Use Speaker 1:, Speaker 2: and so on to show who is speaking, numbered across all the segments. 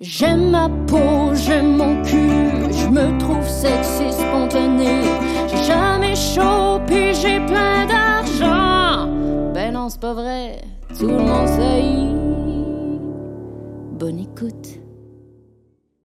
Speaker 1: J'aime ma peau, j'aime mon cul, je me trouve sexy spontané. J'ai jamais chaud, puis j'ai plein d'argent. Ben non, c'est pas vrai, tout le monde sait. Bonne écoute.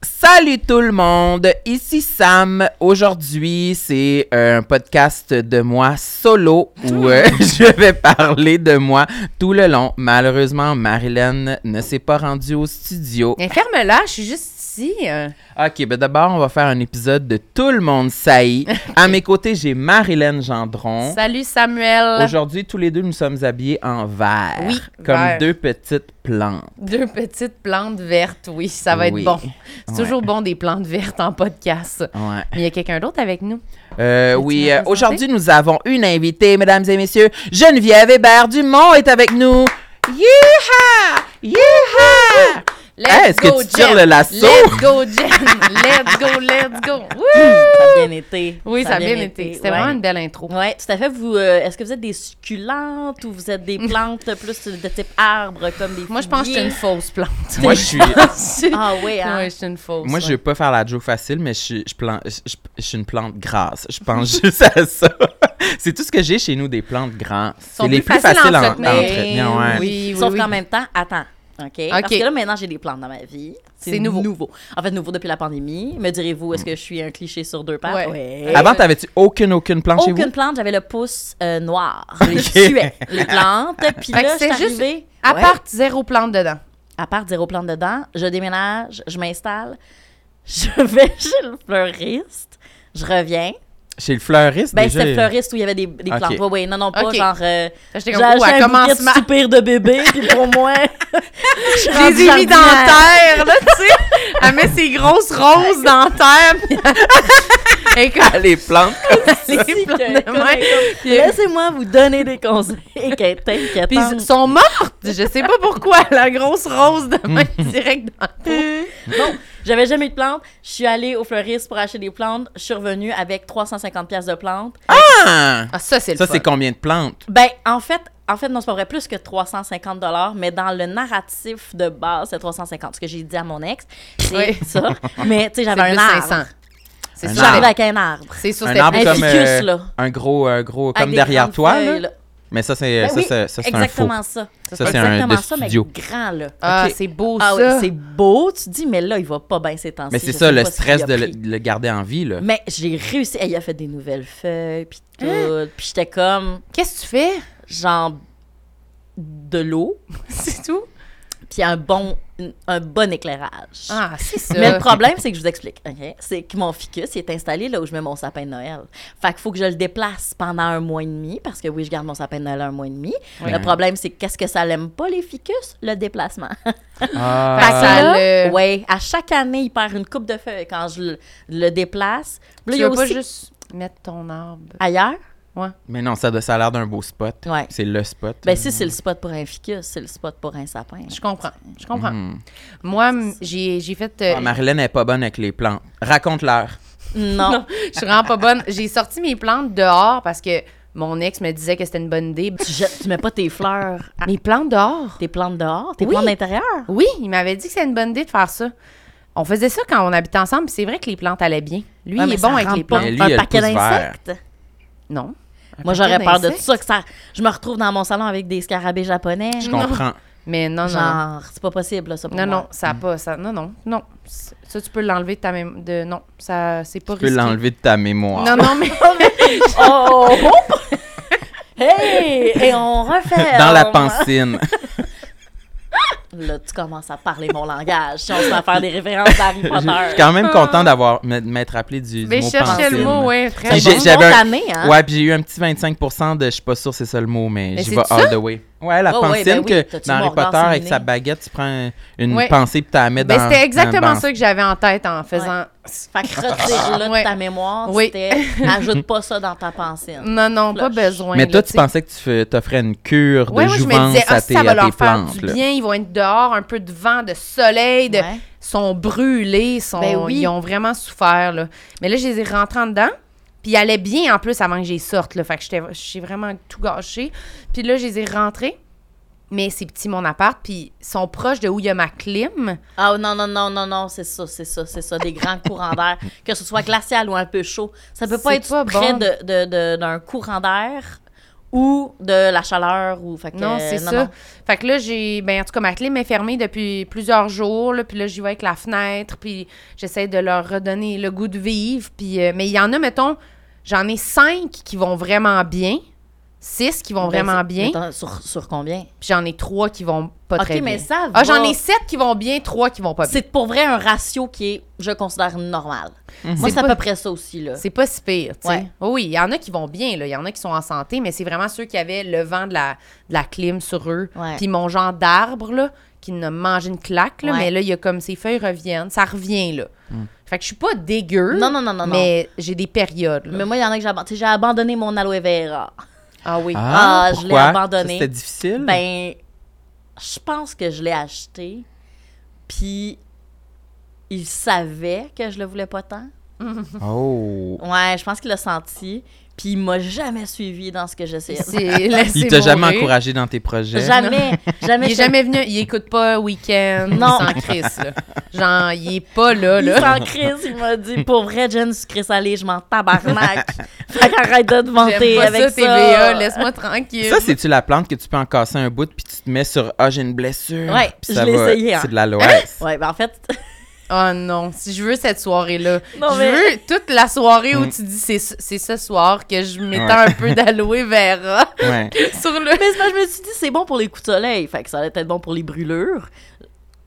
Speaker 2: Salut tout le monde, ici Sam. Aujourd'hui, c'est euh, un podcast de moi solo où euh, je vais parler de moi tout le long. Malheureusement, Marilyn ne s'est pas rendue au studio.
Speaker 3: Mais Eh, ferme-la, je suis juste ici. euh.
Speaker 2: Ok, ben d'abord, on va faire un épisode de Tout le monde saillit. À mes côtés, j'ai Marilyn Gendron.
Speaker 3: Salut Samuel.
Speaker 2: Aujourd'hui, tous les deux, nous sommes habillés en vert.
Speaker 3: Oui,
Speaker 2: Comme
Speaker 3: vert.
Speaker 2: deux petites plantes.
Speaker 3: Deux petites plantes vertes, oui, ça va
Speaker 2: Oui.
Speaker 3: être bon. C'est
Speaker 2: Ouais.
Speaker 3: toujours bon des plantes vertes en podcast.
Speaker 2: Ouais.
Speaker 3: Mais il y a quelqu'un d'autre avec nous.
Speaker 2: Euh,
Speaker 3: tu
Speaker 2: oui,
Speaker 3: nous
Speaker 2: euh,
Speaker 3: présenter?
Speaker 2: aujourd'hui, nous avons une invitée, mesdames et messieurs. Geneviève Hébert Dumont est avec nous. Yeeha! Yeeha!
Speaker 3: Let's
Speaker 2: Hey, est-ce que
Speaker 3: go,
Speaker 2: tu tires
Speaker 3: Jen.
Speaker 2: le lasso?
Speaker 3: Let's go, Jen. let's go, let's go. Wouh!
Speaker 4: Ça a bien été.
Speaker 3: Oui, ça a bien été. C'était vraiment une
Speaker 4: une
Speaker 3: belle intro.
Speaker 4: Ouais, tout à fait. Vous, euh, est-ce que vous êtes des succulentes ou vous êtes des plantes plus de type arbre comme des
Speaker 3: Moi, je pense que j'étais une
Speaker 4: figuiers?
Speaker 3: fausse plante.
Speaker 2: Moi, je suis.
Speaker 4: Ah oui, hein?
Speaker 3: Oui, je suis une fausse.
Speaker 2: Moi,
Speaker 3: ouais.
Speaker 2: je veux pas faire la joke facile, mais je suis, je plan- je- je- je suis une plante grasse. Je pense juste à ça. C'est tout ce que j'ai chez nous, des plantes grasses.
Speaker 3: Sont
Speaker 2: C'est les plus faciles à en- à entretenir. ouais.
Speaker 3: Oui, oui,
Speaker 4: Sauf
Speaker 3: oui.
Speaker 4: qu'en même temps, attends. OK? Parce
Speaker 3: OK.
Speaker 4: que là, maintenant, j'ai des plantes dans ma vie.
Speaker 3: C'est nouveau.
Speaker 4: En fait, nouveau depuis la pandémie. Me direz-vous, est-ce que je suis un cliché sur deux pattes?
Speaker 3: Ouais.
Speaker 4: Ouais.
Speaker 2: Avant, t'avais-tu aucune, aucune plante chez
Speaker 4: Aucune
Speaker 2: vous?
Speaker 4: plante, j'avais le pouce euh, noir. Je les tuais, les plantes. Puis
Speaker 3: Fait que
Speaker 4: là, je
Speaker 3: c'est
Speaker 4: suis
Speaker 3: juste
Speaker 4: arrivée.
Speaker 3: À
Speaker 4: Ouais.
Speaker 3: part zéro plante dedans.
Speaker 4: à part zéro plante dedans, je déménage, je m'installe, je vais chez le fleuriste, je reviens.
Speaker 2: Chez le fleuriste,
Speaker 4: Ben,
Speaker 2: déjà? euh,
Speaker 4: c'était le fleuriste où il y avait des, des
Speaker 2: Ok.
Speaker 4: plantes. Oui, oui, non, non, pas
Speaker 3: Ok.
Speaker 4: genre. Euh,
Speaker 3: J'étais comme, oh, à
Speaker 4: un bouquet de
Speaker 3: commencement.
Speaker 4: soupir de bébé, puis pour moi, je suis
Speaker 3: Je
Speaker 4: rendue
Speaker 3: les ai mis dans
Speaker 4: jardinière.
Speaker 3: terre, là, tu sais. Elle met ses grosses roses dans terre. puis elle- Et comme
Speaker 2: Ah, les plantes.
Speaker 3: les
Speaker 4: Si
Speaker 3: plantes
Speaker 4: que-
Speaker 3: de main.
Speaker 4: que- Laissez-moi vous donner des conseils. T'inquiète, t'inquiète.
Speaker 3: Puis ils sont mortes. Je sais pas pourquoi. La grosse rose de main direct dans
Speaker 4: Hmm.
Speaker 3: le pot.
Speaker 4: Non, j'avais jamais eu de plantes. Je suis allée au fleuriste pour acheter des plantes. Je suis revenue avec 350 pièces de plantes.
Speaker 2: Ah!
Speaker 3: Ah, ça, c'est le
Speaker 2: Ça,
Speaker 3: fun.
Speaker 2: c'est combien de plantes?
Speaker 4: Ben, en fait, en fait, non, c'est pas vrai, plus que 350 dollars, mais dans le narratif de base, c'est 350. Ce que j'ai dit à mon ex, c'est
Speaker 3: Oui.
Speaker 4: ça. Mais, tu
Speaker 3: C'est
Speaker 4: sais, j'avais un
Speaker 3: plus
Speaker 4: arbre.
Speaker 3: 500. C'est
Speaker 2: Un
Speaker 3: sûr.
Speaker 4: J'arrive
Speaker 2: arbre.
Speaker 4: avec un arbre.
Speaker 3: C'est sûr,
Speaker 2: Un
Speaker 3: c'est
Speaker 2: arbre
Speaker 4: Un
Speaker 2: comme,
Speaker 4: ficus,
Speaker 2: euh,
Speaker 4: là.
Speaker 2: un gros, un gros,
Speaker 4: Avec
Speaker 2: comme
Speaker 4: des
Speaker 2: derrière
Speaker 4: grandes
Speaker 2: toi, là.
Speaker 4: feuilles, là.
Speaker 2: Mais ça, c'est
Speaker 4: Ben
Speaker 2: ça,
Speaker 4: oui,
Speaker 2: c'est- ça, c'est un faux.
Speaker 4: exactement ça.
Speaker 2: Ça, c'est un
Speaker 4: exactement
Speaker 2: de
Speaker 4: ça,
Speaker 2: studio.
Speaker 4: mais grand, là.
Speaker 3: Ah,
Speaker 2: Ok.
Speaker 3: c'est beau,
Speaker 4: Ah oui,
Speaker 3: ça.
Speaker 4: c'est beau, tu te dis, mais là, il va pas bien ces temps-ci.
Speaker 2: Mais c'est
Speaker 4: Je
Speaker 2: ça,
Speaker 4: sais
Speaker 2: le
Speaker 4: pas ce
Speaker 2: stress
Speaker 4: qu'il
Speaker 2: de
Speaker 4: a
Speaker 2: le,
Speaker 4: pris.
Speaker 2: de le garder en vie, là.
Speaker 4: Mais j'ai réussi. Hey, il a fait des nouvelles feuilles, puis
Speaker 3: Hein?
Speaker 4: tout. Puis j'étais comme,
Speaker 3: Qu'est-ce que tu fais?
Speaker 4: genre, de l'eau,
Speaker 3: C'est tout?
Speaker 4: puis un bon, un bon éclairage.
Speaker 3: Ah, c'est ça.
Speaker 4: Mais le problème, c'est que je vous explique. ok? C'est que mon ficus il est installé là où je mets mon sapin de Noël. Fait qu'il faut que je le déplace pendant un mois et demi, parce que oui, je garde mon sapin de Noël un mois et demi. Le problème, c'est qu'est-ce que ça l'aime pas, les ficus? Le déplacement.
Speaker 2: Ah.
Speaker 3: Fait que là,
Speaker 4: Ça, là,
Speaker 3: le-
Speaker 4: ouais, à chaque année, il perd une coupe de feuilles quand je le, le déplace. Puis là,
Speaker 3: Tu
Speaker 4: il y a
Speaker 3: veux pas
Speaker 4: aussi-
Speaker 3: juste mettre ton arbre.
Speaker 4: Ailleurs?
Speaker 2: Mais non, ça, doit- ça a l'air d'un beau spot.
Speaker 4: Ouais.
Speaker 2: C'est le spot.
Speaker 4: Ben, si c'est le spot pour un ficus, c'est le spot pour un sapin.
Speaker 3: Je comprends. Je comprends. Moi, m- j'ai j'ai fait. euh,
Speaker 2: Hmm. Ah, Marilyn n'est pas bonne avec les plantes. Raconte-leur.
Speaker 4: Non.
Speaker 3: je suis vraiment pas bonne. J'ai sorti mes plantes dehors parce que mon ex me disait que c'était une bonne idée.
Speaker 4: Tu, jettes- tu mets pas tes fleurs, à-
Speaker 3: Mes plantes dehors?
Speaker 4: tes plantes dehors, tes
Speaker 3: Oui.
Speaker 4: plantes d'intérieur.
Speaker 3: Oui, il m'avait dit que c'était une bonne idée de faire ça. On faisait ça quand on habitait ensemble, puis c'est vrai que les plantes allaient bien. Lui,
Speaker 4: Ouais,
Speaker 3: il
Speaker 4: mais
Speaker 3: est
Speaker 4: ça
Speaker 3: bon avec
Speaker 4: rentre
Speaker 3: les
Speaker 4: pas.
Speaker 3: plantes.
Speaker 2: Mais lui, il a
Speaker 4: un
Speaker 2: le
Speaker 4: paquet
Speaker 2: pouce vert.
Speaker 4: d'insectes.
Speaker 3: Non. Un
Speaker 4: Moi,
Speaker 3: paquet
Speaker 4: j'aurais peur de
Speaker 3: d'insectes.
Speaker 4: ça, que ça. Je me retrouve dans mon salon avec des scarabées japonais.
Speaker 2: Je
Speaker 3: Non.
Speaker 2: comprends.
Speaker 3: Mais non, non. non.
Speaker 4: Genre, Mm. c'est pas possible, là, ça, pour
Speaker 3: Non,
Speaker 4: moi.
Speaker 3: non, ça a pas. Ça, non, non, non. C- Ça, tu peux l'enlever de ta même. De, non, ça, c'est pas
Speaker 2: Tu peux
Speaker 3: risqué.
Speaker 2: l'enlever de ta mémoire.
Speaker 3: Non, non, mais.
Speaker 4: Oh! hey! Et on refait.
Speaker 2: Dans la
Speaker 4: on-
Speaker 2: pancine.
Speaker 4: Là, tu commences à parler mon langage. Si on se met à faire des références à Harry
Speaker 2: Je suis
Speaker 4: Potter.
Speaker 2: quand même content d'avoir m- de m'être rappelé du, du
Speaker 3: mais
Speaker 2: mot
Speaker 3: je cherchais le
Speaker 2: pancine.
Speaker 3: mot, ouais, très
Speaker 2: Puis
Speaker 4: C'est
Speaker 3: bon.
Speaker 2: Ben, j'ai-
Speaker 4: une
Speaker 2: j'avais
Speaker 4: bonne
Speaker 2: un-
Speaker 4: année, hein?
Speaker 2: Ouais, puis j'ai eu un petit 25 de je suis pas sûre c'est ça le mot, mais
Speaker 3: Mais
Speaker 2: j'y
Speaker 3: c'est
Speaker 2: vais
Speaker 3: ça? Ah
Speaker 2: all the way. Ouais, la
Speaker 4: Oh,
Speaker 2: pancine
Speaker 4: ouais, ben oui.
Speaker 2: que
Speaker 4: T'as-tu
Speaker 2: dans Harry
Speaker 4: mon regard
Speaker 2: Potter, avec
Speaker 4: séminé?
Speaker 2: sa baguette, tu prends un- une
Speaker 3: Ouais.
Speaker 2: pensée puis tu la mets dans
Speaker 3: Ben, c'était
Speaker 2: dans
Speaker 3: exactement
Speaker 2: le
Speaker 3: ça que j'avais en tête en faisant.
Speaker 4: Fait que retire-le
Speaker 3: Ouais.
Speaker 4: de ta mémoire.
Speaker 3: Oui.
Speaker 4: C'était ajoute pas ça dans ta pensée.
Speaker 3: Non, non, pas
Speaker 4: Flush.
Speaker 3: besoin.
Speaker 2: Mais
Speaker 3: là,
Speaker 2: toi, tu
Speaker 3: sais.
Speaker 2: pensais que tu fais- t'offrais une cure de
Speaker 3: Ouais, moi, je me
Speaker 2: jouvence
Speaker 3: disais, ah,
Speaker 2: à
Speaker 3: si
Speaker 2: tes,
Speaker 3: ça va
Speaker 2: à
Speaker 3: leur
Speaker 2: tes
Speaker 3: faire
Speaker 2: plantes.
Speaker 3: du
Speaker 2: là.
Speaker 3: bien. Ils vont être dehors, un peu de vent, de soleil, de...
Speaker 4: Ouais.
Speaker 3: sont brûlés, sont...
Speaker 4: Ben oui.
Speaker 3: ils ont vraiment souffert. Là. Mais là, je les ai rentrés en dedans. Puis ils allaient bien en plus avant que j'y sorte. Là. Fait que j'étais- j'ai vraiment tout gâché. Puis là, je les ai rentrés. mais c'est petit mon appart, puis ils sont proches de où il y a ma clim.
Speaker 4: Ah non, non, non, non, non, c'est ça, c'est ça, c'est ça, des grands courants d'air, que ce soit glacial ou un peu chaud. Ça peut pas
Speaker 3: C'est
Speaker 4: être
Speaker 3: pas
Speaker 4: près
Speaker 3: bon.
Speaker 4: de- de- de- d'un courant d'air ou de la chaleur. ou fait que,
Speaker 3: Non,
Speaker 4: euh,
Speaker 3: c'est ça.
Speaker 4: non.
Speaker 3: Fait que là, j'ai. Ben, en tout cas, ma clim est fermée depuis plusieurs jours. Là, puis là, j'y vais avec la fenêtre. Puis j'essaie de leur redonner le goût de vivre. Puis, euh, mais il y en a, mettons, j'en ai cinq qui vont vraiment bien. Six qui vont
Speaker 4: Ben,
Speaker 3: vraiment
Speaker 4: c'est-
Speaker 3: bien.
Speaker 4: Attends, sur, sur combien?
Speaker 3: Puis j'en ai trois qui vont pas
Speaker 4: OK,
Speaker 3: très bien.
Speaker 4: mais ça
Speaker 3: Ah, j'en
Speaker 4: va.
Speaker 3: ai sept qui vont bien, trois qui vont pas bien.
Speaker 4: C'est pour vrai un ratio qui est, je considère, normal. Moi,
Speaker 3: C'est
Speaker 4: c'est à
Speaker 3: pas-
Speaker 4: peu près ça aussi, là.
Speaker 3: Mhm. C'est pas si pire, tu sais.
Speaker 4: Ouais.
Speaker 3: Oh oui, il y en a qui vont bien, là. Il y en a qui sont en santé, mais c'est vraiment ceux qui avaient le vent de la, de la clim sur eux.
Speaker 4: Ouais.
Speaker 3: Puis mon genre d'arbre, là, qui ne mangé une claque, là,
Speaker 4: Ouais.
Speaker 3: mais là, il y a comme ses feuilles reviennent. Ça revient, là.
Speaker 2: Hmm.
Speaker 3: Fait que je suis pas dégueu.
Speaker 4: Non, non, non, non, non.
Speaker 3: Mais j'ai des périodes, là.
Speaker 4: Mais moi, il y en a que j'ai abandonné. J'ai abandonné mon aloe vera.
Speaker 3: Ah oui.
Speaker 4: Ah, je l'ai
Speaker 2: pourquoi?
Speaker 4: abandonné.
Speaker 2: C'était difficile.
Speaker 3: Hmm.
Speaker 4: Ben, je pense que je l'ai acheté. Puis, il savait que je le voulais pas tant.
Speaker 2: Oh.
Speaker 4: Ouais, je pense qu'il l'a senti. Puis, il m'a jamais suivi dans ce que j'essayais. de
Speaker 3: C'est
Speaker 2: Il
Speaker 3: laissez
Speaker 2: t'a jamais
Speaker 3: mourir.
Speaker 2: encouragé dans tes projets.
Speaker 4: Jamais, jamais.
Speaker 3: Il est
Speaker 4: j'étais-
Speaker 3: jamais venu. Il écoute pas Week-end.
Speaker 4: Non.
Speaker 3: Sans Chris, là. Genre, il est pas là,
Speaker 4: Il
Speaker 3: là.
Speaker 4: s'en crisse, il m'a dit pour vrai, Jen, sucré salé, je m'en tabarnak. fait qu'arrête de te vanter
Speaker 3: J'aime pas
Speaker 4: avec
Speaker 3: ça,
Speaker 4: ça.
Speaker 3: TVA. Laisse-moi tranquille.
Speaker 2: Ça, c'est-tu la plante que tu peux en casser un bout puis tu te mets sur Ah, j'ai une blessure.
Speaker 4: Ouais,
Speaker 2: puis
Speaker 4: je
Speaker 2: ça
Speaker 4: l'ai
Speaker 2: va-
Speaker 4: essayé, hein.
Speaker 2: C'est de l'aloès.
Speaker 4: Ouais, ben en fait,
Speaker 3: Oh non, si je veux cette soirée-là.
Speaker 4: Non,
Speaker 3: je
Speaker 4: mais-
Speaker 3: veux toute la soirée où
Speaker 2: Mm.
Speaker 3: tu dis c'est c'est ce soir que je m'étends
Speaker 2: Ouais.
Speaker 3: un peu d'aloe vera
Speaker 2: Ouais.
Speaker 3: sur le.
Speaker 4: mais c'est parce que je me suis dit c'est bon pour les coups de soleil, fait que ça allait être bon pour les brûlures.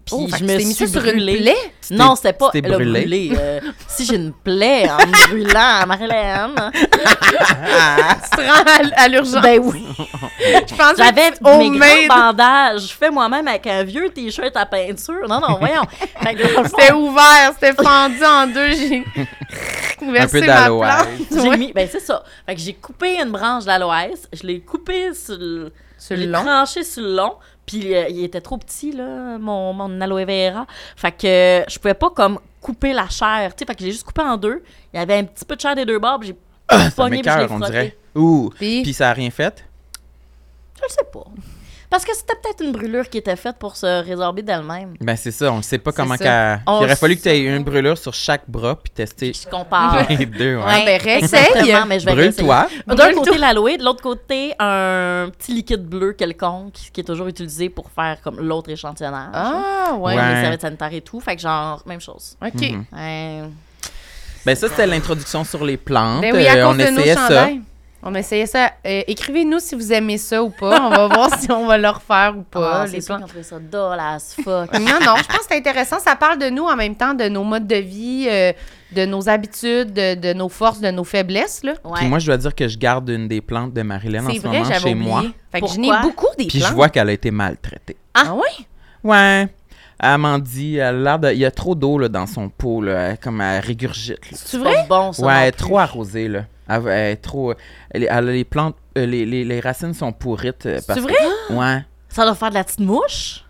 Speaker 4: Puis
Speaker 3: Oh, fait que
Speaker 4: je
Speaker 3: tu
Speaker 4: me
Speaker 3: t'es mis
Speaker 4: suis
Speaker 3: ça sur une
Speaker 4: brûlée.
Speaker 3: plaie?
Speaker 4: Non, c'était pas
Speaker 2: tu t'es
Speaker 4: le
Speaker 2: brûlée.
Speaker 4: brûlé. euh, si j'ai une plaie en me brûlant à Marilyn,
Speaker 2: Ah,
Speaker 3: Tu te rends à, à l'urgence.
Speaker 4: ben oui.
Speaker 3: je pense
Speaker 4: J'avais
Speaker 3: que au
Speaker 4: mes
Speaker 3: maid,
Speaker 4: grands bandages faits moi-même avec un vieux t-shirt à peinture. Non, non, voyons. Fait que dans le fond,
Speaker 3: C'était ouvert, c'était fendu en deux. J'ai
Speaker 2: Un peu
Speaker 3: versé ma
Speaker 2: d'aloe.
Speaker 3: plante.
Speaker 4: J'ai
Speaker 3: Ouais.
Speaker 4: mis, ben c'est ça. Fait que j'ai coupé une branche d'aloès, je l'ai coupé sur le,
Speaker 3: Sur
Speaker 4: je
Speaker 3: le
Speaker 4: l'ai
Speaker 3: long.
Speaker 4: tranché sur le long, puis euh, il était trop petit là, mon, mon aloe vera. Fait que euh, je pouvais pas comme couper la chair, tu sais, fait que j'ai juste coupé en deux. Il y avait un petit peu de chair des deux bords, puis j'ai
Speaker 2: Ça
Speaker 4: pogné puis je l'ai
Speaker 2: m'écoeure, on
Speaker 4: frotté.
Speaker 2: dirait. Ouh.
Speaker 3: Puis-
Speaker 2: Puis ça a rien fait.
Speaker 4: Je le sais pas. Parce que c'était peut-être une brûlure qui était faite pour se résorber d'elle-même.
Speaker 2: Ben, c'est ça, on ne sait pas comment
Speaker 3: ça.
Speaker 2: qu'elle.
Speaker 4: On
Speaker 2: Il aurait fallu
Speaker 4: s-
Speaker 2: que tu aies une brûlure sur chaque bras puis tester
Speaker 4: Je compare.
Speaker 2: les deux. ouais.
Speaker 3: Ah, ben, réessaye.
Speaker 4: Exactement, mais je vais réessayer.
Speaker 2: Brûle-toi.
Speaker 4: D'un
Speaker 3: Brûle-toi.
Speaker 4: côté l'aloe, de l'autre côté un petit liquide bleu quelconque qui est toujours utilisé pour faire comme l'autre échantillonnage.
Speaker 3: Ah ouais.
Speaker 4: ouais,
Speaker 2: Ouais.
Speaker 4: les serviettes sanitaires et tout. Fait que genre, même chose.
Speaker 3: Ok.
Speaker 2: Mhm.
Speaker 4: Ouais.
Speaker 2: Ben, ça, c'était l'introduction sur les plantes.
Speaker 3: Ben oui, à
Speaker 2: Euh, on
Speaker 3: cause de nos
Speaker 2: essayait ça.
Speaker 3: chandails. On essayait ça. Euh, Écrivez-nous si vous aimez ça ou pas. On va voir si on va le refaire ou pas.
Speaker 4: Ah,
Speaker 3: les
Speaker 4: c'est sûr
Speaker 3: plantes.
Speaker 4: qu'on trouvait ça dull as fuck.
Speaker 3: Non, non, je pense que c'est intéressant. Ça parle de nous en même temps, de nos modes de vie, euh, de nos habitudes, de, de nos forces, de nos faiblesses. Là.
Speaker 4: Ouais.
Speaker 2: Puis moi, je dois dire que je garde une des plantes de Marilyn en
Speaker 3: C'est
Speaker 2: ce
Speaker 3: vrai,
Speaker 2: moment
Speaker 3: j'avais
Speaker 2: chez
Speaker 3: oublié.
Speaker 2: moi.
Speaker 3: Fait que je n'ai
Speaker 4: Pourquoi?
Speaker 3: beaucoup des
Speaker 2: Puis
Speaker 3: plantes.
Speaker 2: je vois qu'elle a été maltraitée.
Speaker 3: Ah, oui?
Speaker 2: Ouais. Elle m'en dit, elle a l'air de- Il y a trop d'eau là, dans son pot, là, elle- comme elle régurgite. là.
Speaker 4: c'est vrai? bon, ça.
Speaker 2: Ouais,
Speaker 4: non
Speaker 2: elle est
Speaker 4: plus.
Speaker 2: trop arrosée, là. Elle, elle est trop. Elle, elle a les plantes. euh, les, les- les racines sont pourrites. euh, parce que-
Speaker 3: vrai?
Speaker 2: Ouais.
Speaker 4: Ça doit faire de la petite mouche?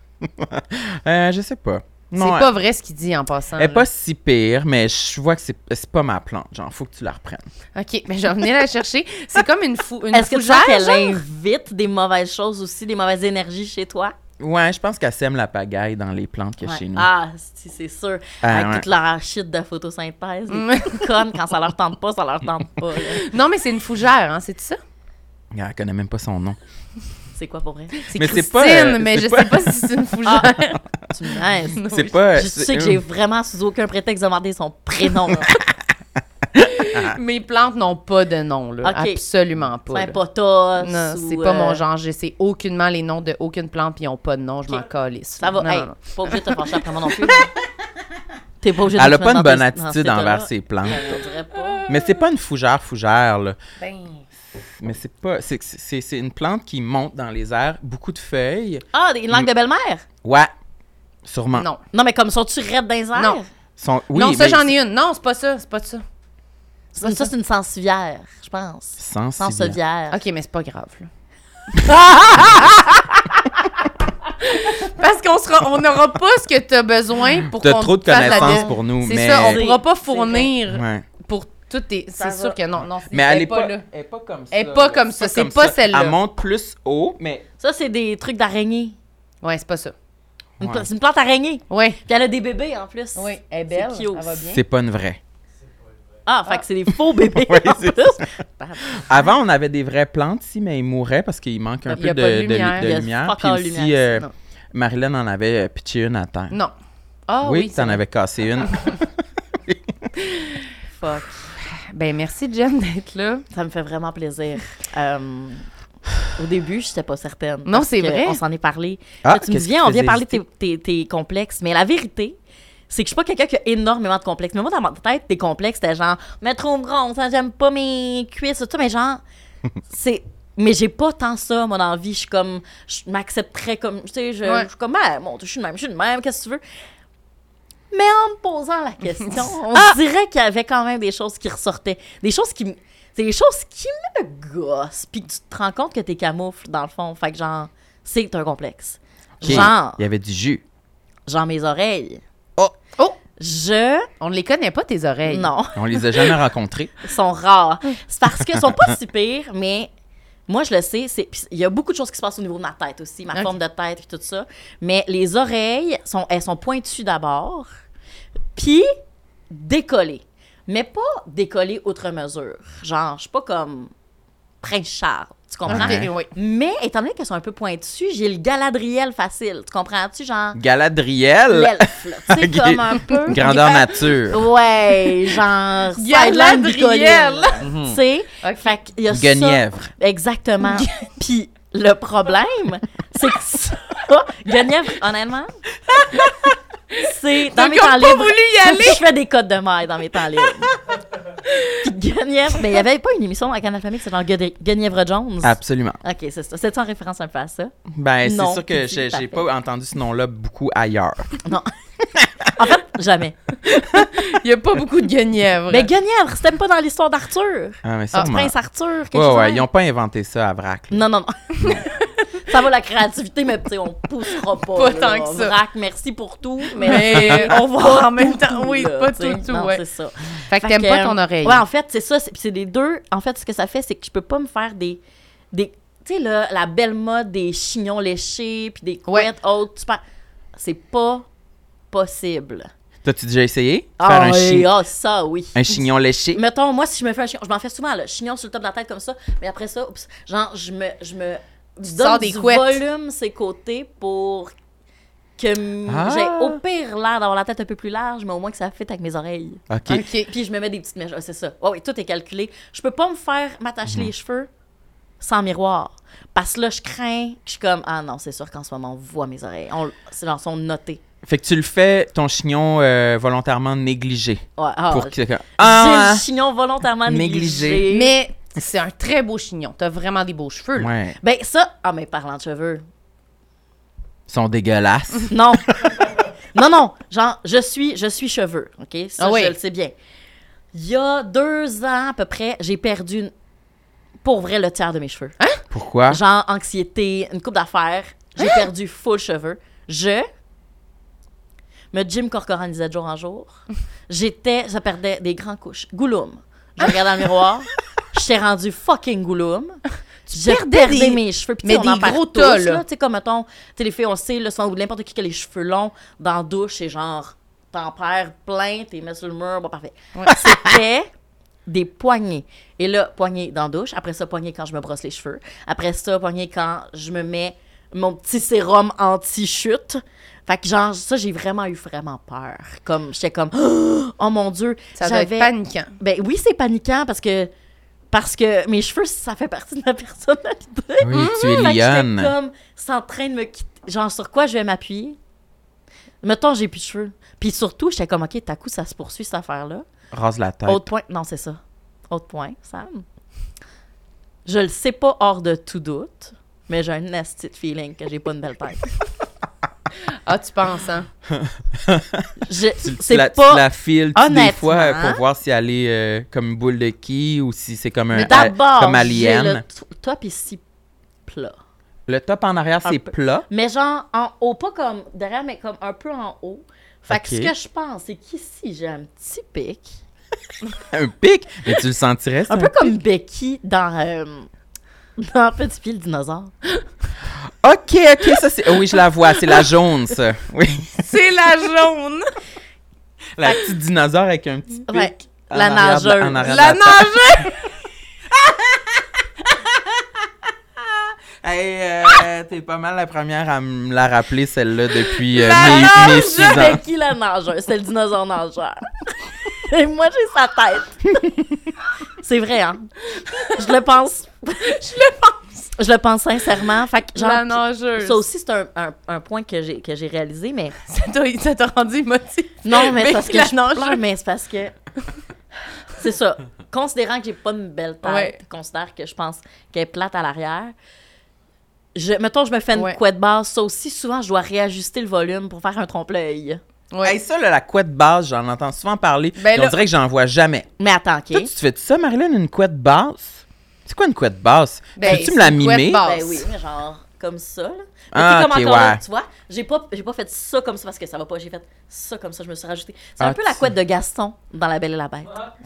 Speaker 2: Euh, je sais pas.
Speaker 3: C'est
Speaker 2: Non, elle-
Speaker 3: pas vrai ce qu'il dit en passant.
Speaker 2: elle est
Speaker 3: là.
Speaker 2: pas si pire, mais je vois que c'est c'est pas ma plante. Genre, faut que tu la reprennes.
Speaker 3: OK, mais je vais venir la chercher. C'est comme une, fou, une
Speaker 4: Est-ce que tu
Speaker 3: fougère.
Speaker 4: sens qu'elle
Speaker 3: genre?
Speaker 4: invite des mauvaises choses aussi, des mauvaises énergies chez toi?
Speaker 2: Ouais, je pense qu'elle sème la pagaille dans les plantes qu'il y a
Speaker 4: Ouais.
Speaker 2: chez nous.
Speaker 4: Ah, si, c'est sûr.
Speaker 2: Ah,
Speaker 4: Avec
Speaker 2: ouais.
Speaker 4: toute leur shit de photosynthèse,
Speaker 3: Mm.
Speaker 4: les petites connes, quand ça leur tente pas, ça leur tente pas. là.
Speaker 3: Non, mais c'est une fougère, hein, c'est ça?
Speaker 2: Elle connaît même pas son nom.
Speaker 4: C'est quoi pour vrai?
Speaker 3: C'est
Speaker 2: Mais
Speaker 3: Christine,
Speaker 2: c'est pas, euh,
Speaker 3: mais
Speaker 2: c'est
Speaker 3: je
Speaker 2: pas-
Speaker 3: sais pas si c'est une fougère.
Speaker 4: Ah, tu me niaises.
Speaker 2: C'est pas.
Speaker 4: Je
Speaker 2: c'est-
Speaker 4: sais que j'ai vraiment, sous aucun prétexte, demandé son prénom.
Speaker 2: Ah.
Speaker 3: Mes plantes n'ont pas de nom, là.
Speaker 4: OK.
Speaker 3: Absolument pas.
Speaker 4: C'est un
Speaker 3: là.
Speaker 4: potos
Speaker 3: Non, c'est
Speaker 4: ou,
Speaker 3: pas
Speaker 4: euh,
Speaker 3: mon genre. Je sais aucunement les noms de aucune plante, puis ils n'ont pas de nom. Je m'en calisse.
Speaker 4: Ça va.
Speaker 3: Non,
Speaker 4: hey,
Speaker 3: non, non.
Speaker 4: pas obligé de te pencher après moi non plus. T'es pas obligé de
Speaker 2: Elle a
Speaker 4: te
Speaker 2: pas une
Speaker 4: mettre dans
Speaker 2: bonne
Speaker 4: tes- dans cet
Speaker 2: attitude envers
Speaker 4: état-là.
Speaker 2: ses plantes.
Speaker 4: Ben, on dirait pas.
Speaker 2: Mais c'est pas une fougère fougère là.
Speaker 3: Ben,
Speaker 2: Mais c'est pas c'est c'est c'est une plante qui monte dans les airs, beaucoup de feuilles.
Speaker 4: Ah, des- une langue de belle-mère?
Speaker 2: Ouais. Sûrement.
Speaker 3: Non.
Speaker 4: Non, mais comme sont-tu raides dans les airs?
Speaker 3: Non.
Speaker 2: Sont- oui,
Speaker 3: non, ça,
Speaker 2: mais
Speaker 3: j'en ai une. Non, c'est pas ça. C'est pas ça.
Speaker 4: C'est une- Ça, c'est une sensivière, je pense.
Speaker 2: Sans ciliaire.
Speaker 4: Sensivière.
Speaker 3: OK, mais c'est pas grave, là. Parce qu'on sera, on n'aura pas ce que tu as besoin pour
Speaker 2: T'as
Speaker 3: qu'on
Speaker 2: trop de
Speaker 3: te fasse la
Speaker 2: connaissances
Speaker 3: dé-
Speaker 2: pour nous,
Speaker 3: C'est
Speaker 2: mais-
Speaker 3: ça, on
Speaker 4: C'est-
Speaker 3: pourra pas
Speaker 4: c'est
Speaker 3: fournir
Speaker 2: Ouais.
Speaker 3: pour Tout est.
Speaker 4: Ça
Speaker 3: C'est
Speaker 4: va.
Speaker 3: sûr que non, non, c'est
Speaker 2: Mais elle est
Speaker 3: pas,
Speaker 2: pas,
Speaker 3: là.
Speaker 2: elle est pas comme ça.
Speaker 3: Elle est pas
Speaker 2: là.
Speaker 3: comme ça, c'est pas celle-là.
Speaker 2: Elle monte plus haut, mais
Speaker 4: Ça, c'est des trucs d'araignée.
Speaker 3: Ouais, c'est pas ça.
Speaker 4: Une
Speaker 2: Ouais.
Speaker 4: pla- C'est une plante araignée.
Speaker 3: Ouais.
Speaker 4: Puis elle a des bébés en plus.
Speaker 3: Oui, elle est
Speaker 4: C'est
Speaker 3: belle,
Speaker 4: cute.
Speaker 3: elle va bien.
Speaker 2: c'est pas une vraie.
Speaker 4: Ah, fait que c'est des faux bébés
Speaker 2: Ouais,
Speaker 4: en
Speaker 2: c'est
Speaker 4: plus.
Speaker 2: Avant, on avait des vraies plantes ici, mais ils mouraient parce qu'il manque un
Speaker 3: Il y
Speaker 2: peu
Speaker 3: a
Speaker 2: de,
Speaker 3: pas de
Speaker 2: de lu- de
Speaker 3: lumière.
Speaker 2: lumière.
Speaker 4: Il y a pas
Speaker 2: Puis
Speaker 4: encore
Speaker 2: aussi,
Speaker 4: de lumière ici,
Speaker 2: euh,
Speaker 4: non.
Speaker 2: Marilyn en avait euh, pitché une à terre.
Speaker 3: Non. Ah
Speaker 2: oui,
Speaker 3: oui,
Speaker 2: t'en
Speaker 3: c'est-
Speaker 2: avais cassé une.
Speaker 4: Fuck.
Speaker 3: Ben merci, Jen, d'être là.
Speaker 4: Ça me fait vraiment plaisir. Euh, au début, je n'étais pas certaine.
Speaker 3: Non,
Speaker 4: parce
Speaker 3: c'est
Speaker 4: que
Speaker 3: vrai.
Speaker 4: On s'en est parlé.
Speaker 2: Ah,
Speaker 4: Là, tu me
Speaker 2: qu'est-ce
Speaker 4: dis, viens,
Speaker 2: qui
Speaker 4: on vient
Speaker 2: faisait
Speaker 4: parler de tes, tes- tes complexes. Mais la vérité, c'est que je suis pas quelqu'un qui a énormément de complexes. Mais moi, dans ma tête, des complexes, c'était genre, mais trop grosse, hein, j'aime pas mes cuisses, tout ça. Mais genre, c'est. Mais j'ai pas tant ça, moi, dans la vie. Je suis comme. Je m'accepterais comme. Tu sais, je,
Speaker 3: Ouais.
Speaker 4: je suis comme, ah, bon, je suis de même, je suis de même, qu'est-ce que tu veux? Mais en me posant la question, on dirait qu'il y avait quand même des choses qui ressortaient. Des choses qui. m- C'est des choses qui me gossent. Puis que tu te rends compte que t'es camoufle, dans le fond. Fait que genre, c'est un complexe.
Speaker 2: Ok,
Speaker 4: Genre,
Speaker 2: Il y avait du jus.
Speaker 4: genre mes oreilles.
Speaker 2: Oh!
Speaker 3: Oh!
Speaker 4: Je.
Speaker 3: On ne les connaît pas, tes oreilles.
Speaker 4: Non,
Speaker 2: On les a jamais rencontrés.
Speaker 4: ils sont rares.
Speaker 3: Mm.
Speaker 4: C'est parce qu'ils sont pas si pires, mais moi, je le sais. c'est- puis Il y a beaucoup de choses qui se passent au niveau de ma tête aussi, ma
Speaker 3: Ok.
Speaker 4: forme de tête puis tout ça. Mais les oreilles, sont, elles sont pointues d'abord, puis décollées. Mais pas décollées outre mesure. Genre, je suis pas comme Prince Charles. Tu comprends?
Speaker 3: Ok, oui.
Speaker 4: Mais étant donné qu'elles sont un peu pointues, j'ai le galadriel facile. Tu comprends-tu? Genre,
Speaker 2: Galadriel.
Speaker 4: l'elfe, là. Tu sais,
Speaker 2: Ok.
Speaker 4: comme un peu.
Speaker 2: Grandeur
Speaker 3: Oh,
Speaker 2: nature.
Speaker 4: Ouais, genre Sideline
Speaker 3: Galadriel.
Speaker 4: Bicoline, là.
Speaker 2: Mhm.
Speaker 4: Tu sais,
Speaker 3: Ok.
Speaker 4: fait qu'il y a
Speaker 2: Guenièvre.
Speaker 4: ça. Exactement. Puis le problème, c'est que ça, Guenièvre, honnêtement, c'est dans mes temps
Speaker 3: T'as pas
Speaker 4: libres.
Speaker 3: voulu y aller.
Speaker 4: Je fais des codes de maille dans mes temps libres. Puis Guenièvre, mais il y avait pas une émission à Canal Famille qui s'appelait Guenièvre- Guenièvre Jones.
Speaker 2: Absolument.
Speaker 4: Ok, c'est ça. C'est en référence un peu à ça?
Speaker 2: Ben, c'est
Speaker 4: Non,
Speaker 2: sûr que
Speaker 4: tout
Speaker 2: j'ai
Speaker 4: à
Speaker 2: j'ai
Speaker 4: fait.
Speaker 2: pas entendu ce nom-là beaucoup ailleurs.
Speaker 4: Non. en fait, jamais.
Speaker 3: Il n'y a pas beaucoup de Ben, guenièvres.
Speaker 4: Mais Guenièvre, c'était même pas dans l'histoire d'Arthur.
Speaker 2: Ah, mais
Speaker 4: Du
Speaker 2: sûrement.
Speaker 4: prince Arthur, quelque
Speaker 2: ouais,
Speaker 4: chose de
Speaker 2: ouais,
Speaker 4: même.
Speaker 2: ils ont pas inventé ça à Vrac. là.
Speaker 4: Non, non, non. ça va la créativité, mais tu sais, on poussera pas.
Speaker 3: Pas
Speaker 4: là.
Speaker 3: tant que ça.
Speaker 4: Vrac, merci pour tout, mais.
Speaker 3: mais on va en même temps.
Speaker 4: tout,
Speaker 3: Oui,
Speaker 4: là,
Speaker 3: pas
Speaker 4: tu sais.
Speaker 3: tout, tout,
Speaker 4: Non,
Speaker 3: ouais.
Speaker 4: c'est ça.
Speaker 3: Fait que euh, t'aimes pas ton oreille.
Speaker 4: Ouais, en fait, c'est ça. c'est- puis c'est des deux. En fait, ce que ça fait, c'est que je peux pas me faire des. des tu sais, là, la belle mode des chignons léchés, puis des
Speaker 3: Ouais.
Speaker 4: couettes hautes. tu pars- C'est pas possible.
Speaker 2: T'as-tu déjà essayé? de Faire
Speaker 4: Ah,
Speaker 2: un,
Speaker 4: oui,
Speaker 2: chi-
Speaker 4: ah, ça, oui.
Speaker 2: un chignon léché?
Speaker 4: Mettons, moi, si je me fais un chignon, je m'en fais souvent, là, chignon sur le top de la tête comme ça, mais après ça, oups, genre, je me, je me
Speaker 3: te
Speaker 4: donne
Speaker 3: sors des
Speaker 4: du
Speaker 3: couettes.
Speaker 4: volume ses côtés pour que m-
Speaker 2: Ah.
Speaker 4: j'ai au pire l'air d'avoir la tête un peu plus large, mais au moins que ça fitte avec mes oreilles.
Speaker 2: OK.
Speaker 3: OK.
Speaker 4: Puis je me mets des petites mèches, Ah, c'est ça. Ouais, oui, tout est calculé. Je peux pas me faire m'attacher les cheveux sans miroir. Parce que là, je crains, je suis comme, ah non, c'est sûr qu'en ce moment, on voit mes oreilles. On, c'est genre, sont notées.
Speaker 2: Fait que tu le fais, ton chignon euh, volontairement négligé.
Speaker 4: Ouais, ah,
Speaker 2: pour que...
Speaker 4: J'ai
Speaker 2: Ah!
Speaker 4: le chignon volontairement
Speaker 2: Négligé.
Speaker 4: négligé.
Speaker 3: Mais c'est un très beau chignon. T'as vraiment des beaux cheveux, là.
Speaker 2: Ouais.
Speaker 4: Ben ça, ah mais parlant de cheveux,
Speaker 2: Ils sont dégueulasses.
Speaker 4: non, non non, genre je suis je suis cheveux, ok, ça
Speaker 3: Ah oui.
Speaker 4: je le sais bien. Il y a deux ans à peu près, j'ai perdu une- pour vrai le tiers de mes cheveux.
Speaker 2: Pourquoi?
Speaker 4: Genre anxiété, une coupe d'affaires, j'ai
Speaker 3: Hein?
Speaker 4: perdu full cheveux. Je me Jim Corcoranisais de jour en jour. J'étais, je perdais des grands couches. Gouloum. Je regardais dans le miroir. J'étais rendue fucking gouloum. Je
Speaker 3: perdais
Speaker 4: perdais
Speaker 3: des-
Speaker 4: mes cheveux. Puis
Speaker 3: mais
Speaker 4: tu sais, on en
Speaker 3: des
Speaker 4: perd
Speaker 3: gros
Speaker 4: tous,
Speaker 3: tas, là.
Speaker 4: là. Tu sais, comme mettons, tu sais, les filles, on sait, là, sont n'importe qui qui a les cheveux longs dans la douche, c'est genre, t'en perds plein, t'es mis sur le mur, bon, parfait. C'était des poignées. Et là, poignée dans la douche. Après ça, poignée quand je me brosse les cheveux. Après ça, poignée quand je me mets mon petit sérum anti-chute. Fait que genre, ça, j'ai vraiment eu vraiment peur. Comme, j'étais comme, oh mon Dieu.
Speaker 3: Ça doit être
Speaker 4: J'avais-
Speaker 3: paniquant.
Speaker 4: Ben oui, c'est paniquant parce que, parce que mes cheveux, ça fait partie de ma personnalité.
Speaker 2: Oui, tu es
Speaker 4: Fait que j'étais
Speaker 2: lionne.
Speaker 4: comme, c'est en train de me quitter. Genre, sur quoi je vais m'appuyer? Mettons, j'ai plus de cheveux. Puis surtout, j'étais comme, OK, t'as coup, ça se poursuit, cette affaire-là.
Speaker 2: Rase la tête.
Speaker 4: Autre point. Non, c'est ça. Autre point, Sam. Je le sais pas hors de tout doute, mais j'ai un nasty de feeling que j'ai pas une belle tête.
Speaker 3: Ah, tu penses, hein?
Speaker 4: Je-
Speaker 2: Tu- tu
Speaker 4: C'est
Speaker 2: la,
Speaker 4: pas...
Speaker 2: tu la files tu, des
Speaker 4: honnêtement, hein.
Speaker 2: fois euh, pour voir si elle est euh, comme une boule de qui ou si c'est comme un
Speaker 4: Mais
Speaker 2: a-
Speaker 4: d'abord,
Speaker 2: comme
Speaker 4: j'ai
Speaker 2: alien.
Speaker 4: le
Speaker 2: Le...
Speaker 4: t- top ici plat.
Speaker 2: top en arrière,
Speaker 4: Un
Speaker 2: c'est
Speaker 4: peu.
Speaker 2: plat.
Speaker 4: Mais genre en haut, pas comme derrière, mais comme un peu en haut. Fait
Speaker 2: Ok.
Speaker 4: que ce que je pense, c'est qu'ici, j'ai un petit pic.
Speaker 2: un pic, mais tu le sentirais, ça?
Speaker 4: Un peu comme Becky dans, euh, dans Petit Pied le dinosaure.
Speaker 2: OK, OK, ça, c'est... Oui, je la vois, c'est la jaune, ça. Oui,
Speaker 3: C'est la jaune.
Speaker 2: la petite dinosaure avec un petit pic.
Speaker 4: Ouais.
Speaker 2: en
Speaker 4: La
Speaker 2: arrière de-
Speaker 4: nageuse.
Speaker 2: en arrière de
Speaker 3: La
Speaker 2: tête.
Speaker 3: nageuse.
Speaker 2: Hey, euh, t'es pas mal la première à me la rappeler, celle-là, depuis euh,
Speaker 4: La
Speaker 2: mes, mes
Speaker 4: nage
Speaker 2: six ans.
Speaker 4: Becky la nageuse. C'est le dinosaure nageur. Et moi, j'ai sa tête. C'est vrai, hein? Je le pense.
Speaker 3: Je le pense.
Speaker 4: Je le pense sincèrement. Fait que, genre,
Speaker 3: La nageuse.
Speaker 4: ça aussi, c'est un, un- un point que j'ai que j'ai réalisé, mais...
Speaker 3: Ça t'a- Ça t'a rendu émotif.
Speaker 4: Non, mais,
Speaker 3: Mais
Speaker 4: c'est parce que
Speaker 3: la
Speaker 4: je
Speaker 3: nageuse.
Speaker 4: pleure, mais c'est parce que... C'est ça. Considérant que j'ai pas une belle tête,
Speaker 3: Ouais.
Speaker 4: considère que je pense qu'elle est plate à l'arrière, je, mettons, je me fais une
Speaker 3: Ouais.
Speaker 4: couette basse. Ça aussi, souvent, je dois réajuster le volume pour faire un trompe-l'œil.
Speaker 3: Ouais.
Speaker 2: Hey, ça, là, la couette basse, j'en entends souvent parler.
Speaker 3: Ben
Speaker 2: puis
Speaker 3: là-
Speaker 2: On dirait que j'en vois jamais.
Speaker 4: Mais attends, OK?
Speaker 2: Toi, tu te fais ça, Marilyn, une couette basse? C'est quoi une couette basse?
Speaker 3: Ben,
Speaker 2: Peux-tu me
Speaker 3: c'est
Speaker 2: la
Speaker 3: une couette
Speaker 2: mimer?
Speaker 3: basse.
Speaker 4: Ben oui, mais genre comme ça. Là.
Speaker 2: Ah,
Speaker 4: Mais tu sais,
Speaker 2: ok,
Speaker 4: comme encore là,
Speaker 2: ouais.
Speaker 4: tu vois, j'ai pas, j'ai pas fait ça comme ça parce que ça va pas. J'ai fait ça comme ça, je me suis rajoutée. C'est
Speaker 2: Ah,
Speaker 4: un peu la
Speaker 2: tu-
Speaker 4: couette de Gaston dans La Belle et la Bête.
Speaker 3: Ah.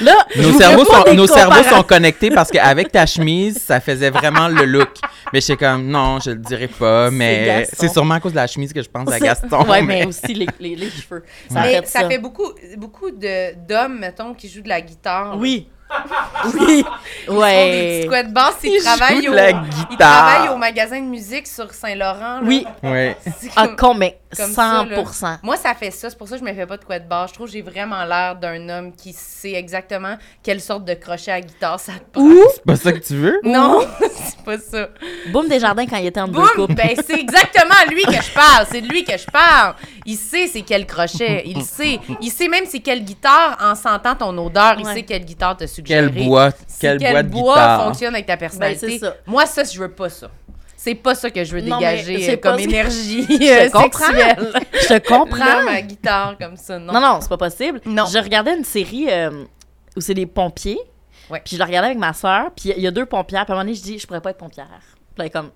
Speaker 4: là, je vous
Speaker 2: Nos
Speaker 4: fais
Speaker 2: cerveaux,
Speaker 4: pas
Speaker 2: sont,
Speaker 4: des
Speaker 2: nos cerveaux sont
Speaker 4: comparatifs.
Speaker 2: connectés parce qu'avec ta chemise, ça faisait vraiment le look. Mais j'étais comme, non, je le dirais pas, mais
Speaker 4: Gaston.
Speaker 2: c'est sûrement à cause de la chemise que je pense à Gaston.
Speaker 4: Ouais, mais,
Speaker 2: mais-
Speaker 4: aussi les, les, les cheveux. Ça
Speaker 3: Mais
Speaker 4: fait ça.
Speaker 3: fait beaucoup, beaucoup de- d'hommes, mettons, qui jouent de la guitare.
Speaker 4: Oui. oui.
Speaker 3: Ils font des
Speaker 4: Ouais.
Speaker 3: petites couettes basses, ils,
Speaker 2: Ils jouent
Speaker 3: travaillent
Speaker 2: de
Speaker 3: au,
Speaker 2: la
Speaker 3: ils
Speaker 2: guitare.
Speaker 3: travaillent au magasin de musique sur Saint-Laurent. là.
Speaker 4: Oui.
Speaker 2: Ouais.
Speaker 3: C'est
Speaker 4: Ah,
Speaker 3: comme-
Speaker 4: con, mais
Speaker 3: comme ça,
Speaker 4: 100
Speaker 3: là. Moi, ça fait ça. C'est pour ça que je me fais pas de couette basse. Je trouve que j'ai vraiment l'air d'un homme qui sait exactement quelle sorte de crochet à guitare ça te prend.
Speaker 2: C'est pas ça que tu veux?
Speaker 3: Non, c'est pas ça.
Speaker 4: Boum Desjardins quand il était en deux
Speaker 3: Boum!
Speaker 4: couples.
Speaker 3: Ben, c'est exactement à lui que je parle. C'est de lui que je parle. Il sait c'est quel crochet. Il sait. Il sait même c'est quelle guitare, en sentant ton odeur, il
Speaker 4: Ouais.
Speaker 3: sait quelle guitare te suggérer.
Speaker 2: Quel bois, quel,
Speaker 3: C'est
Speaker 2: bois de
Speaker 3: bois
Speaker 2: guitare.
Speaker 3: fonctionne avec ta personnalité.
Speaker 4: Ben, c'est ça.
Speaker 3: Moi, ça, je veux pas ça. C'est pas ça que je veux
Speaker 4: Non, mais
Speaker 3: dégager
Speaker 4: c'est
Speaker 3: euh, comme
Speaker 4: pas-
Speaker 3: énergie
Speaker 4: Je
Speaker 3: euh,
Speaker 4: comprends.
Speaker 3: sexuelle.
Speaker 4: Je te comprends.
Speaker 3: Prends ma guitare comme ça, non?
Speaker 4: Non, non, c'est pas possible.
Speaker 3: Non.
Speaker 4: Je regardais une série euh, où c'est des pompiers.
Speaker 3: Ouais.
Speaker 4: Puis je la regardais avec ma soeur. Puis il y a deux pompières. Puis à un moment donné, je dis, je pourrais pas être pompière. Puis elle est comme,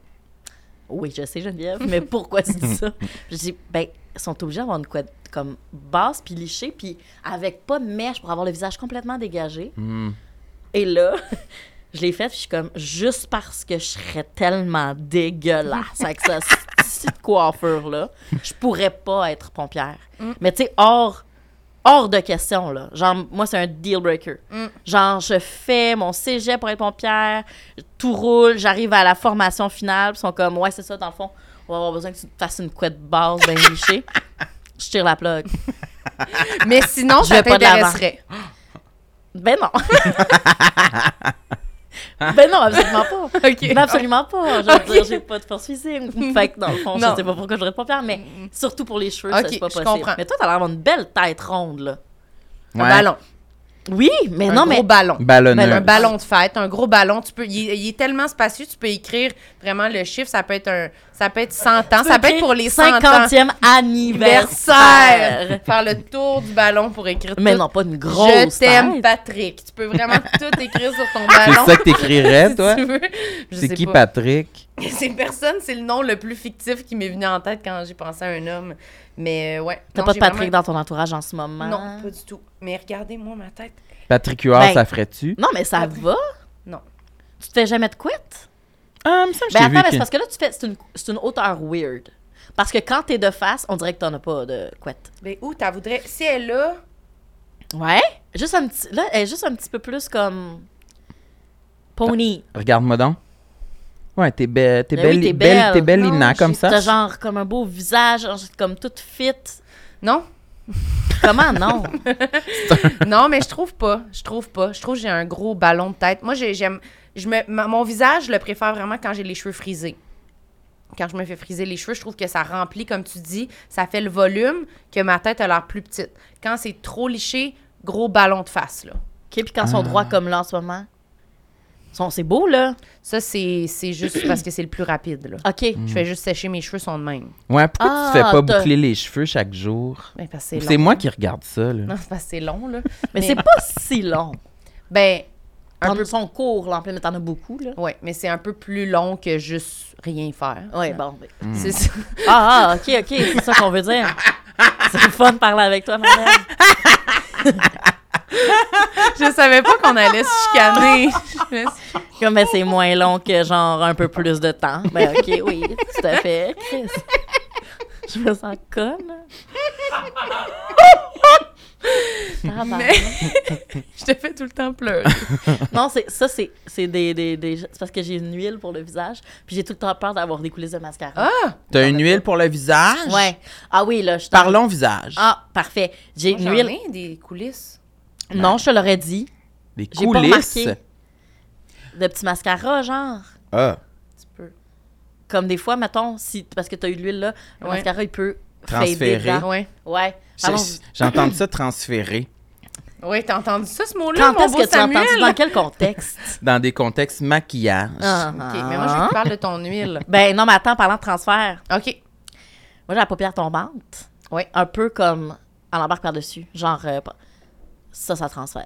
Speaker 4: oui, je sais, Geneviève, mais pourquoi tu dis ça? Puis je dis, ben, ils sont obligés d'avoir une couette comme basse, puis lichée, puis avec pas de mèche pour avoir le visage complètement dégagé.
Speaker 2: Hmm.
Speaker 4: Et là, je l'ai faite, puis je suis comme, juste parce que je serais tellement dégueulasse avec ça, cette coiffure-là, je pourrais pas être pompière. Mais tu sais, hors, hors de question, là. Genre, moi, c'est un deal breaker.
Speaker 3: Mm.
Speaker 4: Genre, je fais mon cégep pour être pompière, tout roule, j'arrive à la formation finale, puis ils sont comme, ouais, c'est ça, dans le fond, on va avoir besoin que tu te fasses une couette basse, bien lichée. Je tire la plug.
Speaker 3: Mais sinon,
Speaker 4: Je
Speaker 3: ça
Speaker 4: vais pas de l'avant.
Speaker 3: t'intéresserait.
Speaker 4: Ben non. ben non, absolument pas.
Speaker 3: OK.
Speaker 4: Non, absolument pas. Je veux
Speaker 3: Ok.
Speaker 4: dire, j'ai pas de force physique. Fait que dans le fond,
Speaker 3: Non. Mm.
Speaker 4: je sais pas pourquoi j'aurais pas peur, mais surtout pour les cheveux,
Speaker 3: Ok,
Speaker 4: ça, c'est pas
Speaker 3: je
Speaker 4: possible.
Speaker 3: comprends.
Speaker 4: Mais toi, t'as l'air d'avoir une belle tête ronde, là.
Speaker 3: Un
Speaker 2: Ouais.
Speaker 3: ballon.
Speaker 4: Oui, mais
Speaker 3: un
Speaker 4: non,
Speaker 3: gros
Speaker 4: mais...
Speaker 3: ballon.
Speaker 2: Ballonneuse.
Speaker 3: Un
Speaker 4: Ben,
Speaker 3: ballon de fête, un gros ballon, tu peux, il, il est tellement spacieux, tu peux écrire vraiment le chiffre, ça peut être un, ça peut être 100 ans, Ah, ça peut être pour les 100 ans.
Speaker 4: 50e anniversaire.
Speaker 3: anniversaire. Faire le tour du ballon pour écrire
Speaker 4: Mais
Speaker 3: tout.
Speaker 4: non, pas une grosse
Speaker 3: Je t'aime,
Speaker 4: tête.
Speaker 3: Patrick. Tu peux vraiment tout écrire sur ton
Speaker 2: C'est
Speaker 3: ballon.
Speaker 2: ça que t'écrirais,
Speaker 3: si
Speaker 2: toi?
Speaker 3: tu veux. Je
Speaker 2: C'est
Speaker 3: sais
Speaker 2: qui,
Speaker 3: pas.
Speaker 2: Patrick?
Speaker 3: C'est personne, c'est le nom le plus fictif qui m'est venu en tête quand j'ai pensé à un homme. Mais euh, ouais.
Speaker 4: T'as
Speaker 3: Non,
Speaker 4: pas de
Speaker 3: j'ai
Speaker 4: Patrick
Speaker 3: vraiment-
Speaker 4: dans ton entourage en ce moment.
Speaker 3: Non, pas du tout. Mais regardez-moi ma tête.
Speaker 2: Patrick Huard,
Speaker 4: Ben-
Speaker 2: ça ferait-tu?
Speaker 4: Non, mais ça
Speaker 3: Patrick.
Speaker 4: va.
Speaker 3: Non.
Speaker 4: Tu te fais jamais de quit?
Speaker 2: Ah, il me semble que je
Speaker 4: Ben
Speaker 2: t'ai
Speaker 4: attends,
Speaker 2: vu
Speaker 4: mais
Speaker 2: que-
Speaker 4: c'est parce que là, tu fais... C'est une, c'est une hauteur weird. Parce que quand t'es de face, on dirait que t'en as pas de couette.
Speaker 3: Ben, où t'as voudrais. Si elle est là,
Speaker 4: Ouais. Juste un petit, là, elle est juste un petit peu plus comme pony.
Speaker 2: Regarde-moi donc. Ouais, t'es belle, t'es
Speaker 4: Ben oui,
Speaker 2: belle,
Speaker 4: t'es
Speaker 2: belle,
Speaker 4: belle.
Speaker 2: t'es belle,
Speaker 3: Non,
Speaker 2: Lina, comme
Speaker 3: j'ai-
Speaker 2: ça.
Speaker 4: T'as genre comme un beau visage, genre, comme toute fit.
Speaker 3: non?
Speaker 4: Comment non
Speaker 3: non, mais je trouve pas. Je trouve pas. Je trouve que j'ai un gros ballon de tête. Moi, j'ai- j'aime. Je me, ma- mon visage, je le préfère vraiment quand j'ai les cheveux frisés. Quand je me fais friser les cheveux, je trouve que ça remplit, comme tu dis, ça fait le volume, que ma tête a l'air plus petite. Quand c'est trop liché, gros ballon de face, là.
Speaker 4: Ok, puis quand ils sont
Speaker 2: Ah.
Speaker 4: droits comme là en ce moment, ils sont c'est beau là.
Speaker 3: Ça, c'est c'est juste parce que c'est le plus rapide, là.
Speaker 4: Ok.
Speaker 2: Mm.
Speaker 3: Je fais juste sécher mes cheveux, sont de même.
Speaker 2: Ouais, pourquoi tu te fais
Speaker 4: Ah,
Speaker 2: pas
Speaker 4: t'as-
Speaker 2: boucler les cheveux chaque jour?
Speaker 3: Ben, parce que c'est
Speaker 2: C'est
Speaker 3: long.
Speaker 2: moi qui regarde ça, là.
Speaker 3: Non, c'est parce que c'est long, là.
Speaker 4: Mais c'est pas si long.
Speaker 3: Ben,
Speaker 4: Un
Speaker 3: un
Speaker 4: peu
Speaker 3: peu...
Speaker 4: son court là en plein, mais t'en as beaucoup là.
Speaker 3: Ouais, mais c'est un peu plus long que juste rien faire.
Speaker 4: Ouais, bon. ben.
Speaker 3: C'est ça.
Speaker 4: Ah ah, ok ok, c'est ça qu'on veut dire. C'est le fun de parler avec toi, Marianne.
Speaker 3: Je savais pas qu'on allait se chicaner. Je me suis-
Speaker 4: Comme ben, c'est moins long que genre un peu plus de temps. Ben ok, oui, tout à fait. Chris. Je me sens conne. Tabarnak.
Speaker 3: Je te fais tout le temps pleurer.
Speaker 4: Non, c'est ça, c'est c'est des, des, des- c'est parce que j'ai une huile pour le visage, puis j'ai tout le temps peur d'avoir des coulisses de mascara.
Speaker 3: Ah!
Speaker 2: T'as une huile pour le visage?
Speaker 4: Ouais. Ah oui, là, je t'en-
Speaker 2: Parlons visage.
Speaker 4: Ah, parfait. J'ai une
Speaker 3: J'en
Speaker 4: huile.
Speaker 3: ai des coulisses.
Speaker 4: Non, je te l'aurais dit.
Speaker 2: Les
Speaker 4: J'ai pas
Speaker 2: coulisses.
Speaker 4: remarqué. De petits mascaras, genre.
Speaker 2: Ah,
Speaker 3: Tu peux.
Speaker 4: Comme des fois, mettons, si, parce que t'as eu de l'huile là, le
Speaker 3: Ouais.
Speaker 4: mascara, il peut
Speaker 2: Transférer.
Speaker 4: fader dedans.
Speaker 3: Ah Ouais.
Speaker 4: Ouais.
Speaker 2: j'ai-
Speaker 4: Allons-
Speaker 2: j'entends ça transférer
Speaker 3: Oui, t'as entendu ça, ce mot-là,
Speaker 4: Quand
Speaker 3: mon
Speaker 4: est-ce
Speaker 3: beau
Speaker 4: que tu as entendu?
Speaker 3: Samuel?
Speaker 4: Dans quel contexte?
Speaker 2: dans des contextes maquillage.
Speaker 4: Ah,
Speaker 3: OK,
Speaker 4: ah.
Speaker 3: mais moi, je te parle de ton huile.
Speaker 4: Ben non, mais attends, parlant de transfert,
Speaker 3: OK.
Speaker 4: moi, j'ai la paupière tombante.
Speaker 3: Ouais.
Speaker 4: Un peu comme à l'embarque par-dessus. Genre, euh, pas- ça, ça transfère.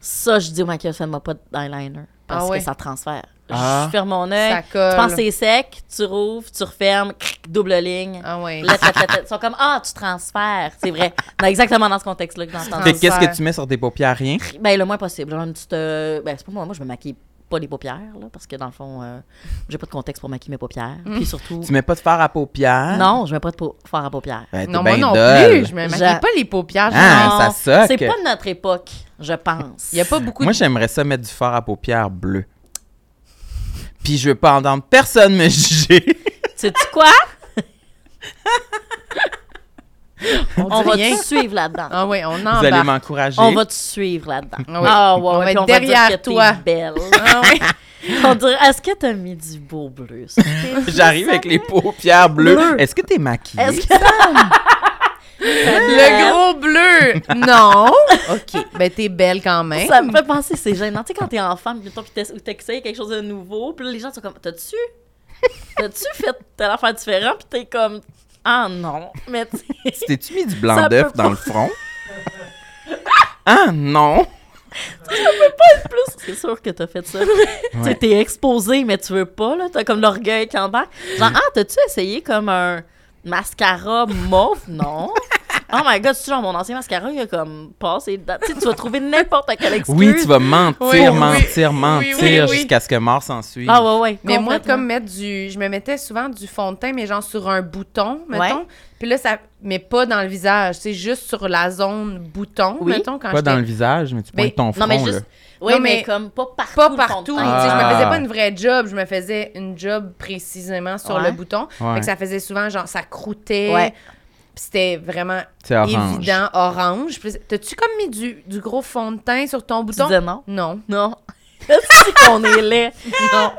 Speaker 4: Ça, je dis au maquilleur, fais-moi pas d'eyeliner. Parce
Speaker 3: Ah ouais.
Speaker 4: que ça transfère.
Speaker 2: Ah.
Speaker 4: Je ferme mon œil.
Speaker 3: Ça colle.
Speaker 4: Tu penses que c'est sec, tu rouvres, tu refermes, cric, double ligne.
Speaker 3: Ah ouais.
Speaker 4: Let, let, let, let. Ils sont comme, ah, tu transfères. C'est vrai. Non, exactement dans ce contexte-là que j'entends.
Speaker 2: Fait
Speaker 3: Transfert.
Speaker 2: que qu'est-ce que tu mets sur tes paupières? Rien?
Speaker 4: Ben, le moins possible. Genre une petite, euh, ben, c'est pas moi, moi, je me maquille pas les paupières, là, parce que dans le fond, euh, j'ai pas de contexte pour maquiller mes paupières.
Speaker 3: Mm.
Speaker 4: Puis surtout,
Speaker 2: Tu mets pas de fer à paupières?
Speaker 4: non, je mets pas de pau- fard à paupières.
Speaker 2: Ben, t'es
Speaker 3: Non, moi
Speaker 2: ben
Speaker 3: non
Speaker 2: dolle.
Speaker 3: plus. Je me
Speaker 4: Je-
Speaker 3: maquille pas les paupières. je-
Speaker 2: Ah,
Speaker 4: Non,
Speaker 2: ça soque.
Speaker 4: C'est pas de notre époque, je pense.
Speaker 3: Il y a pas beaucoup
Speaker 2: Moi,
Speaker 3: de...
Speaker 2: j'aimerais ça mettre du fard à paupières bleu. Puis je veux pas entendre personne me juger.
Speaker 4: Sais-tu quoi? On
Speaker 3: dit
Speaker 4: va
Speaker 3: rien.
Speaker 4: te suivre là-dedans.
Speaker 3: Ah oui, on
Speaker 2: Vous allez
Speaker 3: embarque.
Speaker 2: m'encourager.
Speaker 4: On va te suivre là-dedans.
Speaker 3: Ah oui.
Speaker 4: Ah ouais,
Speaker 3: On
Speaker 4: ouais,
Speaker 3: va
Speaker 4: puis
Speaker 3: être
Speaker 4: on va dire
Speaker 3: derrière
Speaker 4: que t'es
Speaker 3: toi.
Speaker 4: belle.
Speaker 3: Ah oui.
Speaker 4: On dirait, est-ce que t'as mis du beau bleu? sur tes fesses,
Speaker 2: J'arrive avec les
Speaker 4: Samuel?
Speaker 2: paupières bleues.
Speaker 4: Bleu.
Speaker 2: Est-ce que t'es maquillée?
Speaker 4: Est-ce que...
Speaker 3: Le gros bleu. Non. OK. Ben, t'es belle quand même.
Speaker 4: Ça me fait penser, c'est gênant. Tu sais, quand t'es enfant, puis mettons, puis t'ess- ou t'essayes quelque chose de nouveau, puis là, les gens sont comme, t'as-tu? T'as-tu fait telle affaire différente? Puis t'es comme, ah non. Mais tu sais,
Speaker 2: T'es-tu mis du blanc
Speaker 4: Ça
Speaker 2: d'œuf
Speaker 4: peut
Speaker 2: dans
Speaker 4: pas.
Speaker 2: le front? ah non!
Speaker 4: plus, c'est sûr que t'as fait ça. Tu sais, t'es exposé, mais tu veux pas, là. T'as comme l'orgueil qui embarque. Genre, ah, t'as-tu essayé comme un mascara mauve? Non. Oh my god, c'est genre mon ancien mascara, il a comme passé dedans. Tu sais, tu vas trouver n'importe quelle excuse.
Speaker 2: Oui, tu vas mentir,
Speaker 3: Oui, oui.
Speaker 2: mentir, mentir
Speaker 3: Oui, oui, oui.
Speaker 2: jusqu'à ce que mort s'en suive.
Speaker 4: Ah ouais, ouais.
Speaker 3: Mais moi,
Speaker 4: complètement.
Speaker 3: comme mettre du. Je me mettais souvent du fond de teint, mais genre sur un bouton, mettons.
Speaker 4: Ouais.
Speaker 3: Puis là, ça. Mais pas dans le visage, c'est juste sur la zone bouton,
Speaker 4: Oui.
Speaker 3: mettons, quand
Speaker 2: Pas dans le
Speaker 3: j'étais.
Speaker 2: visage, mais tu
Speaker 3: Mais-
Speaker 2: pointes ton front,
Speaker 4: Non, mais juste.
Speaker 2: là.
Speaker 4: Oui,
Speaker 3: Non,
Speaker 4: mais,
Speaker 3: mais
Speaker 4: comme pas partout.
Speaker 3: Pas
Speaker 4: le fond de
Speaker 3: partout.
Speaker 4: teint.
Speaker 2: Ah.
Speaker 3: tu sais, Je me faisais pas une vraie job, je me faisais une job précisément sur
Speaker 4: Ouais.
Speaker 3: le bouton.
Speaker 2: Ouais.
Speaker 3: Fait que ça faisait souvent, genre, ça croûtait.
Speaker 4: Ouais.
Speaker 3: Puis c'était vraiment
Speaker 2: C'est orange.
Speaker 3: évident, orange. Puis T'as-tu comme mis du, du gros fond de teint sur ton
Speaker 4: Tu
Speaker 3: bouton?
Speaker 4: disais non?
Speaker 3: Non.
Speaker 4: Non. c'est qu'on est laid.
Speaker 3: Non.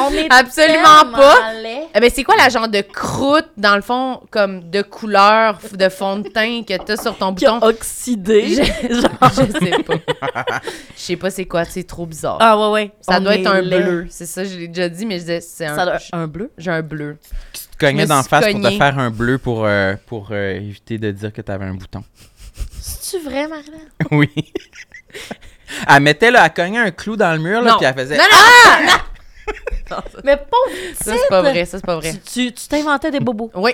Speaker 4: On est
Speaker 3: Absolument
Speaker 4: tellement
Speaker 3: pas.
Speaker 4: laid.
Speaker 3: Eh ben, c'est quoi la genre de croûte, dans le fond, comme de couleur, f- de fond de teint que t'as sur ton
Speaker 4: Qui a
Speaker 3: bouton?
Speaker 4: oxydé.
Speaker 3: Je-
Speaker 4: Genre-
Speaker 3: Je sais pas. Je sais pas c'est quoi, c'est trop bizarre.
Speaker 4: Ah ouais, ouais.
Speaker 3: ça
Speaker 4: On
Speaker 3: doit
Speaker 4: est
Speaker 3: être un
Speaker 4: laid.
Speaker 3: bleu. C'est ça, je l'ai déjà dit, mais je disais, c'est
Speaker 4: Ça
Speaker 3: un...
Speaker 4: doit être un bleu.
Speaker 3: J'ai un bleu.
Speaker 2: Tu te cognais
Speaker 3: Je me
Speaker 2: d'en
Speaker 3: suis
Speaker 2: face pour te
Speaker 3: cognée.
Speaker 2: faire un bleu pour, euh, pour euh, éviter de dire que t'avais un bouton.
Speaker 4: C'est-tu vrai, Marilyn?
Speaker 2: oui. Elle mettait, là, elle cognait un clou dans le mur, là,
Speaker 3: Non.
Speaker 2: puis elle faisait...
Speaker 3: Non, non,
Speaker 4: Mais pauvre
Speaker 3: ça c'est pas vrai, ça c'est pas vrai.
Speaker 4: Tu- Tu tu t'inventais des bobos.
Speaker 3: Oui.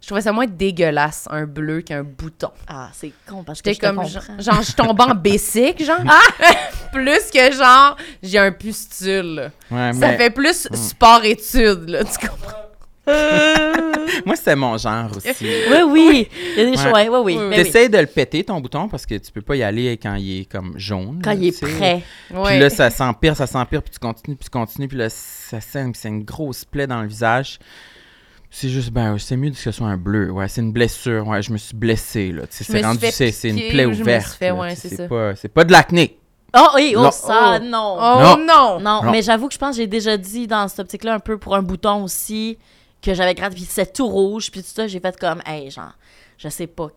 Speaker 3: Je trouvais ça moins dégueulasse, un bleu qu'un bouton.
Speaker 4: Ah, c'est con parce que
Speaker 3: J'étais
Speaker 4: je te
Speaker 3: comme,
Speaker 4: comprends. Ah!
Speaker 3: genre, genre, je tombe en basic, genre. plus que genre, j'ai un pustule.
Speaker 2: Ouais, Ah,
Speaker 3: Ça
Speaker 2: mais Hmm.
Speaker 3: fait plus sport-études, là, tu comprends?
Speaker 4: Euh.
Speaker 2: Moi, c'était mon genre aussi.
Speaker 4: Oui, oui. Il y a des choses.
Speaker 2: Ouais.
Speaker 4: Ouais, ouais, oui.
Speaker 3: Oui,
Speaker 4: Mais oui.
Speaker 2: T'essayes de le péter, ton bouton, parce que tu peux pas y aller quand il est comme jaune.
Speaker 4: Quand
Speaker 2: là,
Speaker 4: il
Speaker 2: tu
Speaker 4: est
Speaker 2: sais.
Speaker 4: prêt.
Speaker 2: Puis
Speaker 3: Ouais.
Speaker 2: là, ça s'empire, ça s'empire, puis tu continues, puis tu continues, puis là, ça saigne, puis c'est une grosse plaie dans le visage. C'est juste, ben, c'est mieux que ce soit un bleu. Ouais, c'est une blessure. Ouais, je me suis blessée, là. Tu sais,
Speaker 3: Je me
Speaker 2: c'est
Speaker 3: suis
Speaker 2: rendu,
Speaker 3: fait
Speaker 2: c'est c'est une
Speaker 3: piquer
Speaker 2: plaie
Speaker 3: ou je me suis
Speaker 2: ouverte.
Speaker 3: fait-
Speaker 2: là,
Speaker 3: ouais,
Speaker 2: tu sais,
Speaker 3: c'est ça.
Speaker 2: Pas, c'est pas de l'acné.
Speaker 4: Oh, oui, oh,
Speaker 2: Non.
Speaker 4: ça,
Speaker 3: Oh.
Speaker 4: non.
Speaker 3: Oh non!
Speaker 4: Non,
Speaker 2: Non.
Speaker 4: mais j'avoue que je pense que j'ai déjà dit dans cette optique-là un peu pour un bouton aussi que j'avais gratté, puis c'était tout rouge, puis tout ça, j'ai fait comme, hey, genre, je sais pas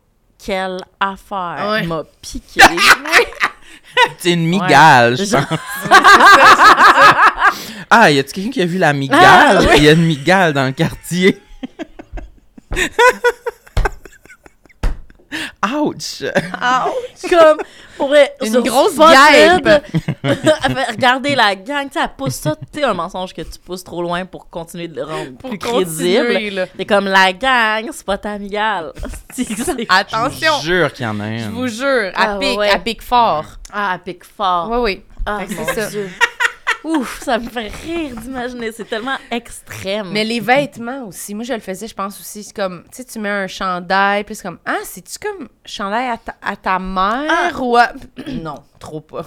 Speaker 4: quelle affaire
Speaker 3: Ouais.
Speaker 4: m'a piqué.
Speaker 2: C'est une migale, je
Speaker 4: Genre-
Speaker 2: pense. Ah, y a-tu quelqu'un qui a vu la migale?
Speaker 4: Ah,
Speaker 2: Il y a une migale dans le quartier. Ouch!
Speaker 4: comme, Pour vrai,
Speaker 3: Une
Speaker 4: sur
Speaker 3: grosse
Speaker 4: Spotlight,
Speaker 3: vibe.
Speaker 4: elle fait, Regardez la gang, tu sais, elle pousse ça. Tu sais, un mensonge que tu pousses trop loin pour continuer de le rendre
Speaker 3: Pour
Speaker 4: plus
Speaker 3: continuer,
Speaker 4: crédible.
Speaker 3: là.
Speaker 4: C'est comme la gang, c'est pas ta migale. C'est- c'est-
Speaker 3: Attention,
Speaker 2: Je jure qu'il y en a
Speaker 3: je
Speaker 2: un.
Speaker 3: vous jure, à
Speaker 4: Ah,
Speaker 3: pic,
Speaker 4: ouais.
Speaker 3: à pic fort. Mm.
Speaker 4: Ah, elle pique fort.
Speaker 3: Oui, oui.
Speaker 4: Ah,
Speaker 3: Fait que
Speaker 4: mon
Speaker 3: c'est ça.
Speaker 4: Dieu. Ouf, ça me fait rire d'imaginer. C'est tellement extrême.
Speaker 3: Mais les vêtements aussi, moi je le faisais, je pense aussi, c'est comme, tu sais, tu mets un chandail, puis c'est comme, ah, c'est-tu comme chandail à ta, à ta mère ou à... Ah. Non, trop pas.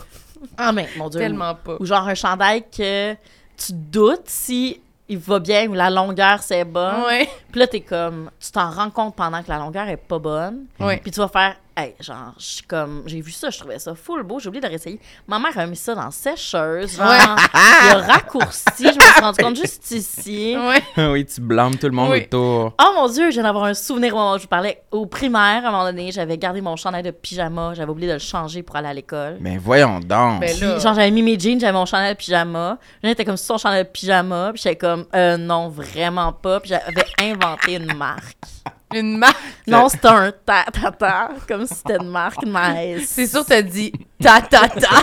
Speaker 4: ah, mais mon Dieu.
Speaker 3: Tellement pas.
Speaker 4: Ou genre un chandail que tu doutes si il va bien ou la longueur c'est bonne.
Speaker 3: Ouais.
Speaker 4: Puis là, t'es comme, tu t'en rends compte pendant que la longueur est pas bonne.
Speaker 3: Ouais.
Speaker 4: Puis tu vas faire, hey, genre, je suis comme, j'ai vu ça, je trouvais ça full beau, j'ai oublié de réessayer. Ma mère a mis ça dans la sécheuse. Genre,
Speaker 3: Ouais.
Speaker 4: il a raccourci, je me suis rendu compte juste ici.
Speaker 3: Ouais.
Speaker 2: oui, tu blâmes tout le monde
Speaker 3: Oui.
Speaker 2: autour.
Speaker 4: Oh mon Dieu, je viens d'avoir un souvenir au moment où je vous parlais. Au primaire, à un moment donné, j'avais gardé mon chandail de pyjama, j'avais oublié de le changer pour aller à l'école.
Speaker 2: Mais voyons donc.
Speaker 3: Ben
Speaker 4: Puis,
Speaker 3: là.
Speaker 4: genre, j'avais mis mes jeans, j'avais mon chandail de pyjama. Là, j'étais comme sur son chandail de pyjama. Puis j'étais comme, euh, non, vraiment pas. Puis j'avais inventé une marque.
Speaker 3: Une marque.
Speaker 4: Non, c'était un ta ta ta, Comme si c'était une marque nice.
Speaker 3: C'est sûr, t'as dit ta ta ta.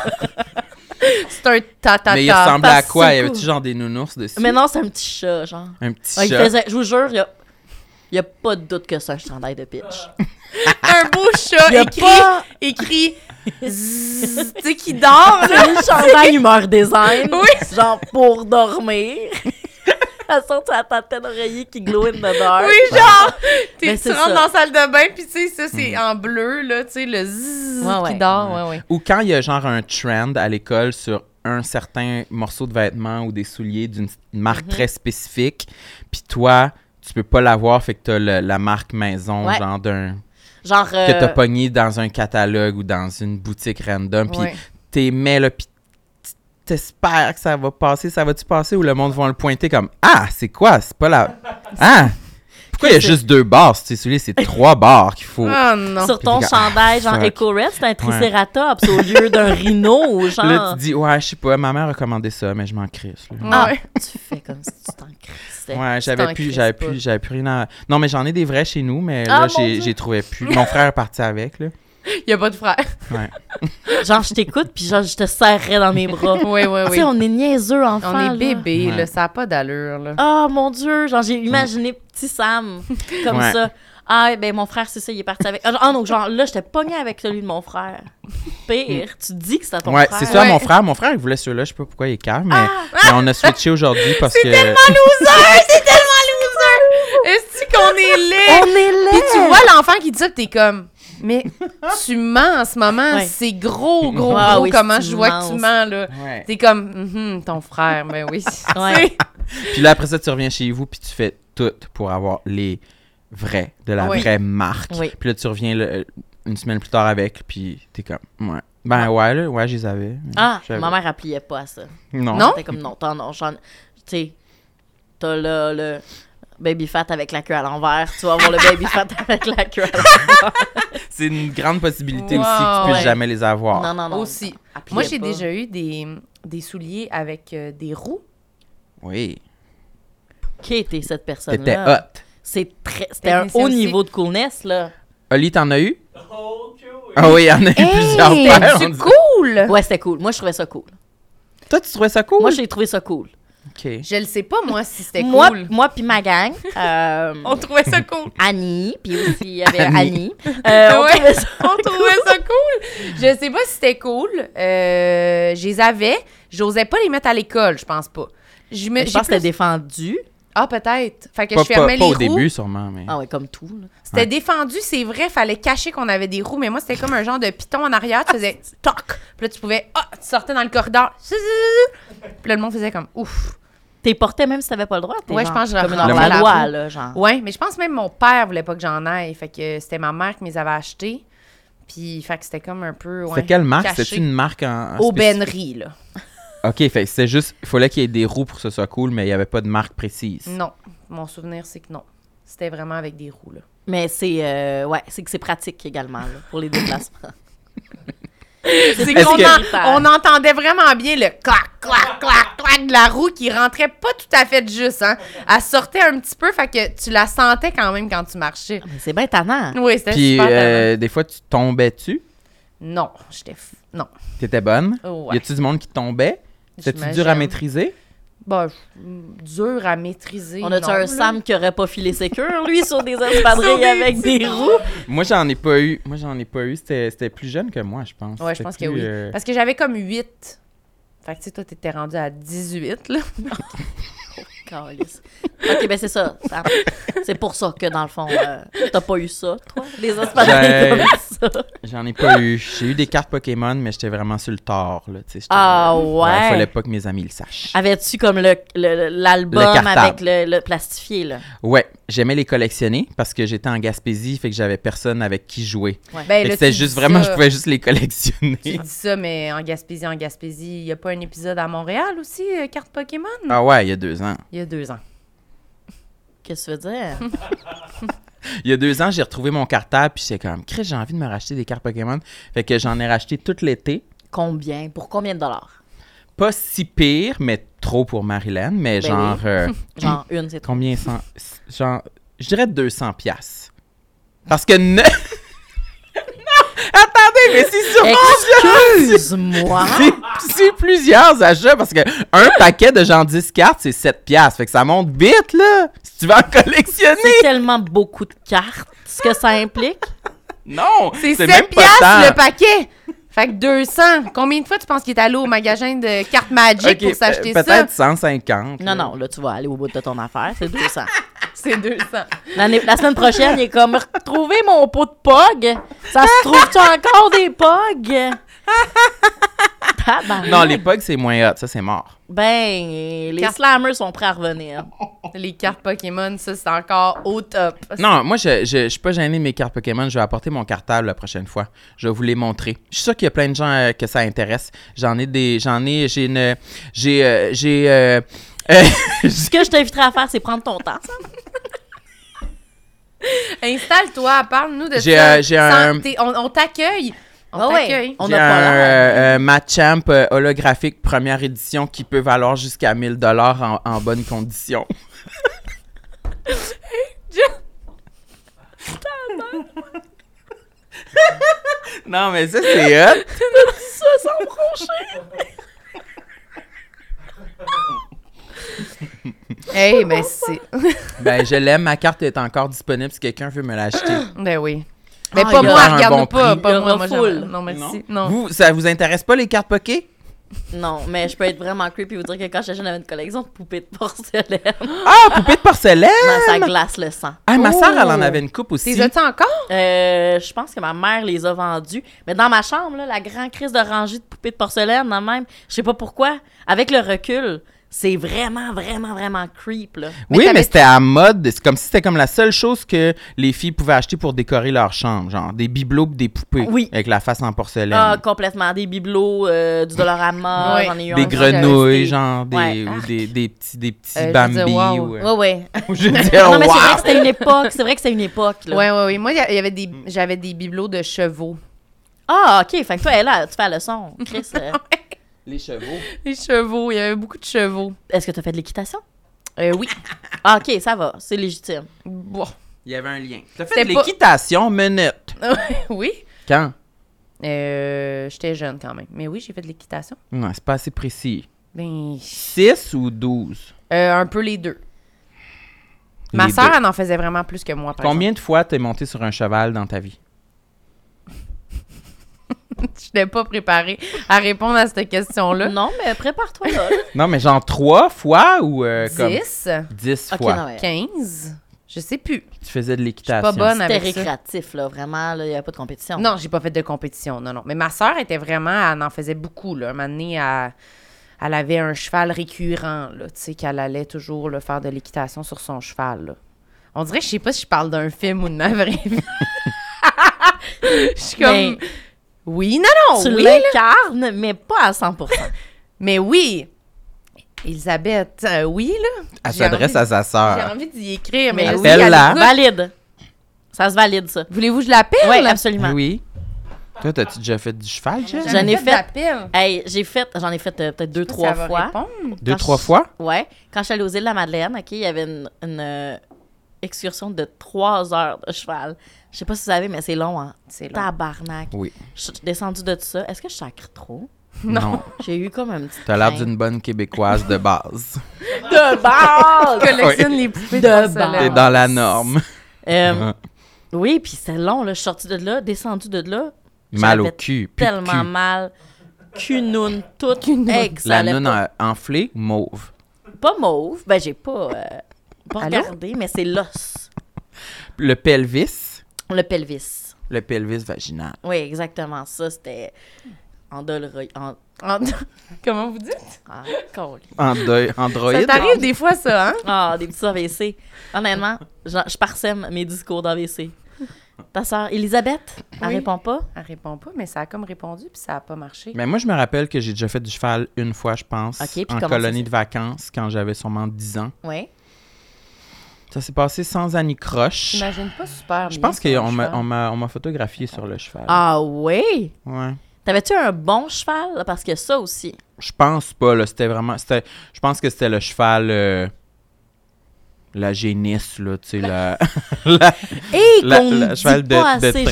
Speaker 3: c'est un ta ta ta.
Speaker 2: mais il ressemblait à
Speaker 4: parce que
Speaker 2: quoi?
Speaker 4: c'est
Speaker 2: Il y avait-tu
Speaker 4: cool.
Speaker 2: genre des nounours dessus?
Speaker 4: Mais non, c'est un petit chat, genre.
Speaker 2: Un petit
Speaker 4: Ouais, il
Speaker 2: chat.
Speaker 4: faisait- je vous jure, il y a, il y a pas de doute que c'est un chandail de pitch.
Speaker 3: Un beau
Speaker 4: Il y
Speaker 3: chat
Speaker 4: a
Speaker 3: écrit,
Speaker 4: pas-
Speaker 3: écrit, zzz, tu sais, qui dort, là.
Speaker 4: C'est un chandail humeur design.
Speaker 3: Oui.
Speaker 4: Genre pour dormir. Elle sort sur la tête d'oreiller qui glow in the dark.
Speaker 3: Oui, genre, t'es-
Speaker 4: Mais
Speaker 3: tu
Speaker 4: Ben, c'est
Speaker 3: rentres
Speaker 4: ça. Hmm.
Speaker 3: dans la salle de bain, puis tu sais, ça, c'est en bleu, là, tu sais, le zzz
Speaker 4: Ouais, ouais.
Speaker 3: qui dort, ouais, ouais.
Speaker 2: Ou quand il y a genre un trend à l'école sur un certain morceau de vêtement ou des souliers d'une s- marque très spécifique, puis toi, tu peux pas l'avoir, fait que t'as le- la marque maison,
Speaker 4: Ouais.
Speaker 2: genre d'un.
Speaker 4: Genre.
Speaker 2: que t'as
Speaker 4: euh,
Speaker 2: pogné dans un catalogue ou dans une boutique random, puis
Speaker 3: Ouais.
Speaker 2: t'aimais là, puis t- t'espères que ça va passer, ça va-tu passer ou le monde va le pointer comme Ah, c'est quoi? C'est pas la. Ah! Pourquoi il y a
Speaker 4: Qu'est-ce
Speaker 2: juste deux barres? Si tu celui c'est trois barres qu'il faut.
Speaker 4: Ah,
Speaker 3: Oh non.
Speaker 4: Sur
Speaker 2: Puis
Speaker 4: ton
Speaker 2: t'es comme,
Speaker 4: chandail,
Speaker 2: ah,
Speaker 4: genre
Speaker 2: fuck.
Speaker 4: Eco Red, c'est un triceratops au lieu d'un rhino, genre.
Speaker 2: Là, tu dis, ouais, je sais pas, ma mère a commandé ça, mais je m'en crisse. là.
Speaker 4: ah,
Speaker 3: Ouais.
Speaker 4: tu fais comme si tu t'en crissais.
Speaker 2: Ouais, j'avais
Speaker 3: t'en
Speaker 2: plus,
Speaker 3: crisses
Speaker 2: j'avais
Speaker 3: pas.
Speaker 2: plus, j'avais plus rien à. Non, mais j'en ai des vrais chez nous, mais là,
Speaker 4: Ah, mon
Speaker 2: j'ai,
Speaker 4: Dieu.
Speaker 2: j'ai trouvé plus. Mon frère est parti avec, là.
Speaker 3: Il y a pas de frère.
Speaker 2: Ouais.
Speaker 4: Genre, je t'écoute, puis genre, je te serrais dans mes bras.
Speaker 3: Oui, oui,
Speaker 4: Ah, Tu
Speaker 3: oui.
Speaker 4: sais, on est niaiseux, enfant.
Speaker 3: On est
Speaker 4: là.
Speaker 3: bébé,
Speaker 2: Ouais.
Speaker 3: là, ça a pas d'allure, là.
Speaker 4: Oh mon Dieu, genre, j'ai imaginé petit Sam comme
Speaker 2: Ouais.
Speaker 4: ça. Ah, ben mon frère, c'est ça, il est parti avec. Ah non, non, genre, là, j'étais pognée avec celui de mon frère. Pire, tu dis que c'est à ton
Speaker 2: ouais,
Speaker 4: frère. Ah.
Speaker 2: c'est ça,
Speaker 3: Ouais.
Speaker 2: mon frère. Mon frère, il voulait ceux-là, je sais pas pourquoi il est calme, mais, mais on a switché aujourd'hui parce que.
Speaker 3: Loser! C'est tellement loser! Est-ce qu'on est laid?
Speaker 4: On est là!
Speaker 3: Puis tu vois l'enfant qui dit ça, puis t'es comme, mais tu mens en ce moment.
Speaker 4: Ouais.
Speaker 3: C'est gros, gros,
Speaker 4: Ah
Speaker 3: gros.
Speaker 4: oui,
Speaker 3: comment
Speaker 4: c'est
Speaker 3: je vois que tu
Speaker 4: immense.
Speaker 3: mens, là.
Speaker 2: Ouais.
Speaker 3: T'es comme, Mhm, ton frère, mais oui.
Speaker 4: Ouais.
Speaker 2: Puis là, après ça, tu reviens chez vous, puis tu fais tout pour avoir les vrais, de la
Speaker 3: Oui.
Speaker 2: vraie marque.
Speaker 4: Oui.
Speaker 2: Puis là, tu reviens le- une semaine plus tard avec, puis t'es comme, ouais.
Speaker 3: Ah.
Speaker 2: Ben ouais, là, ouais, je les avais.
Speaker 4: Ah,
Speaker 2: J'avais-
Speaker 4: ma mère, elle pliait pas à ça.
Speaker 2: Non.
Speaker 3: Non?
Speaker 4: T'es comme non, t'as non, j'en- Tu sais, t'as le, le baby fat avec la queue à l'envers. Tu vas avoir le baby fat avec la queue à l'envers.
Speaker 2: C'est une grande possibilité
Speaker 3: Wow,
Speaker 2: aussi que tu puisses
Speaker 3: ouais.
Speaker 2: jamais les avoir.
Speaker 4: Non, Ah non, non.
Speaker 3: Aussi.
Speaker 4: elle pliait
Speaker 3: Moi, j'ai
Speaker 4: pas.
Speaker 3: déjà eu des, des souliers avec euh, des roues.
Speaker 2: Oui.
Speaker 4: Qui était cette personne-là?
Speaker 2: T'étais hot.
Speaker 4: C'est très... C'était un
Speaker 3: Technicien
Speaker 4: haut
Speaker 3: aussi.
Speaker 4: niveau de coolness, là.
Speaker 2: Oli, t'en as eu? Ah oui, il y en a eu plusieurs
Speaker 3: Hey,
Speaker 2: paires, on
Speaker 3: c'est
Speaker 2: dit.
Speaker 3: cool!
Speaker 4: Ouais, c'était cool. Moi, je trouvais ça cool.
Speaker 2: Toi, tu trouvais ça cool?
Speaker 4: Moi, j'ai trouvé ça cool.
Speaker 2: OK.
Speaker 3: Je le sais pas, moi, si c'était
Speaker 4: Moi,
Speaker 3: cool.
Speaker 4: moi puis ma gang, euh,
Speaker 3: On trouvait ça cool.
Speaker 4: Annie, puis aussi il y avait
Speaker 2: Annie.
Speaker 4: Annie, euh, on
Speaker 3: Ouais.
Speaker 4: trouvait ça...
Speaker 3: On trouvait ça cool. Je sais pas si c'était cool. Euh, je les avais. J'osais pas les mettre à l'école, je pense pas. Je, me,
Speaker 4: Je
Speaker 3: j'ai
Speaker 4: pense que c'était
Speaker 3: plus-
Speaker 4: défendu.
Speaker 3: Ah, peut-être. Fait que
Speaker 2: Pas,
Speaker 3: je fermais
Speaker 2: pas- pas
Speaker 3: les
Speaker 2: au
Speaker 3: roues.
Speaker 2: début, sûrement, mais...
Speaker 4: Ah ouais, comme tout, là.
Speaker 3: C'était défendu, c'est vrai. Fallait cacher qu'on avait des roues. Mais moi, c'était comme un genre de piton en arrière. Tu faisais toc. Puis là, tu pouvais. Ah, tu sortais dans le corridor. Zzzz. Puis là, le monde faisait comme ouf.
Speaker 4: T'es porté même si t'avais pas le droit. t'es
Speaker 3: Ouais,
Speaker 4: genre
Speaker 3: je pense que je
Speaker 4: Comme une
Speaker 3: rentre
Speaker 4: hors
Speaker 2: dans
Speaker 4: la
Speaker 3: la
Speaker 4: loi,
Speaker 3: roue.
Speaker 4: là,
Speaker 2: Ah.
Speaker 4: genre.
Speaker 3: Ouais, mais je pense même mon père voulait pas que j'en aille. Fait que c'était ma mère qui me les avait achetés. Puis, fait que c'était comme un peu. Ouais,
Speaker 2: C'était quelle marque?
Speaker 3: caché.
Speaker 2: C'était une marque en... en spécifique?
Speaker 3: Aubainerie, là.
Speaker 2: OK, fait que c'était juste... Il fallait qu'il y ait des roues pour que ce soit cool, mais il n'y avait pas de marque précise.
Speaker 3: Non, mon souvenir, c'est que non. C'était vraiment avec des roues, là.
Speaker 4: Mais c'est euh, ouais, c'est que c'est pratique également là, pour les déplacements. c'est
Speaker 2: Est-ce
Speaker 3: On,
Speaker 2: que-
Speaker 3: en- on entendait vraiment bien le clac, clac, clac, clac de la roue qui rentrait pas tout à fait juste, hein. Elle sortait un petit peu, fait que tu la sentais quand même quand tu marchais.
Speaker 4: C'est bien tannant.
Speaker 3: Oui, c'était
Speaker 2: Puis
Speaker 3: super.
Speaker 2: euh,
Speaker 3: tannant.
Speaker 2: des fois, tu tombais dessus.
Speaker 3: Non, j'étais. f- Non.
Speaker 2: T'étais bonne?
Speaker 3: Oh, Ouais.
Speaker 2: Y a-tu du monde qui tombait? C'était-tu dur à
Speaker 3: J'imagine.
Speaker 2: maîtriser?
Speaker 3: Bah, je- dur à maîtriser.
Speaker 4: On a
Speaker 3: non,
Speaker 4: un
Speaker 3: là.
Speaker 4: Sam qui aurait pas filé ses cures, lui, sur des espadrilles
Speaker 3: des
Speaker 4: avec des roues.
Speaker 2: Moi, j'en ai pas eu. Moi, j'en ai pas eu. C'était c'était plus jeune que moi, je pense.
Speaker 3: Ouais, je
Speaker 2: C'était
Speaker 3: pense que
Speaker 2: plus,
Speaker 3: oui.
Speaker 2: euh,
Speaker 3: Parce que j'avais comme 8. Fait que, tu sais, toi, t'étais rendu à 18, là.
Speaker 4: Câlisse. ok, ben c'est ça. Sam. C'est pour ça que, dans le fond, euh, t'as pas eu ça, toi, des espadrilles
Speaker 2: Ben-
Speaker 4: comme ça.
Speaker 2: J'en ai pas eu. J'ai eu des cartes Pokémon, mais j'étais vraiment sur le tort. Là, tu sais, j'étais-
Speaker 4: Ah ouais.
Speaker 2: fallait pas que mes amis le sachent.
Speaker 3: Ah.
Speaker 4: Avais-tu comme le- le- l'album
Speaker 2: Le cartable.
Speaker 4: avec le, le plastifié, là?
Speaker 2: Ouais, j'aimais les collectionner parce que j'étais en Gaspésie, fait que j'avais personne avec qui jouer.
Speaker 3: Ben,
Speaker 2: Fait que
Speaker 3: là,
Speaker 2: C'était
Speaker 3: tu
Speaker 2: juste
Speaker 3: dis
Speaker 2: vraiment, je
Speaker 3: ça-
Speaker 2: pouvais juste les collectionner.
Speaker 3: Tu dis ça, mais en Gaspésie, en Gaspésie, il n'y a pas un épisode à Montréal aussi, euh, carte Pokémon?
Speaker 2: Ah ouais, il y a deux ans.
Speaker 3: Il y a deux ans.
Speaker 4: Qu'est-ce que tu veux dire?
Speaker 2: Il y a deux ans, j'ai retrouvé mon cartable, puis j'étais comme, Chris, j'ai envie de me racheter des cartes Pokémon. Fait que j'en ai racheté tout l'été.
Speaker 4: Combien? Pour combien de dollars?
Speaker 2: Pas si pire, mais trop pour Marilyn, mais
Speaker 4: Ben
Speaker 2: genre,
Speaker 4: oui.
Speaker 2: euh,
Speaker 4: Genre une, c'est trop.
Speaker 2: combien? cent- genre, je dirais 200 piastres. Parce que ne... non! Attendez, mais c'est sûrement...
Speaker 4: Excuse-moi!
Speaker 2: C'est- C'est plusieurs achats parce que un paquet de genre 10 cartes, c'est 7 piastres. Fait que ça monte vite, là. Si tu veux en
Speaker 4: C'est
Speaker 2: collectionner.
Speaker 4: tellement beaucoup de cartes, ce que ça implique.
Speaker 2: Non!
Speaker 3: C'est 7
Speaker 2: même pas
Speaker 3: piastres
Speaker 2: tant.
Speaker 3: le paquet! Fait que 200. Combien de fois tu penses qu'il est allé au magasin de cartes Magic
Speaker 2: Ok,
Speaker 3: pour s'acheter
Speaker 2: pe-
Speaker 3: ça?
Speaker 2: Peut-être 150.
Speaker 4: Non,
Speaker 2: là.
Speaker 4: non, là, tu vas aller au bout de ton affaire, c'est 200.
Speaker 3: C'est 200.
Speaker 4: L'année- La semaine prochaine, il est comme retrouver mon pot de POG. Ça se trouve-tu encore des POG? Tabarnak.
Speaker 2: Non, les pugs, c'est moins hot. Ça, c'est mort.
Speaker 4: Ben, les
Speaker 3: Carte-
Speaker 4: slammers sont prêts à revenir.
Speaker 3: Les cartes Pokémon, ça, c'est encore au top.
Speaker 2: Non, moi, je, je, je suis pas gêné de mes cartes Pokémon. Je vais apporter mon cartable la prochaine fois. Je vais vous les montrer. Je suis sûr qu'il y a plein de gens euh, que ça intéresse. J'en ai des. J'en ai. J'ai une. J'ai. euh, j'ai. euh,
Speaker 4: Ce que je t'inviterais à faire, c'est prendre ton temps. ça.
Speaker 3: Installe-toi, parle-nous de
Speaker 2: J'ai,
Speaker 3: ça.
Speaker 2: euh, j'ai
Speaker 3: Sans-
Speaker 2: un-
Speaker 3: t'es- On, on t'accueille. On
Speaker 4: Ah ouais.
Speaker 3: t'accueille.
Speaker 4: On
Speaker 2: J'ai
Speaker 4: a pas
Speaker 2: un
Speaker 4: l'air.
Speaker 2: euh, euh, Matchamp euh, holographique première édition qui peut valoir jusqu'à 1000 dollars en, en bonne condition. non mais ça c'est hot.
Speaker 4: Ça, sans broncher.
Speaker 3: Hey, ben c'est...
Speaker 2: Ben je l'aime, ma carte est encore disponible si quelqu'un veut me l'acheter.
Speaker 3: Ben oui. Mais pas
Speaker 4: Ah, il y
Speaker 3: moi,
Speaker 2: aura un
Speaker 3: regarde-nous
Speaker 2: bon
Speaker 3: pas.
Speaker 2: prix.
Speaker 4: Il y
Speaker 3: Pas
Speaker 4: aura
Speaker 3: moi, moi,
Speaker 4: full.
Speaker 3: j'aime- Non, merci. Non.
Speaker 2: Vous ça vous intéresse pas les cartes poké
Speaker 4: Non, mais je peux être vraiment creepy et vous dire que quand j'étais jeune, j'avais une collection de poupées de porcelaine.
Speaker 2: Ah, poupée de porcelaine.
Speaker 4: Ben, ça glace le sang.
Speaker 2: Ah, ma
Speaker 3: Oh.
Speaker 2: sœur elle en avait une coupe aussi.
Speaker 3: T'es as-tu encore?
Speaker 4: Euh, je pense que ma mère les a vendus. Mais dans ma chambre, là, la grande crise de rangée de poupées de porcelaine, dans le même, je sais pas pourquoi, avec le recul, c'est vraiment, vraiment, vraiment creep. Là.
Speaker 2: Oui,
Speaker 3: Mais
Speaker 2: mais
Speaker 3: t'avais-
Speaker 2: c'était à mode. C'est comme si c'était comme la seule chose que les filles pouvaient acheter pour décorer leur chambre. Genre des bibelots pis des poupées.
Speaker 4: Oui.
Speaker 2: Avec la face en porcelaine.
Speaker 4: Ah, complètement. Des bibelots, euh, du Dolorama,
Speaker 3: Ouais.
Speaker 4: j'en ai eu
Speaker 2: des
Speaker 4: un.
Speaker 2: grenouilles, genre des,
Speaker 4: Ouais.
Speaker 2: ou des, des petits, des petits
Speaker 3: Euh, je
Speaker 2: Bambi.
Speaker 3: veux dire, wow. Oh.
Speaker 2: ou, euh,
Speaker 4: Ouais, ouais.
Speaker 2: je veux dire,
Speaker 4: non, mais c'est vrai
Speaker 2: wow.
Speaker 4: que c'était une époque. C'est vrai que c'est une époque. Là.
Speaker 3: Ouais, ouais, ouais. Moi, il y a- il y avait
Speaker 2: Mm.
Speaker 3: des, j'avais des bibelots de chevaux.
Speaker 4: Ah, OK. Fait que toi, elle, là, tu fais la leçon. Chris, euh,
Speaker 2: Les chevaux.
Speaker 3: Des chevaux, il y avait beaucoup de chevaux.
Speaker 4: est-ce que tu as fait de l'équitation?
Speaker 3: Euh, oui.
Speaker 4: Ah, OK, ça va. C'est légitime.
Speaker 3: Bon.
Speaker 2: Il y avait un lien. T'as fait
Speaker 3: C'était
Speaker 2: de
Speaker 3: pas-
Speaker 2: l'équitation minute.
Speaker 3: oui.
Speaker 2: Quand?
Speaker 3: Euh, j'étais jeune quand même. Mais oui, j'ai fait de l'équitation.
Speaker 2: Non, c'est pas assez précis.
Speaker 3: Ben,
Speaker 2: 6 ou 12?
Speaker 3: euh, un peu les deux. Ma
Speaker 2: Les
Speaker 3: sœur,
Speaker 2: deux.
Speaker 3: elle en faisait vraiment plus que moi, par
Speaker 2: Combien de fois t'es monté sur un cheval dans ta vie?
Speaker 3: exemple. Je n'étais pas préparée à répondre à cette question-là.
Speaker 4: Non, mais prépare-toi, là.
Speaker 2: Non, mais genre 3 fois ou euh, comme
Speaker 3: 10,
Speaker 2: 10
Speaker 4: OK,
Speaker 2: fois?
Speaker 4: non, mais
Speaker 3: 15, je sais plus.
Speaker 2: Tu faisais de
Speaker 3: Pas
Speaker 2: l'équitation.
Speaker 3: bonne
Speaker 4: c'était
Speaker 3: avec ça.
Speaker 4: récréatif, là. Vraiment, là, il n'y avait pas de compétition.
Speaker 3: Non, j'ai pas fait de compétition, non, non. Mais ma sœur était vraiment, elle en faisait beaucoup, là. Un moment donné, elle, elle avait un cheval récurrent, là, tu sais, qu'elle allait toujours là, faire de l'équitation sur son cheval, là. On dirait, je sais pas si je parle d'un film ou de ma vraie vie. je suis comme...
Speaker 4: Mais-
Speaker 3: Oui, non, non,
Speaker 4: tu
Speaker 3: oui, là.
Speaker 4: l'incarnes, mais pas à 100
Speaker 3: Mais oui! Elisabeth, euh, oui, là.
Speaker 2: Elle
Speaker 3: J'ai
Speaker 2: s'adresse
Speaker 3: envie-
Speaker 2: à sa
Speaker 3: J'ai
Speaker 2: sœur.
Speaker 3: envie d'y écrire, mais
Speaker 4: Mais
Speaker 3: je
Speaker 4: oui.
Speaker 3: sais qu'elle
Speaker 2: Elle, là.
Speaker 3: écoute.
Speaker 4: Valide. Ça se valide, ça.
Speaker 3: Voulez-vous que je l'appelle?
Speaker 4: Eh Oui, absolument.
Speaker 2: Oui. Toi, t'as-tu déjà fait du cheval, Jess?
Speaker 4: J'en ai fait.
Speaker 3: J'appelle.
Speaker 4: Hey, j'ai fait, j'en ai fait euh, peut-être deux, trois fois.
Speaker 2: Deux,
Speaker 4: Quand
Speaker 2: trois
Speaker 4: je-
Speaker 2: fois?
Speaker 4: Ouais. Quand je suis allée aux îles de la Madeleine, OK, il y avait une, une, euh, excursion de trois heures de cheval. Je sais pas si vous savez, mais c'est long, hein?
Speaker 3: C'est long.
Speaker 4: Tabarnak.
Speaker 2: Oui.
Speaker 4: Je suis descendue de ça. Est-ce que je sacre trop?
Speaker 2: Non.
Speaker 4: J'ai eu comme un petit.
Speaker 2: T'as l'air
Speaker 4: train.
Speaker 2: d'une bonne Québécoise de base.
Speaker 4: De base!
Speaker 3: Collectionne les poupées
Speaker 4: De
Speaker 3: de
Speaker 4: base.
Speaker 2: T'es
Speaker 3: soleil.
Speaker 2: dans la norme. Ah.
Speaker 4: Euh, oui, puis c'est long, là. Je suis sortie de là, descendue de là.
Speaker 2: Mal au
Speaker 4: j'avais
Speaker 2: cul. Plus de
Speaker 4: Tellement
Speaker 2: cul.
Speaker 4: mal. Cunoune, toute. Hey, que ça
Speaker 2: La
Speaker 4: allait
Speaker 2: noune
Speaker 4: pas.
Speaker 2: en- enflée, mauve.
Speaker 4: pas mauve. Ben, j'ai pas, euh, pas
Speaker 3: Allô?
Speaker 4: regardé, mais c'est l'os,
Speaker 2: Le pelvis.
Speaker 4: le pelvis.
Speaker 2: Le pelvis vaginal.
Speaker 4: Oui, exactement. Ça, c'était en dol- en
Speaker 3: Ah, Comment vous dites?
Speaker 4: Ah, colis.
Speaker 2: Andoi-
Speaker 3: Ça
Speaker 2: Android.
Speaker 3: t'arrive des fois, ça, hein?
Speaker 4: Ah, des petits AVC. Honnêtement, je, je parsème mes discours d'AVC. Ta sœur Elisabeth, elle
Speaker 3: Oui.
Speaker 4: répond pas.
Speaker 3: Elle répond pas, mais ça a comme répondu, puis ça a pas marché.
Speaker 2: Mais moi, je me rappelle que j'ai déjà fait du cheval une fois, je pense,
Speaker 4: Ok, puis
Speaker 2: en
Speaker 4: comment ça
Speaker 2: colonie
Speaker 4: s'est-
Speaker 2: de vacances, quand j'avais sûrement 10 ans.
Speaker 4: Oui.
Speaker 2: Ça s'est passé sans Annie Croche.
Speaker 3: J'imagine pas super
Speaker 2: Je
Speaker 3: bien
Speaker 2: pense
Speaker 3: sur le
Speaker 2: qu'on m'a-
Speaker 3: cheval.
Speaker 2: on m'a on m'a photographié sur le cheval.
Speaker 4: Ah oui?
Speaker 2: Ouais.
Speaker 4: T'avais-tu un bon cheval? là? Parce que ça aussi.
Speaker 2: Je pense pas, là. C'était vraiment. c'était- Je pense que c'était le cheval. euh, la génisse, là, tu sais, la. la
Speaker 4: Hey,
Speaker 2: La-
Speaker 4: qu'on
Speaker 2: la
Speaker 4: dit
Speaker 2: cheval de-
Speaker 4: pas
Speaker 2: de
Speaker 4: assez
Speaker 2: trait.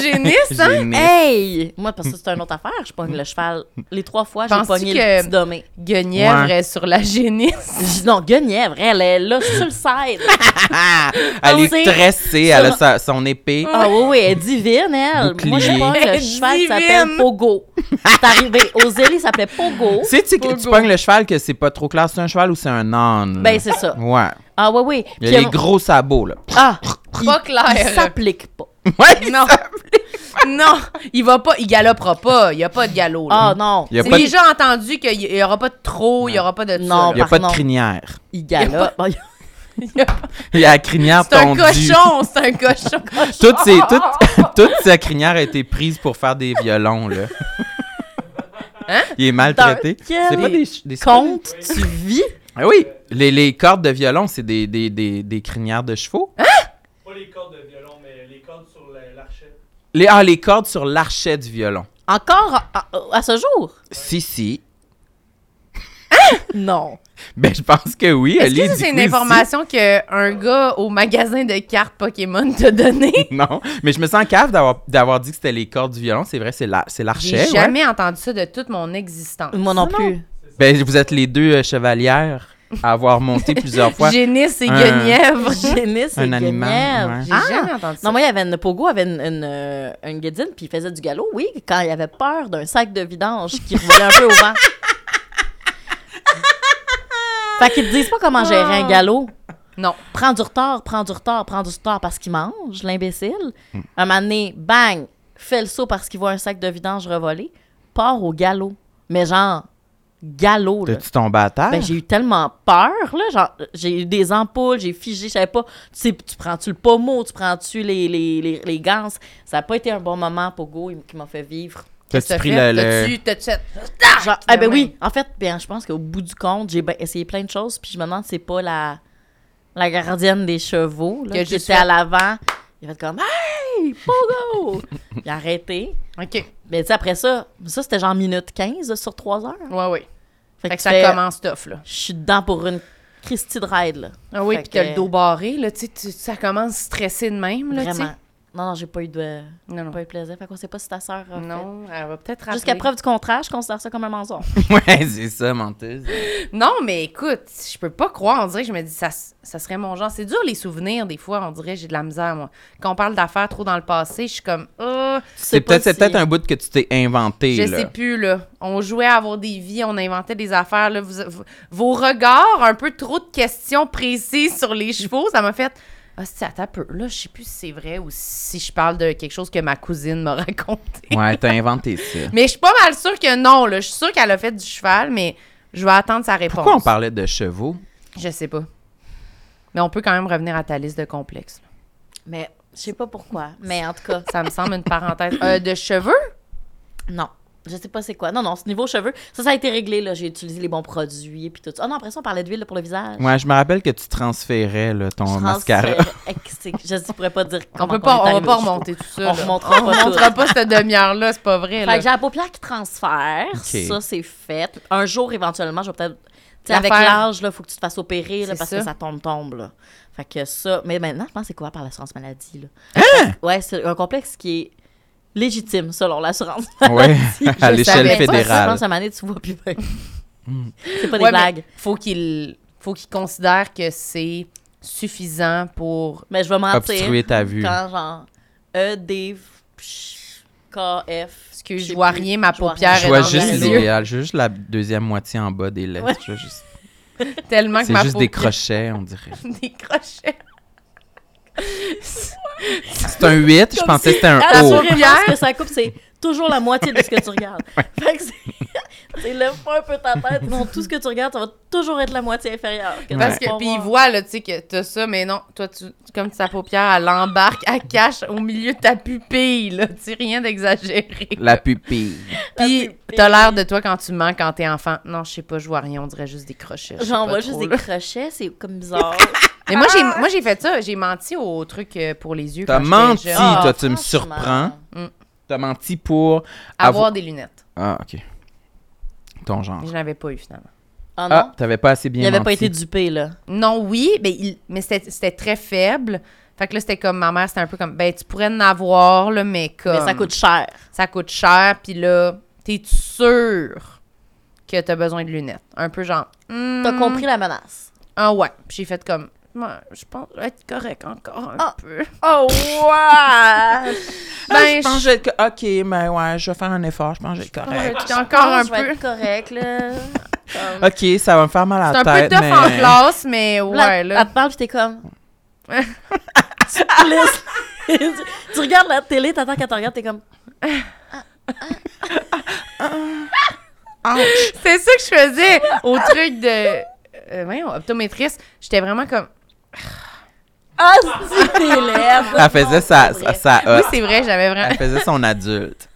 Speaker 3: Génisse, hein?
Speaker 2: génisse.
Speaker 4: Hey! Moi, parce que c'est une autre affaire, je pogne le cheval. Les trois fois, j'ai
Speaker 3: Penses-tu
Speaker 4: pogné
Speaker 3: que-
Speaker 4: le petit dommé.
Speaker 3: Guenièvre
Speaker 2: Ouais.
Speaker 3: est sur la génisse.
Speaker 4: Je dis, Non, Guenièvre, elle est là, sur le side.
Speaker 2: Ah! Elle
Speaker 4: Posée
Speaker 2: est tressée, elle a
Speaker 4: sur-
Speaker 2: sa- son épée.
Speaker 4: Ah oui, oui, elle est divine, elle. Moi, je
Speaker 2: Bouclier.
Speaker 4: pense que
Speaker 3: Elle
Speaker 4: le
Speaker 3: est
Speaker 4: cheval qui
Speaker 3: divine.
Speaker 4: s'appelle Pogo. C'est arrivé aux îles, il s'appelait Pogo.
Speaker 2: Tu sais, tu, tu
Speaker 3: Pogo.
Speaker 2: pognes le cheval que c'est pas trop clair, c'est un cheval ou c'est un âne. là?
Speaker 4: Ben, c'est ça.
Speaker 2: Ouais.
Speaker 4: Ah oui, oui.
Speaker 2: Il y
Speaker 4: Puis,
Speaker 2: a les
Speaker 4: on-
Speaker 2: gros sabots, là.
Speaker 4: Ah,
Speaker 3: Pas
Speaker 4: il
Speaker 3: clair.
Speaker 4: s'applique pas.
Speaker 2: Ouais!
Speaker 3: Non. non, il va pas, il galopera pas. Il y a pas de galop.
Speaker 4: Ah
Speaker 3: Là.
Speaker 4: non,
Speaker 2: Il y a
Speaker 3: C'est
Speaker 2: pas de-
Speaker 3: déjà entendu qu'il y- y aura pas de trop, il y aura pas de
Speaker 4: Non,
Speaker 2: Il n'y a
Speaker 4: par
Speaker 2: pas de
Speaker 4: contre.
Speaker 2: crinière.
Speaker 4: il galope. Ah, il-
Speaker 3: ça, là.
Speaker 2: Il y a la crinière
Speaker 3: C'est un
Speaker 2: tondue.
Speaker 3: cochon, c'est un cochon.
Speaker 2: Toutes ces, toutes, toute sa crinière a été prise pour faire des violons, là.
Speaker 3: Hein?
Speaker 2: Il est maltraité.
Speaker 4: Dans quel
Speaker 2: C'est pas des, ch- des
Speaker 4: Compte, tu vis.
Speaker 2: Ah oui, les, les cordes de violon, c'est des, des, des, des crinières de chevaux.
Speaker 3: Hein?
Speaker 5: Pas les cordes de violon, mais les cordes sur la- l'archet.
Speaker 2: Les, ah, les cordes sur l'archet du violon.
Speaker 4: Encore à, à- à ce jour?
Speaker 2: Si, si.
Speaker 4: Non.
Speaker 2: Ben, je pense que oui.
Speaker 3: Est-ce
Speaker 2: Ali
Speaker 3: que ça,
Speaker 2: dit
Speaker 3: c'est une
Speaker 2: oui, si.
Speaker 3: information qu'un gars au magasin de cartes Pokémon t'a donnée?
Speaker 2: Non, mais je me sens cave d'avoir- d'avoir dit que c'était les cordes du violon. C'est vrai, c'est la- c'est l'archet.
Speaker 3: J'ai
Speaker 2: ouais.
Speaker 3: jamais entendu ça de toute mon existence.
Speaker 4: Moi non plus.
Speaker 2: Ben, vous êtes les deux euh, chevalières à avoir monté plusieurs fois.
Speaker 3: Génisse et
Speaker 2: Un-
Speaker 3: guenièvre.
Speaker 4: Génisse et
Speaker 2: Un animal,
Speaker 4: Guenièvre.
Speaker 2: ouais.
Speaker 3: J'ai
Speaker 4: Ah!
Speaker 3: jamais entendu ça.
Speaker 4: Non, moi, il y avait une Pogo, avait une, une, euh, une guédine, puis il faisait du galop, oui, quand il avait peur d'un sac de vidange qui roulait un peu au vent. Fait qu'ils te disent pas comment gérer un galop.
Speaker 3: Non.
Speaker 4: Prends du retard, prends du retard, prends du retard parce qu'il mange, l'imbécile. Un moment donné, bang, fait le saut parce qu'il voit un sac de vidange revoler, part au galop. Mais genre, galop, là.
Speaker 2: T'as-tu tombé à terre?
Speaker 4: Ben, j'ai eu tellement peur, là. Genre, j'ai eu des ampoules, j'ai figé, je savais pas. Tu sais, tu prends-tu le pommeau, tu prends-tu les, les, les, les gants. Ça n'a pas été un bon moment pour Go, il- qui m'a fait vivre.
Speaker 2: T'as-tu
Speaker 3: T'as
Speaker 2: pris
Speaker 3: fait,
Speaker 2: le- le...
Speaker 3: T'as-tu- t'as-tu fait-
Speaker 4: Genre, ah, ben
Speaker 3: finalement.
Speaker 4: oui, en fait, bien, je pense qu'au bout du compte, j'ai ben essayé plein de choses, puis je me demande si c'est pas la, la gardienne des chevaux, là,
Speaker 3: Que
Speaker 4: qui
Speaker 3: juste
Speaker 4: était
Speaker 3: fait-
Speaker 4: à l'avant. Il a fait comme Hey, Pogo! il a arrêté.
Speaker 3: OK.
Speaker 4: Mais tu sais, après ça, ça c'était genre minute 15 là, sur 3 heures.
Speaker 3: Ouais, oui. Fait
Speaker 4: Fait, tu
Speaker 3: que ça
Speaker 4: fais,
Speaker 3: commence tough, là.
Speaker 4: Je suis dedans pour une Christie de ride, là.
Speaker 3: Ah oui,
Speaker 4: Fait
Speaker 3: puis t'as
Speaker 4: que-
Speaker 3: le dos barré, là, tu sais, tu- ça commence stressé de même, là, tu sais.
Speaker 4: Vraiment. Non, non, j'ai pas eu de.
Speaker 3: Non, non.
Speaker 4: Pas eu de plaisir. Fait qu'on sait pas si ta sœur a fait.
Speaker 3: Non, elle va peut-être rappeler.
Speaker 4: Jusqu'à preuve du contraire, je considère ça comme un mensonge.
Speaker 2: Ouais, c'est ça, menteuse.
Speaker 3: Non, mais écoute, je peux pas croire. On dirait que je me dis, ça, s- ça serait mon genre. C'est dur, les souvenirs, des fois. On dirait, j'ai de la misère, moi. Quand on parle d'affaires trop dans le passé, je suis comme, ah,
Speaker 2: C'est peut-être
Speaker 4: pas
Speaker 2: c'est
Speaker 4: si-
Speaker 2: peut-être un bout que tu t'es inventé,
Speaker 3: je
Speaker 2: là.
Speaker 3: sais plus, là. On jouait à avoir des vies, on inventait des affaires, là. Vous- vous- vos regards, un peu trop de questions précises sur les chevaux, ça m'a fait. Ah, c'est attends un peu. Là, je sais plus si c'est vrai ou si je parle de quelque chose que ma cousine m'a raconté.
Speaker 2: Ouais, t'as inventé ça.
Speaker 3: Mais je suis pas mal sûre que non, là. Je suis sûre qu'elle a fait du cheval, mais je vais attendre sa réponse.
Speaker 2: Pourquoi on parlait de chevaux?
Speaker 3: Je sais pas. Mais on peut quand même revenir à ta liste de complexes. là.
Speaker 4: Mais je sais pas pourquoi. Mais en tout cas,
Speaker 3: Ça me semble une parenthèse. Euh, de cheveux?
Speaker 4: non. Je sais pas c'est quoi. Non, non, ce niveau cheveux, ça, ça a été réglé, là. J'ai utilisé les bons produits et puis tout ça. Ah non, après ça, on parlait d'huile là, pour le visage.
Speaker 2: Ouais, je me rappelle que tu transférais là, ton mascara.
Speaker 4: Je ne pourrais pas dire
Speaker 3: On
Speaker 4: comment
Speaker 3: peut pas,
Speaker 4: est
Speaker 3: on va
Speaker 4: arrivé
Speaker 3: pas
Speaker 4: aux cheveux.
Speaker 3: remonter tout ça.
Speaker 4: On
Speaker 3: là.
Speaker 4: remontera
Speaker 3: On
Speaker 4: pas tout.
Speaker 3: remontera pas cette demi-heure-là, c'est pas vrai.
Speaker 4: Fait
Speaker 3: Là.
Speaker 4: que j'ai la paupière qui transfère.
Speaker 2: Ok.
Speaker 4: Ça, c'est fait. Un jour, éventuellement, je vais peut-être. Tu sais,
Speaker 3: La
Speaker 4: avec
Speaker 3: faire.
Speaker 4: l'âge, il faut que tu te fasses opérer là,
Speaker 3: C'est
Speaker 4: parce
Speaker 3: ça.
Speaker 4: que ça tombe, tombe. Là. Fait Fait que ça, mais maintenant, je pense que c'est couvert par l'assurance maladie. Là.
Speaker 2: Hein?
Speaker 4: Ouais, c'est un complexe qui est légitime selon l'assurance.
Speaker 2: Ouais, à
Speaker 4: Je
Speaker 2: l'échelle
Speaker 4: savais pas. Je
Speaker 2: fédérale.
Speaker 4: pense à un moment donné, tu vois plus bien. c'est pas des
Speaker 3: Hmm. Ouais, mais
Speaker 4: blagues.
Speaker 3: Faut qu'il faut qu'il considère que c'est suffisant pour
Speaker 4: Mais je vais mentir.
Speaker 2: Obstruer ta vue.
Speaker 4: Quand genre E, D, P, K, F.
Speaker 3: parce que
Speaker 4: sais
Speaker 3: je vois
Speaker 4: plus.
Speaker 3: rien, ma
Speaker 4: Je vois
Speaker 3: paupière
Speaker 4: rien.
Speaker 2: Je
Speaker 3: est
Speaker 2: vois
Speaker 3: dans
Speaker 2: juste
Speaker 3: mes
Speaker 4: les
Speaker 3: yeux.
Speaker 2: l'idéal. Je vois juste la deuxième moitié en bas des lettres. Je vois juste-
Speaker 3: Tellement que
Speaker 2: C'est
Speaker 3: ma
Speaker 2: juste des
Speaker 3: paupière-
Speaker 2: crochets, on dirait.
Speaker 3: des crochets.
Speaker 2: C'est un 8, je pensais que c'était un
Speaker 4: Ah,
Speaker 2: O.
Speaker 4: Assurément, ce que ça coupe, c'est toujours la moitié de ce que tu regardes. Fait que c'est. c'est lève pas un peu ta tête. Non, tout ce que tu regardes, ça va toujours être la moitié inférieure. que tu
Speaker 3: Parce
Speaker 4: vas
Speaker 3: que puis
Speaker 4: voir.
Speaker 3: il voit là, tu sais que t'as ça, mais non, toi tu comme ta paupière, elle embarque, elle cache au milieu de ta pupille, là, tu sais rien d'exagéré.
Speaker 2: La pupille.
Speaker 4: La
Speaker 3: Puis
Speaker 4: pupille.
Speaker 3: t'as l'air de toi quand tu mens quand t'es enfant. Non, je sais pas, je vois rien, on dirait juste des crochets. je sais
Speaker 4: J'en
Speaker 3: pas
Speaker 4: vois
Speaker 3: trop,
Speaker 4: juste des
Speaker 3: là.
Speaker 4: crochets, c'est comme bizarre.
Speaker 3: Mais moi j'ai moi j'ai fait ça, j'ai menti au truc euh, pour les yeux.
Speaker 2: T'as
Speaker 3: quand
Speaker 2: menti,
Speaker 3: j'étais jeune.
Speaker 2: toi,
Speaker 4: Ah,
Speaker 2: tu me
Speaker 4: franchement. Ah,
Speaker 2: surprends. T'as menti pour
Speaker 3: avoir
Speaker 2: avoir.
Speaker 3: des lunettes.
Speaker 2: Ah, ok. Ton genre.
Speaker 3: Mais je n'avais pas eu finalement.
Speaker 4: Ah non?
Speaker 2: Ah, t'avais pas assez bien
Speaker 4: il avait pas
Speaker 2: menti.
Speaker 4: été dupé, là.
Speaker 3: Non, oui, mais, il- mais c'était c'était très faible. Fait que là, c'était comme, ma mère, c'était un peu comme, ben, tu pourrais en avoir, là, mais comme.
Speaker 4: Mais ça coûte cher.
Speaker 3: ça coûte cher, puis là, t'es sûr que t'as besoin de lunettes. Un peu genre, hmm,
Speaker 4: T'as compris la menace.
Speaker 3: Ah ouais. Puis j'ai fait comme, Ouais, je pense que je vais être correct encore un
Speaker 4: Ah.
Speaker 3: peu.
Speaker 4: Oh, wow!
Speaker 2: Ah,
Speaker 3: Ben,
Speaker 2: je pense que je vais être co- Ok, mais ouais, je vais faire un effort. Je pense que je vais être correct.
Speaker 3: Correct. encore un
Speaker 4: Ah, Je vais
Speaker 3: peu.
Speaker 4: être correct, là. Comme-
Speaker 2: Ok, ça va me faire mal
Speaker 3: C'est
Speaker 2: à
Speaker 3: un
Speaker 2: la
Speaker 3: peu
Speaker 2: tête.
Speaker 3: tough en
Speaker 2: mais-
Speaker 3: classe, mais
Speaker 4: Puis là,
Speaker 3: ouais,
Speaker 4: Elle
Speaker 3: là.
Speaker 4: te parle, puis t'es comme. tu te laisses- tu- tu regardes la télé, t'attends qu'elle te regarde, t'es comme.
Speaker 3: C'est ça que je faisais au truc de. Euh, voyons, optométriste. J'étais vraiment comme.
Speaker 4: Ah, si t'es laide!
Speaker 2: Elle faisait sa, sa, sa
Speaker 3: Oui,
Speaker 2: hotte.
Speaker 3: c'est vrai, j'avais vraiment.
Speaker 2: Euh, Elle faisait son adulte.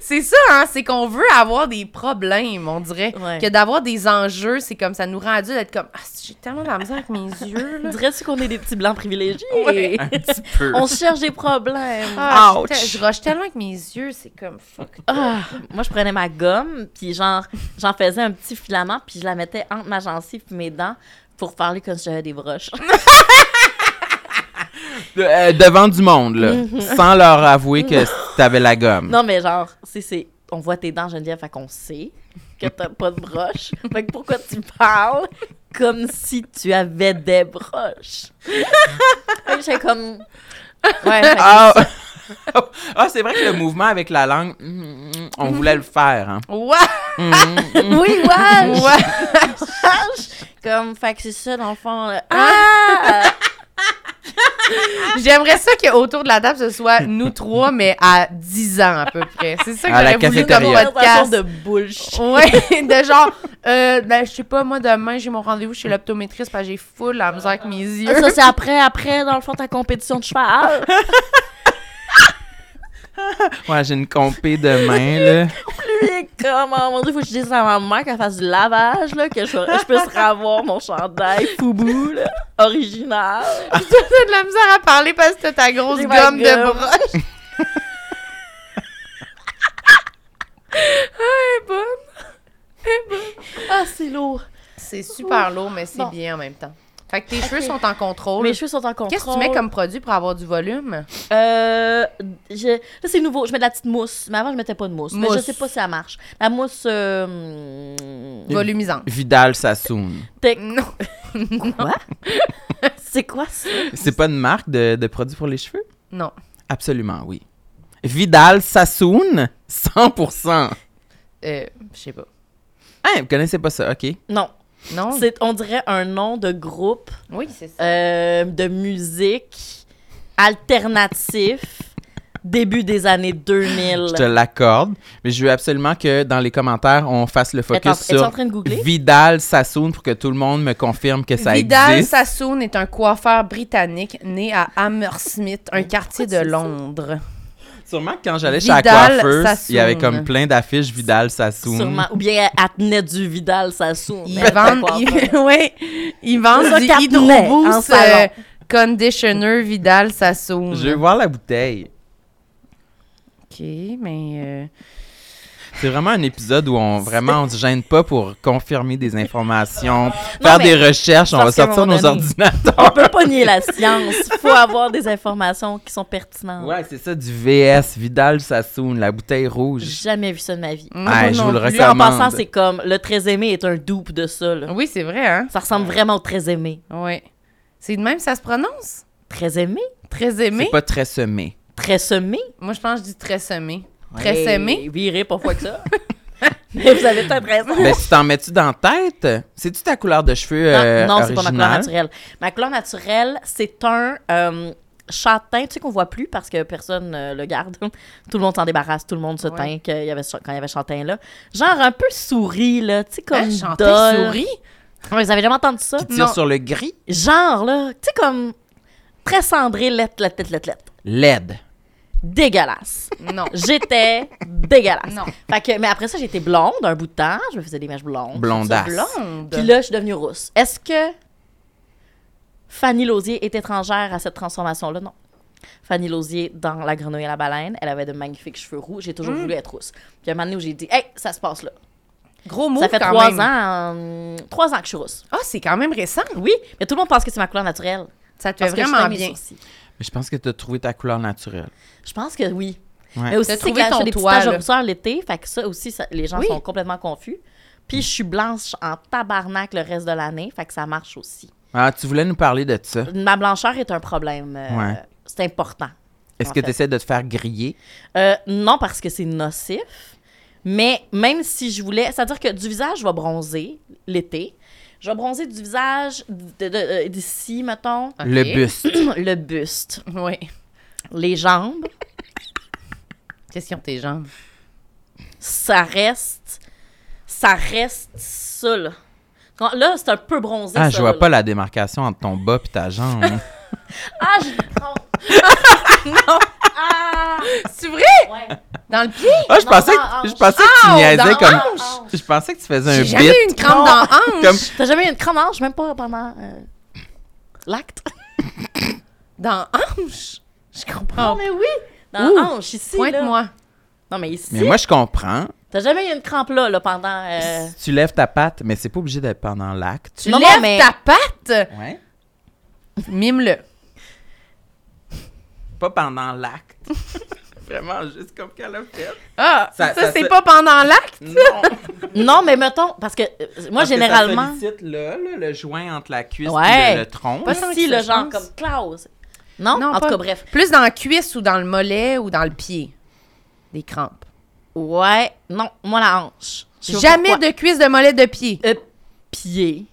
Speaker 3: C'est ça, hein, c'est qu'on veut avoir des problèmes, on dirait.
Speaker 4: Ouais.
Speaker 3: Que d'avoir des enjeux, c'est comme ça nous rend adultes d'être comme, ah, j'ai tellement de la misère avec mes yeux, là.
Speaker 4: Dirais-tu qu'on est des petits blancs privilégiés?
Speaker 2: Un petit peu.
Speaker 4: On cherche des problèmes.
Speaker 3: Ah, je,
Speaker 2: Ouch.
Speaker 3: suis te- je rush tellement avec mes yeux, c'est comme fuck.
Speaker 4: Ah, moi, je prenais ma gomme, puis genre, j'en faisais un petit filament, puis je la mettais entre ma gencive et mes dents pour parler comme si j'avais des broches.
Speaker 2: De- euh, devant du monde, là. Sans leur avouer que t'avais la gomme.
Speaker 4: Mm-hmm. non, mais genre, c'est, c'est, on voit tes dents, Geneviève, fait qu'on sait que t'as pas de broches. fait que pourquoi tu parles comme si tu avais des broches? fait que j'étais comme... Ouais, fait que-
Speaker 2: Ah, Ah, c'est vrai que le mouvement avec la langue, mm, mm, on
Speaker 4: Mm-hmm.
Speaker 2: voulait le faire. hein. Mm-hmm.
Speaker 3: Ouais!
Speaker 4: oui, ouais,
Speaker 3: Ouais.
Speaker 4: Comme, fait que c'est ça, dans le fond. là. Ah!
Speaker 3: J'aimerais ça qu'autour de la table, ce soit nous trois, mais à 10 ans à peu près. C'est ça que
Speaker 2: À la
Speaker 3: j'aurais voulu comme
Speaker 2: cafétéria.
Speaker 3: podcast.
Speaker 4: de bullshit.
Speaker 3: Ouais, de genre, euh, ben, je sais pas, moi, demain, j'ai mon rendez-vous chez l'optométriste parce que j'ai full la misère avec mes
Speaker 4: Ah,
Speaker 3: yeux.
Speaker 4: Ça, c'est après, après, dans le fond, ta compétition de cheval. Ah,
Speaker 2: Ouais, j'ai une compé demain, là.
Speaker 4: Lui, il est comme, oh, mon Dieu, faut que je dise à ma mère qu'elle fasse du lavage, là, que je, je puisse revoir mon chandail foubou, là, original.
Speaker 3: T'as de la misère à parler parce que t'as ta grosse
Speaker 4: J'ai
Speaker 3: gomme,
Speaker 4: ma
Speaker 3: de
Speaker 4: gomme.
Speaker 3: broche. ah, elle est bonne.
Speaker 4: Ah, c'est lourd.
Speaker 3: C'est super lourd, mais c'est
Speaker 4: Bon.
Speaker 3: bien en même temps. Fait que tes cheveux
Speaker 4: Ok.
Speaker 3: sont en contrôle.
Speaker 4: Mes cheveux sont en contrôle.
Speaker 3: Qu'est-ce que tu mets comme produit pour avoir du volume?
Speaker 4: Euh, je- Là, c'est nouveau. Je mets de la petite mousse. Mais avant, je mettais pas de mousse. Mais
Speaker 3: Mousse.
Speaker 4: je sais pas si ça marche. La mousse... euh, hmm,
Speaker 3: Volumisante.
Speaker 2: Vidal Sassoon.
Speaker 4: tec-
Speaker 3: Non.
Speaker 4: Quoi? c'est quoi, ça?
Speaker 2: C'est pas une marque de, de produits pour les cheveux?
Speaker 3: Non.
Speaker 2: Absolument, oui. Vidal Sassoon, 100%.
Speaker 3: Euh, je sais pas.
Speaker 2: Hein, vous connaissez pas ça, OK.
Speaker 4: Non.
Speaker 3: Non?
Speaker 4: C'est, on dirait un nom de groupe
Speaker 3: Oui, c'est ça.
Speaker 4: euh, de musique alternatif début des années 2000.
Speaker 2: Je te l'accorde, mais je veux absolument que dans les commentaires, on fasse le
Speaker 4: Attends,
Speaker 2: focus
Speaker 4: es-tu en
Speaker 2: sur
Speaker 4: train de googler?
Speaker 2: Vidal Sassoon pour que tout le monde me confirme que ça
Speaker 3: Vidal
Speaker 2: existe.
Speaker 3: Sassoon est un coiffeur britannique né à Hammersmith, un quartier de
Speaker 4: c'est ça?
Speaker 3: Londres.
Speaker 2: Sûrement que quand j'allais chez la
Speaker 3: Vidal
Speaker 2: coiffeuse, il y avait
Speaker 3: Sassoon.
Speaker 2: comme plein d'affiches Vidal Sassoon.
Speaker 4: Sûrement. Ou bien elle tenait du Vidal Sassoon.
Speaker 3: Ils
Speaker 4: n'importe
Speaker 3: vendent,
Speaker 4: quoi,
Speaker 3: ils-
Speaker 4: pas.
Speaker 3: ouais, ils vendent
Speaker 4: C'est ça
Speaker 3: du
Speaker 4: qu'elle tenait en
Speaker 3: Hydroboost
Speaker 4: salon.
Speaker 3: euh, Conditioner Vidal Sassoon.
Speaker 2: Je veux voir la bouteille.
Speaker 3: OK, mais... euh,
Speaker 2: C'est vraiment un épisode où on vraiment on se gêne pas pour confirmer des informations, faire
Speaker 3: mais-
Speaker 2: des recherches, on va
Speaker 4: Parce qu'à un
Speaker 2: sortir
Speaker 4: moment
Speaker 2: nos
Speaker 4: donné-
Speaker 2: ordinateurs.
Speaker 4: On peut pas nier la science. Il faut avoir des informations qui sont pertinentes.
Speaker 2: Ouais, c'est ça, du VS, Vidal Sassoon, la bouteille
Speaker 4: J'ai
Speaker 2: rouge.
Speaker 4: jamais vu ça de ma vie.
Speaker 3: Mm.
Speaker 2: Ah, je vous le
Speaker 4: Puis en
Speaker 2: recommande.
Speaker 4: passant, c'est comme le très aimé est un dupe de ça. là.
Speaker 3: Oui, c'est vrai, hein?
Speaker 4: Ça ressemble vraiment au très aimé.
Speaker 3: Oui. C'est de même ça se prononce?
Speaker 4: Très aimé,
Speaker 3: Très aimé?
Speaker 2: C'est pas très semé.
Speaker 4: très semé.
Speaker 3: Moi, je pense que je dis très semé. Très
Speaker 4: Hey,
Speaker 3: semé?
Speaker 4: Viré parfois que ça. Mais vous avez peut-être raison.
Speaker 2: Ben, si t'en mets-tu dans la tête, c'est-tu ta couleur de cheveux euh,
Speaker 4: non, non, c'est pas ma couleur
Speaker 2: originale?
Speaker 4: naturelle. Ma couleur naturelle, c'est un euh, châtain, tu sais, qu'on voit plus parce que personne euh, le garde. tout le monde s'en débarrasse, tout le monde se
Speaker 3: Ouais.
Speaker 4: teint qu'il y avait, cha- quand il y avait châtain là. Genre un peu souris, là, tu sais, comme
Speaker 3: Hein, chanter
Speaker 4: Doll.
Speaker 3: souris?
Speaker 4: Ouais, vous avez jamais entendu ça?
Speaker 2: Tire
Speaker 3: Non.
Speaker 2: sur le gris,
Speaker 4: Genre, là, tu sais, comme très cendré, lette, lette, lette, lette, lette.
Speaker 2: LED.
Speaker 4: Dégueulasse.
Speaker 3: Non.
Speaker 4: J'étais dégueulasse.
Speaker 3: Non.
Speaker 4: Fait que, mais après ça, j'étais blonde un bout de temps. Je me faisais des mèches blondes.
Speaker 2: Blondasse.
Speaker 3: Blonde.
Speaker 4: Puis là, je suis devenue rousse. Est-ce que Fanny Lausier est étrangère à cette transformation-là? Non. Fanny Lausier, dans La grenouille à la baleine, elle avait de magnifiques cheveux roux. J'ai
Speaker 3: Mm.
Speaker 4: toujours voulu être rousse. Puis un moment donné où j'ai dit, hey, ça se passe là.
Speaker 3: Gros mot
Speaker 4: ça fait
Speaker 3: quand
Speaker 4: trois
Speaker 3: même.
Speaker 4: ans, euh, trois ans que je suis rousse.
Speaker 3: Ah, c'est quand même récent.
Speaker 4: Oui, mais tout le monde pense que c'est ma couleur naturelle.
Speaker 3: Ça te fait
Speaker 4: Parce que je
Speaker 3: vraiment
Speaker 4: teins mes
Speaker 3: bien.
Speaker 4: sourcils.
Speaker 2: Mais je pense que t'as trouvé ta couleur naturelle.
Speaker 4: Je pense que oui.
Speaker 2: Ouais.
Speaker 4: Mais aussi,
Speaker 3: T'as
Speaker 4: c'est que
Speaker 3: trouvé
Speaker 4: je
Speaker 3: ton
Speaker 4: fais des petites
Speaker 3: toit,
Speaker 4: stages
Speaker 3: là.
Speaker 4: de rousseur l'été, fait que ça aussi, ça- les gens
Speaker 3: Oui.
Speaker 4: sont complètement confus. Puis je suis blanche en tabarnak le reste de l'année, fait que ça marche aussi.
Speaker 2: Ah, tu voulais nous parler de ça.
Speaker 4: Ma blancheur est un problème. euh,
Speaker 2: Ouais.
Speaker 4: C'est important.
Speaker 2: Est-ce
Speaker 4: En
Speaker 2: que
Speaker 4: fait.
Speaker 2: tu essaies de te faire griller?
Speaker 4: Euh, non, parce que c'est nocif. Mais même si je voulais. C'est-à-dire que du visage, je vais bronzer l'été. Je vais bronzer du visage de- de- de- d'ici, mettons,
Speaker 3: Ok.
Speaker 2: Le buste.
Speaker 4: le buste,
Speaker 3: Oui.
Speaker 4: les jambes.
Speaker 3: Question de tes jambes.
Speaker 4: Ça reste. Ça reste ça, là. Quand- Là, c'est un peu bronzé.
Speaker 2: Ah,
Speaker 4: ça,
Speaker 2: je vois
Speaker 4: là.
Speaker 2: pas la démarcation entre ton bas et ta jambe.
Speaker 4: Ah, je comprends. Ah,
Speaker 3: C'est vrai?
Speaker 4: ouais.
Speaker 3: Dans le pied?
Speaker 2: Ah, je
Speaker 4: Non,
Speaker 2: pensais
Speaker 4: dans
Speaker 2: que, je
Speaker 4: hanche.
Speaker 2: pensais que tu
Speaker 3: Ah,
Speaker 2: niaisais
Speaker 3: dans
Speaker 2: comme.
Speaker 4: hanche.
Speaker 2: Je pensais que tu faisais un
Speaker 3: J'ai
Speaker 2: bit.
Speaker 3: jamais eu une crampe dans hanche.
Speaker 2: Comme-
Speaker 4: T'as jamais eu une crème hanche, même pas pendant euh, l'acte?
Speaker 3: Dans hanche? Je comprends.
Speaker 4: mais oui! Dans
Speaker 3: Ouh,
Speaker 4: la hanche,
Speaker 3: Oh,
Speaker 4: ici. là.
Speaker 3: Pointe-moi.
Speaker 4: Non, mais ici.
Speaker 2: Mais moi, je comprends.
Speaker 4: T'as jamais eu une crampe là, là pendant. euh,
Speaker 2: Si tu lèves ta patte, mais c'est pas obligé d'être pendant l'acte.
Speaker 3: Tu
Speaker 4: Non, non,
Speaker 3: lèves
Speaker 4: mais-
Speaker 3: ta patte,
Speaker 2: Ouais.
Speaker 3: mime-le.
Speaker 2: Pas pendant l'acte. Vraiment, juste comme qu'elle a fait.
Speaker 3: Ah, ça,
Speaker 2: Ça- ça
Speaker 3: c'est
Speaker 2: se-
Speaker 3: pas pendant l'acte?
Speaker 2: Non.
Speaker 4: Non, mais mettons, parce que euh, moi,
Speaker 2: Parce que ça
Speaker 4: généralement.
Speaker 2: sollicite là, là, le joint entre la cuisse
Speaker 4: Ouais.
Speaker 2: et le tronc.
Speaker 3: Pas-
Speaker 4: Ici, le
Speaker 3: Ça, je
Speaker 4: genre
Speaker 3: pense.
Speaker 4: comme Klaus. Non? en
Speaker 3: pas-
Speaker 4: tout cas, bref.
Speaker 3: Plus dans la cuisse ou dans le mollet ou dans le pied. Des crampes.
Speaker 4: Ouais, non, moi, la hanche. Je sais pas
Speaker 3: Jamais
Speaker 4: pourquoi.
Speaker 3: de cuisse, de mollet, de pied.
Speaker 4: Euh, pied.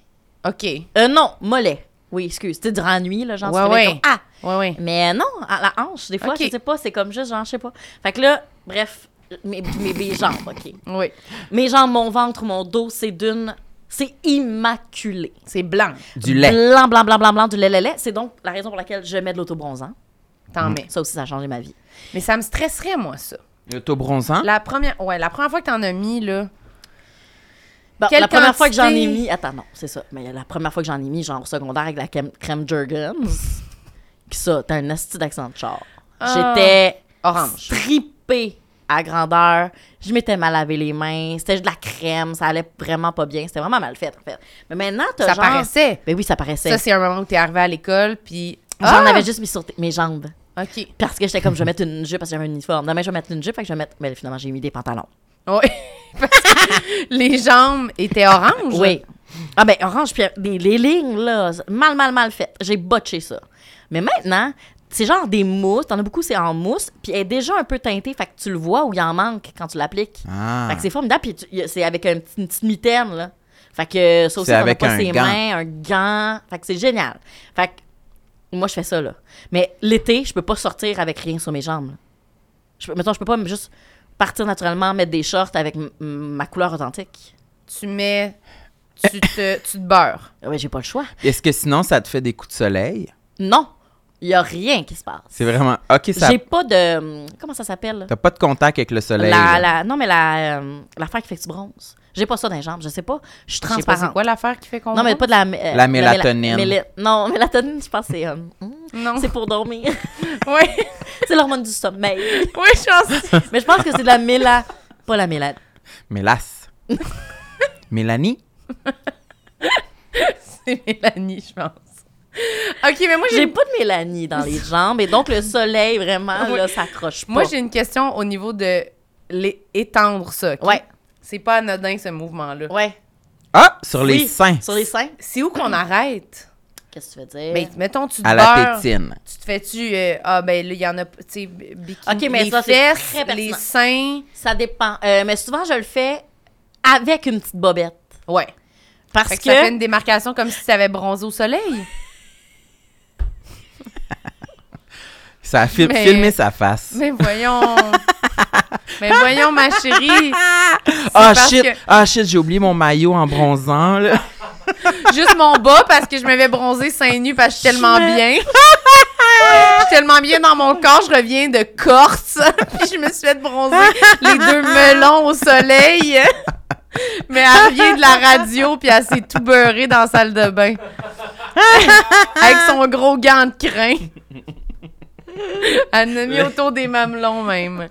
Speaker 3: OK. Ouais,
Speaker 4: Euh, non, mollet. Oui, excuse. Tu sais, durant la nuit, là, genre, tu
Speaker 3: Ouais,
Speaker 4: te réveilles
Speaker 3: ouais.
Speaker 4: comme, Ah!
Speaker 3: ouais.
Speaker 4: Mais non, à la hanche, des fois,
Speaker 3: Ok.
Speaker 4: je sais pas, c'est comme juste, genre, je sais pas. Fait que là, bref, mes, mes, mes jambes, OK.
Speaker 3: Oui.
Speaker 4: Mes jambes, mon ventre, mon dos, c'est d'une. C'est immaculé.
Speaker 3: C'est blanc.
Speaker 2: Du lait.
Speaker 4: Blanc, blanc, blanc, blanc, blanc, du lait, lait, lait. C'est donc la raison pour laquelle je mets de l'autobronzant.
Speaker 3: T'en mets.
Speaker 4: Ça aussi, ça a changé ma vie.
Speaker 3: Mais ça me stresserait, moi, ça.
Speaker 2: L'autobronzant.
Speaker 3: La première, ouais, la première fois que t'en as mis, là.
Speaker 4: Bon,
Speaker 3: Quelle
Speaker 4: Bah, la première fois que j'en ai
Speaker 3: quantité?
Speaker 4: mis, attends, non, c'est ça. Mais la première fois que j'en ai mis, genre au secondaire avec la crème, crème Jergens, que ça, t'as un asti d'accent de char.
Speaker 3: Ah.
Speaker 4: J'étais
Speaker 3: Orange.
Speaker 4: tripée à grandeur. Je m'étais mal lavé les mains. C'était de la crème. Ça allait vraiment pas bien. C'était vraiment mal fait, en fait. Mais maintenant, t'as
Speaker 3: Ça
Speaker 4: genre...
Speaker 3: paraissait.
Speaker 4: Ben oui, ça paraissait.
Speaker 3: Ça, c'est un moment où t'es arrivé à l'école, puis.
Speaker 4: J'en
Speaker 3: Ah!
Speaker 4: avais juste mis sur t- mes jambes.
Speaker 3: OK.
Speaker 4: Parce que j'étais comme, je vais mettre une jupe parce que j'avais un uniforme. Demain, je vais mettre une jupe, fait que je vais mettre... Mais finalement, j'ai mis des pantalons.
Speaker 3: Oui. Parce que les jambes étaient oranges.
Speaker 4: Oui. Ah ben orange puis les, les lignes là, mal mal mal faites. J'ai botché ça. Mais maintenant, c'est genre des mousses, t'en as beaucoup c'est en mousse, puis elle est déjà un peu teintée, fait que tu le vois où il en manque quand tu l'appliques.
Speaker 2: Ah.
Speaker 4: Fait que c'est formidable puis tu- y a- c'est avec un petit- une petite mitaine là. Fait que euh, ça aussi
Speaker 2: C'est
Speaker 4: t'en as
Speaker 2: avec
Speaker 4: pas
Speaker 2: un
Speaker 4: ses
Speaker 2: gant.
Speaker 4: mains, un gant, fait que c'est génial. Fait que moi je fais ça là. Mais l'été, je peux pas sortir avec rien sur mes jambes. là. Je peux, mettons, je peux pas juste partir naturellement mettre des shorts avec m- m- ma couleur authentique.
Speaker 3: Tu mets. Tu te, tu te beurres.
Speaker 4: Ah Ouais, j'ai pas le choix.
Speaker 2: Est-ce que sinon, ça te fait des coups de soleil?
Speaker 4: Non, il y a rien qui se passe.
Speaker 2: C'est vraiment. OK, ça.
Speaker 4: J'ai pas de comment ça s'appelle là?
Speaker 2: T'as pas de contact avec le soleil.
Speaker 4: La,
Speaker 2: là.
Speaker 4: la- non mais la euh, l'affaire qui fait que tu bronzes. J'ai pas ça dans les jambes, je sais pas. Je
Speaker 3: Je sais
Speaker 4: suis
Speaker 3: pas
Speaker 4: transparente.
Speaker 3: c'est quoi l'affaire qui fait qu'on.
Speaker 4: non mais pas de la euh,
Speaker 2: La
Speaker 4: méla-
Speaker 2: mélatonine.
Speaker 4: méla- non, mélatonine, je pense que c'est euh, hmm,
Speaker 3: Non.
Speaker 4: c'est pour dormir.
Speaker 3: Oui,
Speaker 4: c'est l'hormone du sommeil.
Speaker 3: oui, je pense.
Speaker 4: mais je pense que c'est de la méla pas la méla-
Speaker 2: Mélasse. Mélanie?
Speaker 3: C'est Mélanie, je pense. OK, mais moi,
Speaker 4: J'ai
Speaker 3: j'ai
Speaker 4: pas de mélanie dans les jambes et donc le soleil vraiment
Speaker 3: Oui.
Speaker 4: là s'accroche pas.
Speaker 3: moi, j'ai une question au niveau de les... étendre ça. OK?
Speaker 4: Ouais.
Speaker 3: C'est pas anodin, ce mouvement-là.
Speaker 4: ouais.
Speaker 2: Ah! Sur les
Speaker 4: Oui,
Speaker 2: seins.
Speaker 4: Sur les seins.
Speaker 3: C'est où qu'on arrête?
Speaker 4: Qu'est-ce que tu veux dire
Speaker 3: Ben, mettons, tu te
Speaker 2: À la
Speaker 3: beurres,
Speaker 2: tétine.
Speaker 3: Tu te fais-tu... euh, ah, ben là, il y en a, tu sais, b- bikini,
Speaker 4: OK, mais
Speaker 3: les
Speaker 4: ça, c'est
Speaker 3: fesses,
Speaker 4: très
Speaker 3: les
Speaker 4: pertinent.
Speaker 3: seins.
Speaker 4: Ça dépend. Euh, mais souvent je le fais avec une petite bobette
Speaker 3: Ouais.
Speaker 4: parce
Speaker 3: Fait
Speaker 4: que,
Speaker 3: que, ça fait une démarcation comme si tu avais bronzé au soleil.
Speaker 2: Ça a fil-
Speaker 3: Mais-
Speaker 2: filmé sa face.
Speaker 3: Mais voyons. mais voyons, ma chérie. C'est
Speaker 2: Ah
Speaker 3: parce
Speaker 2: shit!
Speaker 3: que-
Speaker 2: Ah shit, j'ai oublié mon maillot en bronzant, là.
Speaker 3: Juste mon bas parce que je m'avais bronzé seins nus parce que je suis tellement
Speaker 4: Je me-
Speaker 3: bien. Je suis tellement bien dans mon corps, je reviens de Corse. Puis je me suis fait bronzer les deux melons au soleil. Mais elle revient de la radio, puis elle s'est tout beurrée dans la salle de bain. Avec son gros gant de crin. Elle en a mis autour des mamelons, même.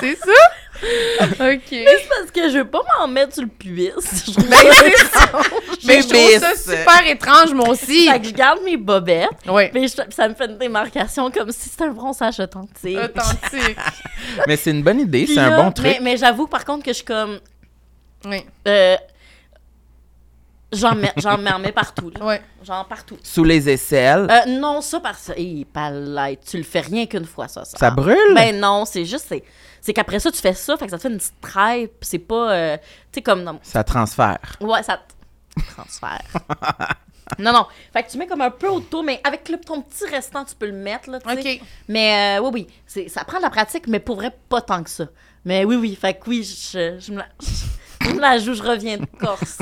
Speaker 3: C'est ça? OK.
Speaker 4: C'est parce que je veux pas m'en mettre sur le pubis. Je trouve
Speaker 3: Ben, c'est ça. Mais je
Speaker 2: Pubis.
Speaker 3: trouve ça super étrange, moi aussi.
Speaker 4: Fait que je garde mes bobettes,
Speaker 3: Oui.
Speaker 4: mais je- ça me fait une démarcation comme si c'était un bronzage authentique.
Speaker 3: Authentique.
Speaker 2: Mais c'est une bonne idée,
Speaker 4: Puis
Speaker 2: c'est un
Speaker 4: là,
Speaker 2: bon truc.
Speaker 4: Mais, mais j'avoue par contre que je suis comme
Speaker 3: Oui,
Speaker 4: euh, j'en mets j'en m'en mets partout. là.
Speaker 3: oui.
Speaker 4: Genre partout.
Speaker 2: Sous les aisselles,
Speaker 4: Euh, non, ça parce que hey, palette, tu le fais rien qu'une fois ça.
Speaker 2: ça brûle?
Speaker 4: Ben non, c'est juste c'est c'est qu'après ça tu fais ça, fait que ça te fait une petite traîne, puis c'est pas euh, tu sais comme non,
Speaker 2: Ça transfère.
Speaker 4: ouais, ça te transfère. non non, fait que tu mets comme un peu autour mais avec le- ton petit restant tu peux le mettre là, tu sais.
Speaker 3: OK.
Speaker 4: Mais euh, oui, oui, c'est- ça prend de la pratique, mais pour vrai, pas tant que ça. Mais oui, oui, fait que oui, je, je me, la, je me la joue, je reviens de Corse.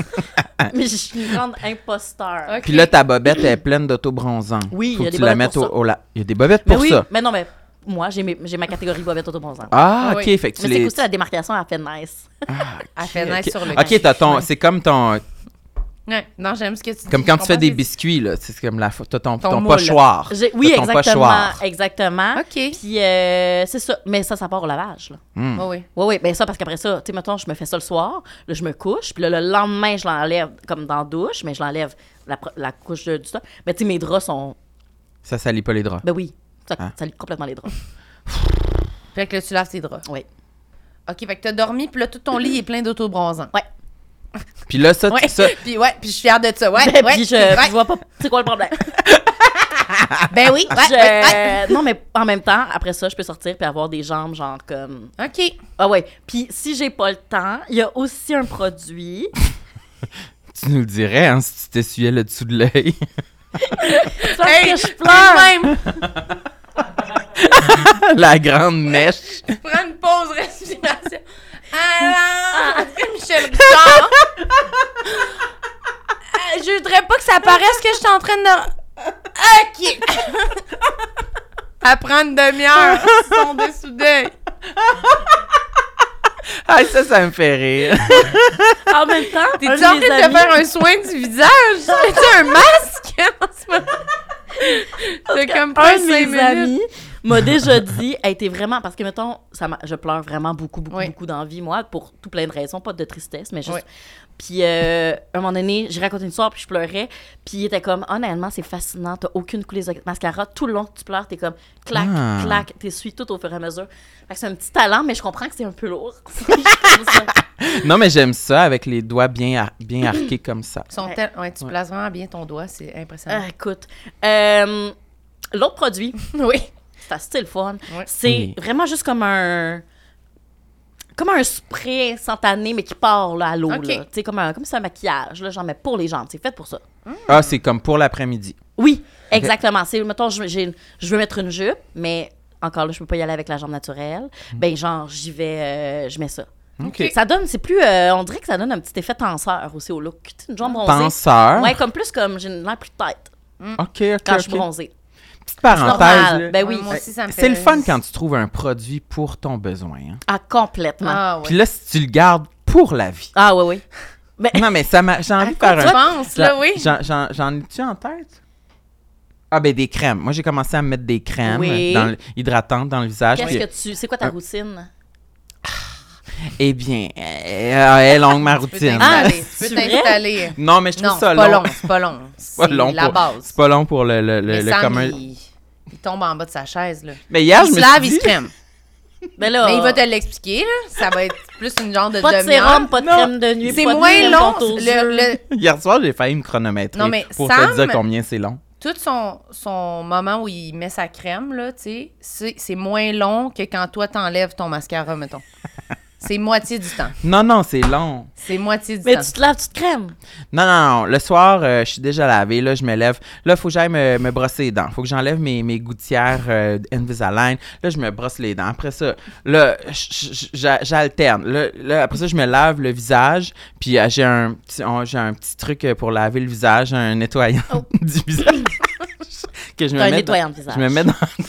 Speaker 4: mais je suis une grande imposteur.
Speaker 3: OK.
Speaker 2: Puis là, ta bobette est pleine d'autobronzant.
Speaker 4: Oui,
Speaker 2: Faut
Speaker 4: il y a
Speaker 2: que
Speaker 4: des
Speaker 2: tu la
Speaker 4: bobettes
Speaker 2: mettes
Speaker 4: pour
Speaker 2: au,
Speaker 4: ça.
Speaker 2: au la- Il y a des bobettes
Speaker 4: mais
Speaker 2: pour
Speaker 4: oui,
Speaker 2: ça.
Speaker 4: mais non, mais moi, j'ai mes- j'ai ma catégorie bobette autobronzante.
Speaker 2: Ah,
Speaker 3: Ah
Speaker 2: ok,
Speaker 3: oui.
Speaker 2: fait que tu
Speaker 4: mais c'est
Speaker 2: les.
Speaker 4: aussi la démarcation, elle fait nice.
Speaker 3: Elle fait
Speaker 2: Ok.
Speaker 3: naître sur le
Speaker 2: Ok, t'as ton, c'est comme ton,
Speaker 3: Ouais. Non, j'aime ce que tu dis.
Speaker 2: comme quand tu fais des
Speaker 3: biscuits.
Speaker 2: biscuits là, c'est comme la, fo- t'as ton,
Speaker 3: Ton
Speaker 2: ton
Speaker 3: moule.
Speaker 2: pochoir.
Speaker 4: J'ai- Oui,
Speaker 2: T'as ton
Speaker 4: exactement,
Speaker 2: pochoir.
Speaker 4: exactement.
Speaker 3: OK. Oui,
Speaker 4: Puis euh, c'est ça, mais ça, ça part au lavage, là.
Speaker 3: oui.
Speaker 4: Oui, oui, ben ça, parce qu'après ça, tu sais, mettons, je me fais ça le soir, là, je me couche, puis là, le lendemain, je l'enlève comme dans la douche, mais je l'enlève la, pro- la couche de- du top. Mais tu sais, mes draps sont.
Speaker 2: Ça salit pas les draps.
Speaker 4: Ben oui, ça,
Speaker 2: Hein?
Speaker 4: ça lit complètement les draps.
Speaker 3: Fait que là, tu laves tes draps.
Speaker 4: Oui.
Speaker 3: OK, fait que t'as dormi, puis là, tout ton lit est plein d'autobronzants.
Speaker 2: Puis là, ça,
Speaker 3: Ouais.
Speaker 2: ça,
Speaker 3: Puis ouais, puis je suis fière de ça. Ouais,
Speaker 4: Ben,
Speaker 3: ouais.
Speaker 4: puis je,
Speaker 3: c'est vrai.
Speaker 4: je vois pas. C'est quoi le problème?
Speaker 3: Ben oui, ouais,
Speaker 4: Je- euh,
Speaker 3: ouais,
Speaker 4: Non, mais en même temps, après ça, je peux sortir puis avoir des jambes, genre comme.
Speaker 3: ouais. OK.
Speaker 4: Ah ouais. Puis si j'ai pas le temps, il y a aussi un produit.
Speaker 2: tu nous le dirais hein, si tu t'essuyais le dessous de l'œil.
Speaker 4: Parce
Speaker 3: Hey,
Speaker 4: que je pleure.
Speaker 3: Même,
Speaker 2: la grande mèche.
Speaker 3: prends une pause respiration. Ah, Alors, après Michel Richard. Euh, je voudrais pas que ça paraisse que je suis en train de... OK. Elle prend une demi-heure, son dessous d'œil.
Speaker 2: Ah, ça, ça me fait rire.
Speaker 4: En même temps,
Speaker 3: T'es-tu
Speaker 4: un
Speaker 3: en
Speaker 4: de
Speaker 3: train de
Speaker 4: mes
Speaker 3: te
Speaker 4: amis-
Speaker 3: faire un soin du visage? T'as-tu un masque en ce moment? T'as comme pas
Speaker 4: un
Speaker 3: cinq
Speaker 4: de mes
Speaker 3: minutes.
Speaker 4: amis m'a déjà dit a été vraiment parce que mettons ça m'a- je pleure vraiment beaucoup beaucoup
Speaker 3: Oui.
Speaker 4: beaucoup d'envie moi pour tout plein de raisons pas de tristesse mais juste
Speaker 3: Oui.
Speaker 4: puis euh, à un moment donné j'ai raconté une histoire puis je pleurais puis il était comme honnêtement c'est fascinant t'as aucune coulée de mascara tout le long que tu pleures t'es comme clac
Speaker 2: Ah.
Speaker 4: clac t'essuies tout au fur et à mesure Fait que c'est un petit talent mais je comprends que c'est un peu lourd Je trouve ça-
Speaker 2: non, mais j'aime ça avec les doigts bien, ar- bien arqués comme ça.
Speaker 3: Sont
Speaker 4: Ouais.
Speaker 3: tel- ouais, tu places vraiment bien ton doigt, c'est impressionnant.
Speaker 4: Ah, écoute Euh, l'autre produit
Speaker 3: Ah, oui.
Speaker 4: c'est assez le fun.
Speaker 3: Ouais.
Speaker 4: C'est
Speaker 2: Oui.
Speaker 4: vraiment juste comme un comme un spray instantané mais qui part là, à l'eau
Speaker 3: Ok.
Speaker 4: là. Tu sais, comme un comme c'est un maquillage là, j'en mets pour les jambes, c'est fait pour ça.
Speaker 2: Ah, c'est comme pour l'après-midi.
Speaker 4: Oui, exactement, c'est mettons je, j'ai une- je veux mettre une jupe mais encore là je peux pas y aller avec la jambe naturelle. Ben genre j'y vais euh, je mets ça.
Speaker 2: Mm. OK.
Speaker 4: Ça donne c'est plus euh, on dirait que ça donne un petit effet tenseur aussi au look. Tu sais, Une jambe bronzée.
Speaker 2: Penseur.
Speaker 4: Ouais, comme plus comme j'ai une l'air plus tête
Speaker 2: OK, OK,
Speaker 4: quand je suis
Speaker 2: OK.
Speaker 4: bronzée.
Speaker 2: Petite
Speaker 4: C'est
Speaker 2: parenthèse. là.
Speaker 4: normal. Ben oui,
Speaker 3: Ouais, moi aussi, ça me fait
Speaker 2: C'est le fun
Speaker 3: rire.
Speaker 2: quand tu trouves un produit pour ton besoin. hein.
Speaker 4: ah complètement. Ah,
Speaker 3: Ah ouais.
Speaker 2: Puis là, si tu le gardes pour la vie.
Speaker 4: ouais Ben, oui.
Speaker 2: Non, mais ça m'a... j'ai envie de faire
Speaker 3: tu
Speaker 2: un.
Speaker 3: penses, là, oui?
Speaker 2: J'en, j'en- j'en ai-tu en tête? Ah, ben des crèmes. Moi, j'ai commencé à me mettre des crèmes
Speaker 4: Oui.
Speaker 2: dans le- hydratantes dans le visage.
Speaker 4: Qu'est-ce
Speaker 2: puis-
Speaker 4: que tu c'est quoi ta
Speaker 2: Un-
Speaker 4: routine
Speaker 2: Eh bien, euh, elle est longue ma
Speaker 3: Tu peux
Speaker 2: routine.
Speaker 3: t'installer. Tu
Speaker 4: c'est
Speaker 3: peux
Speaker 4: vrai?
Speaker 3: t'installer.
Speaker 2: Non, mais je trouve
Speaker 3: Non,
Speaker 2: ça
Speaker 3: c'est pas
Speaker 2: long.
Speaker 3: long, c'est pas long.
Speaker 2: pas
Speaker 3: C'est
Speaker 2: long
Speaker 3: la
Speaker 2: pour-
Speaker 3: base.
Speaker 2: C'est pas long pour le, le, le-
Speaker 3: Mais
Speaker 2: le
Speaker 3: Sam,
Speaker 2: commun.
Speaker 3: il, il tombe en bas de sa chaise, là.
Speaker 2: Mais hier,
Speaker 3: il
Speaker 2: je
Speaker 3: se
Speaker 2: me
Speaker 3: lave,
Speaker 2: suis
Speaker 3: il se
Speaker 2: dit-
Speaker 3: crème.
Speaker 4: Mais Ben là,
Speaker 3: Mais il va te l'expliquer, là. Ça va être plus une genre de
Speaker 4: pas de sérum,
Speaker 3: demi-heure.
Speaker 4: pas de
Speaker 2: Non.
Speaker 4: crème de nuit.
Speaker 3: C'est
Speaker 4: pas de
Speaker 3: moins
Speaker 4: crème
Speaker 3: long.
Speaker 4: contre aux
Speaker 3: Le,
Speaker 4: yeux.
Speaker 3: le-
Speaker 2: Hier soir, j'ai failli me chronométrer
Speaker 3: Non, mais
Speaker 2: pour
Speaker 3: Sam-
Speaker 2: te dire combien c'est long.
Speaker 3: tout son, son moment où il met sa crème, là, tu sais, c'est c'est moins long que quand toi t'enlèves ton mascara, mettons. C'est moitié du temps.
Speaker 2: Non, non, c'est long.
Speaker 3: C'est moitié du
Speaker 4: Mais
Speaker 3: temps.
Speaker 4: tu te laves, tu te crèmes.
Speaker 2: Non, non, non. Le soir, euh, je suis déjà lavée. Là, je me lève. Là, faut que j'aille me, me brosser les dents. faut que j'enlève mes, mes gouttières euh, Invisalign. Là, je me brosse les dents. Après ça, là, je- je- j'a- j'alterne. Là, là, après ça, je me lave le visage. Puis euh, j'ai un, petit- on- j'ai un petit truc euh, pour laver le visage, un nettoyant du visage. que je
Speaker 4: Oh. T'as un
Speaker 2: mets dans-
Speaker 4: nettoyant de visage.
Speaker 2: Je me mets dans.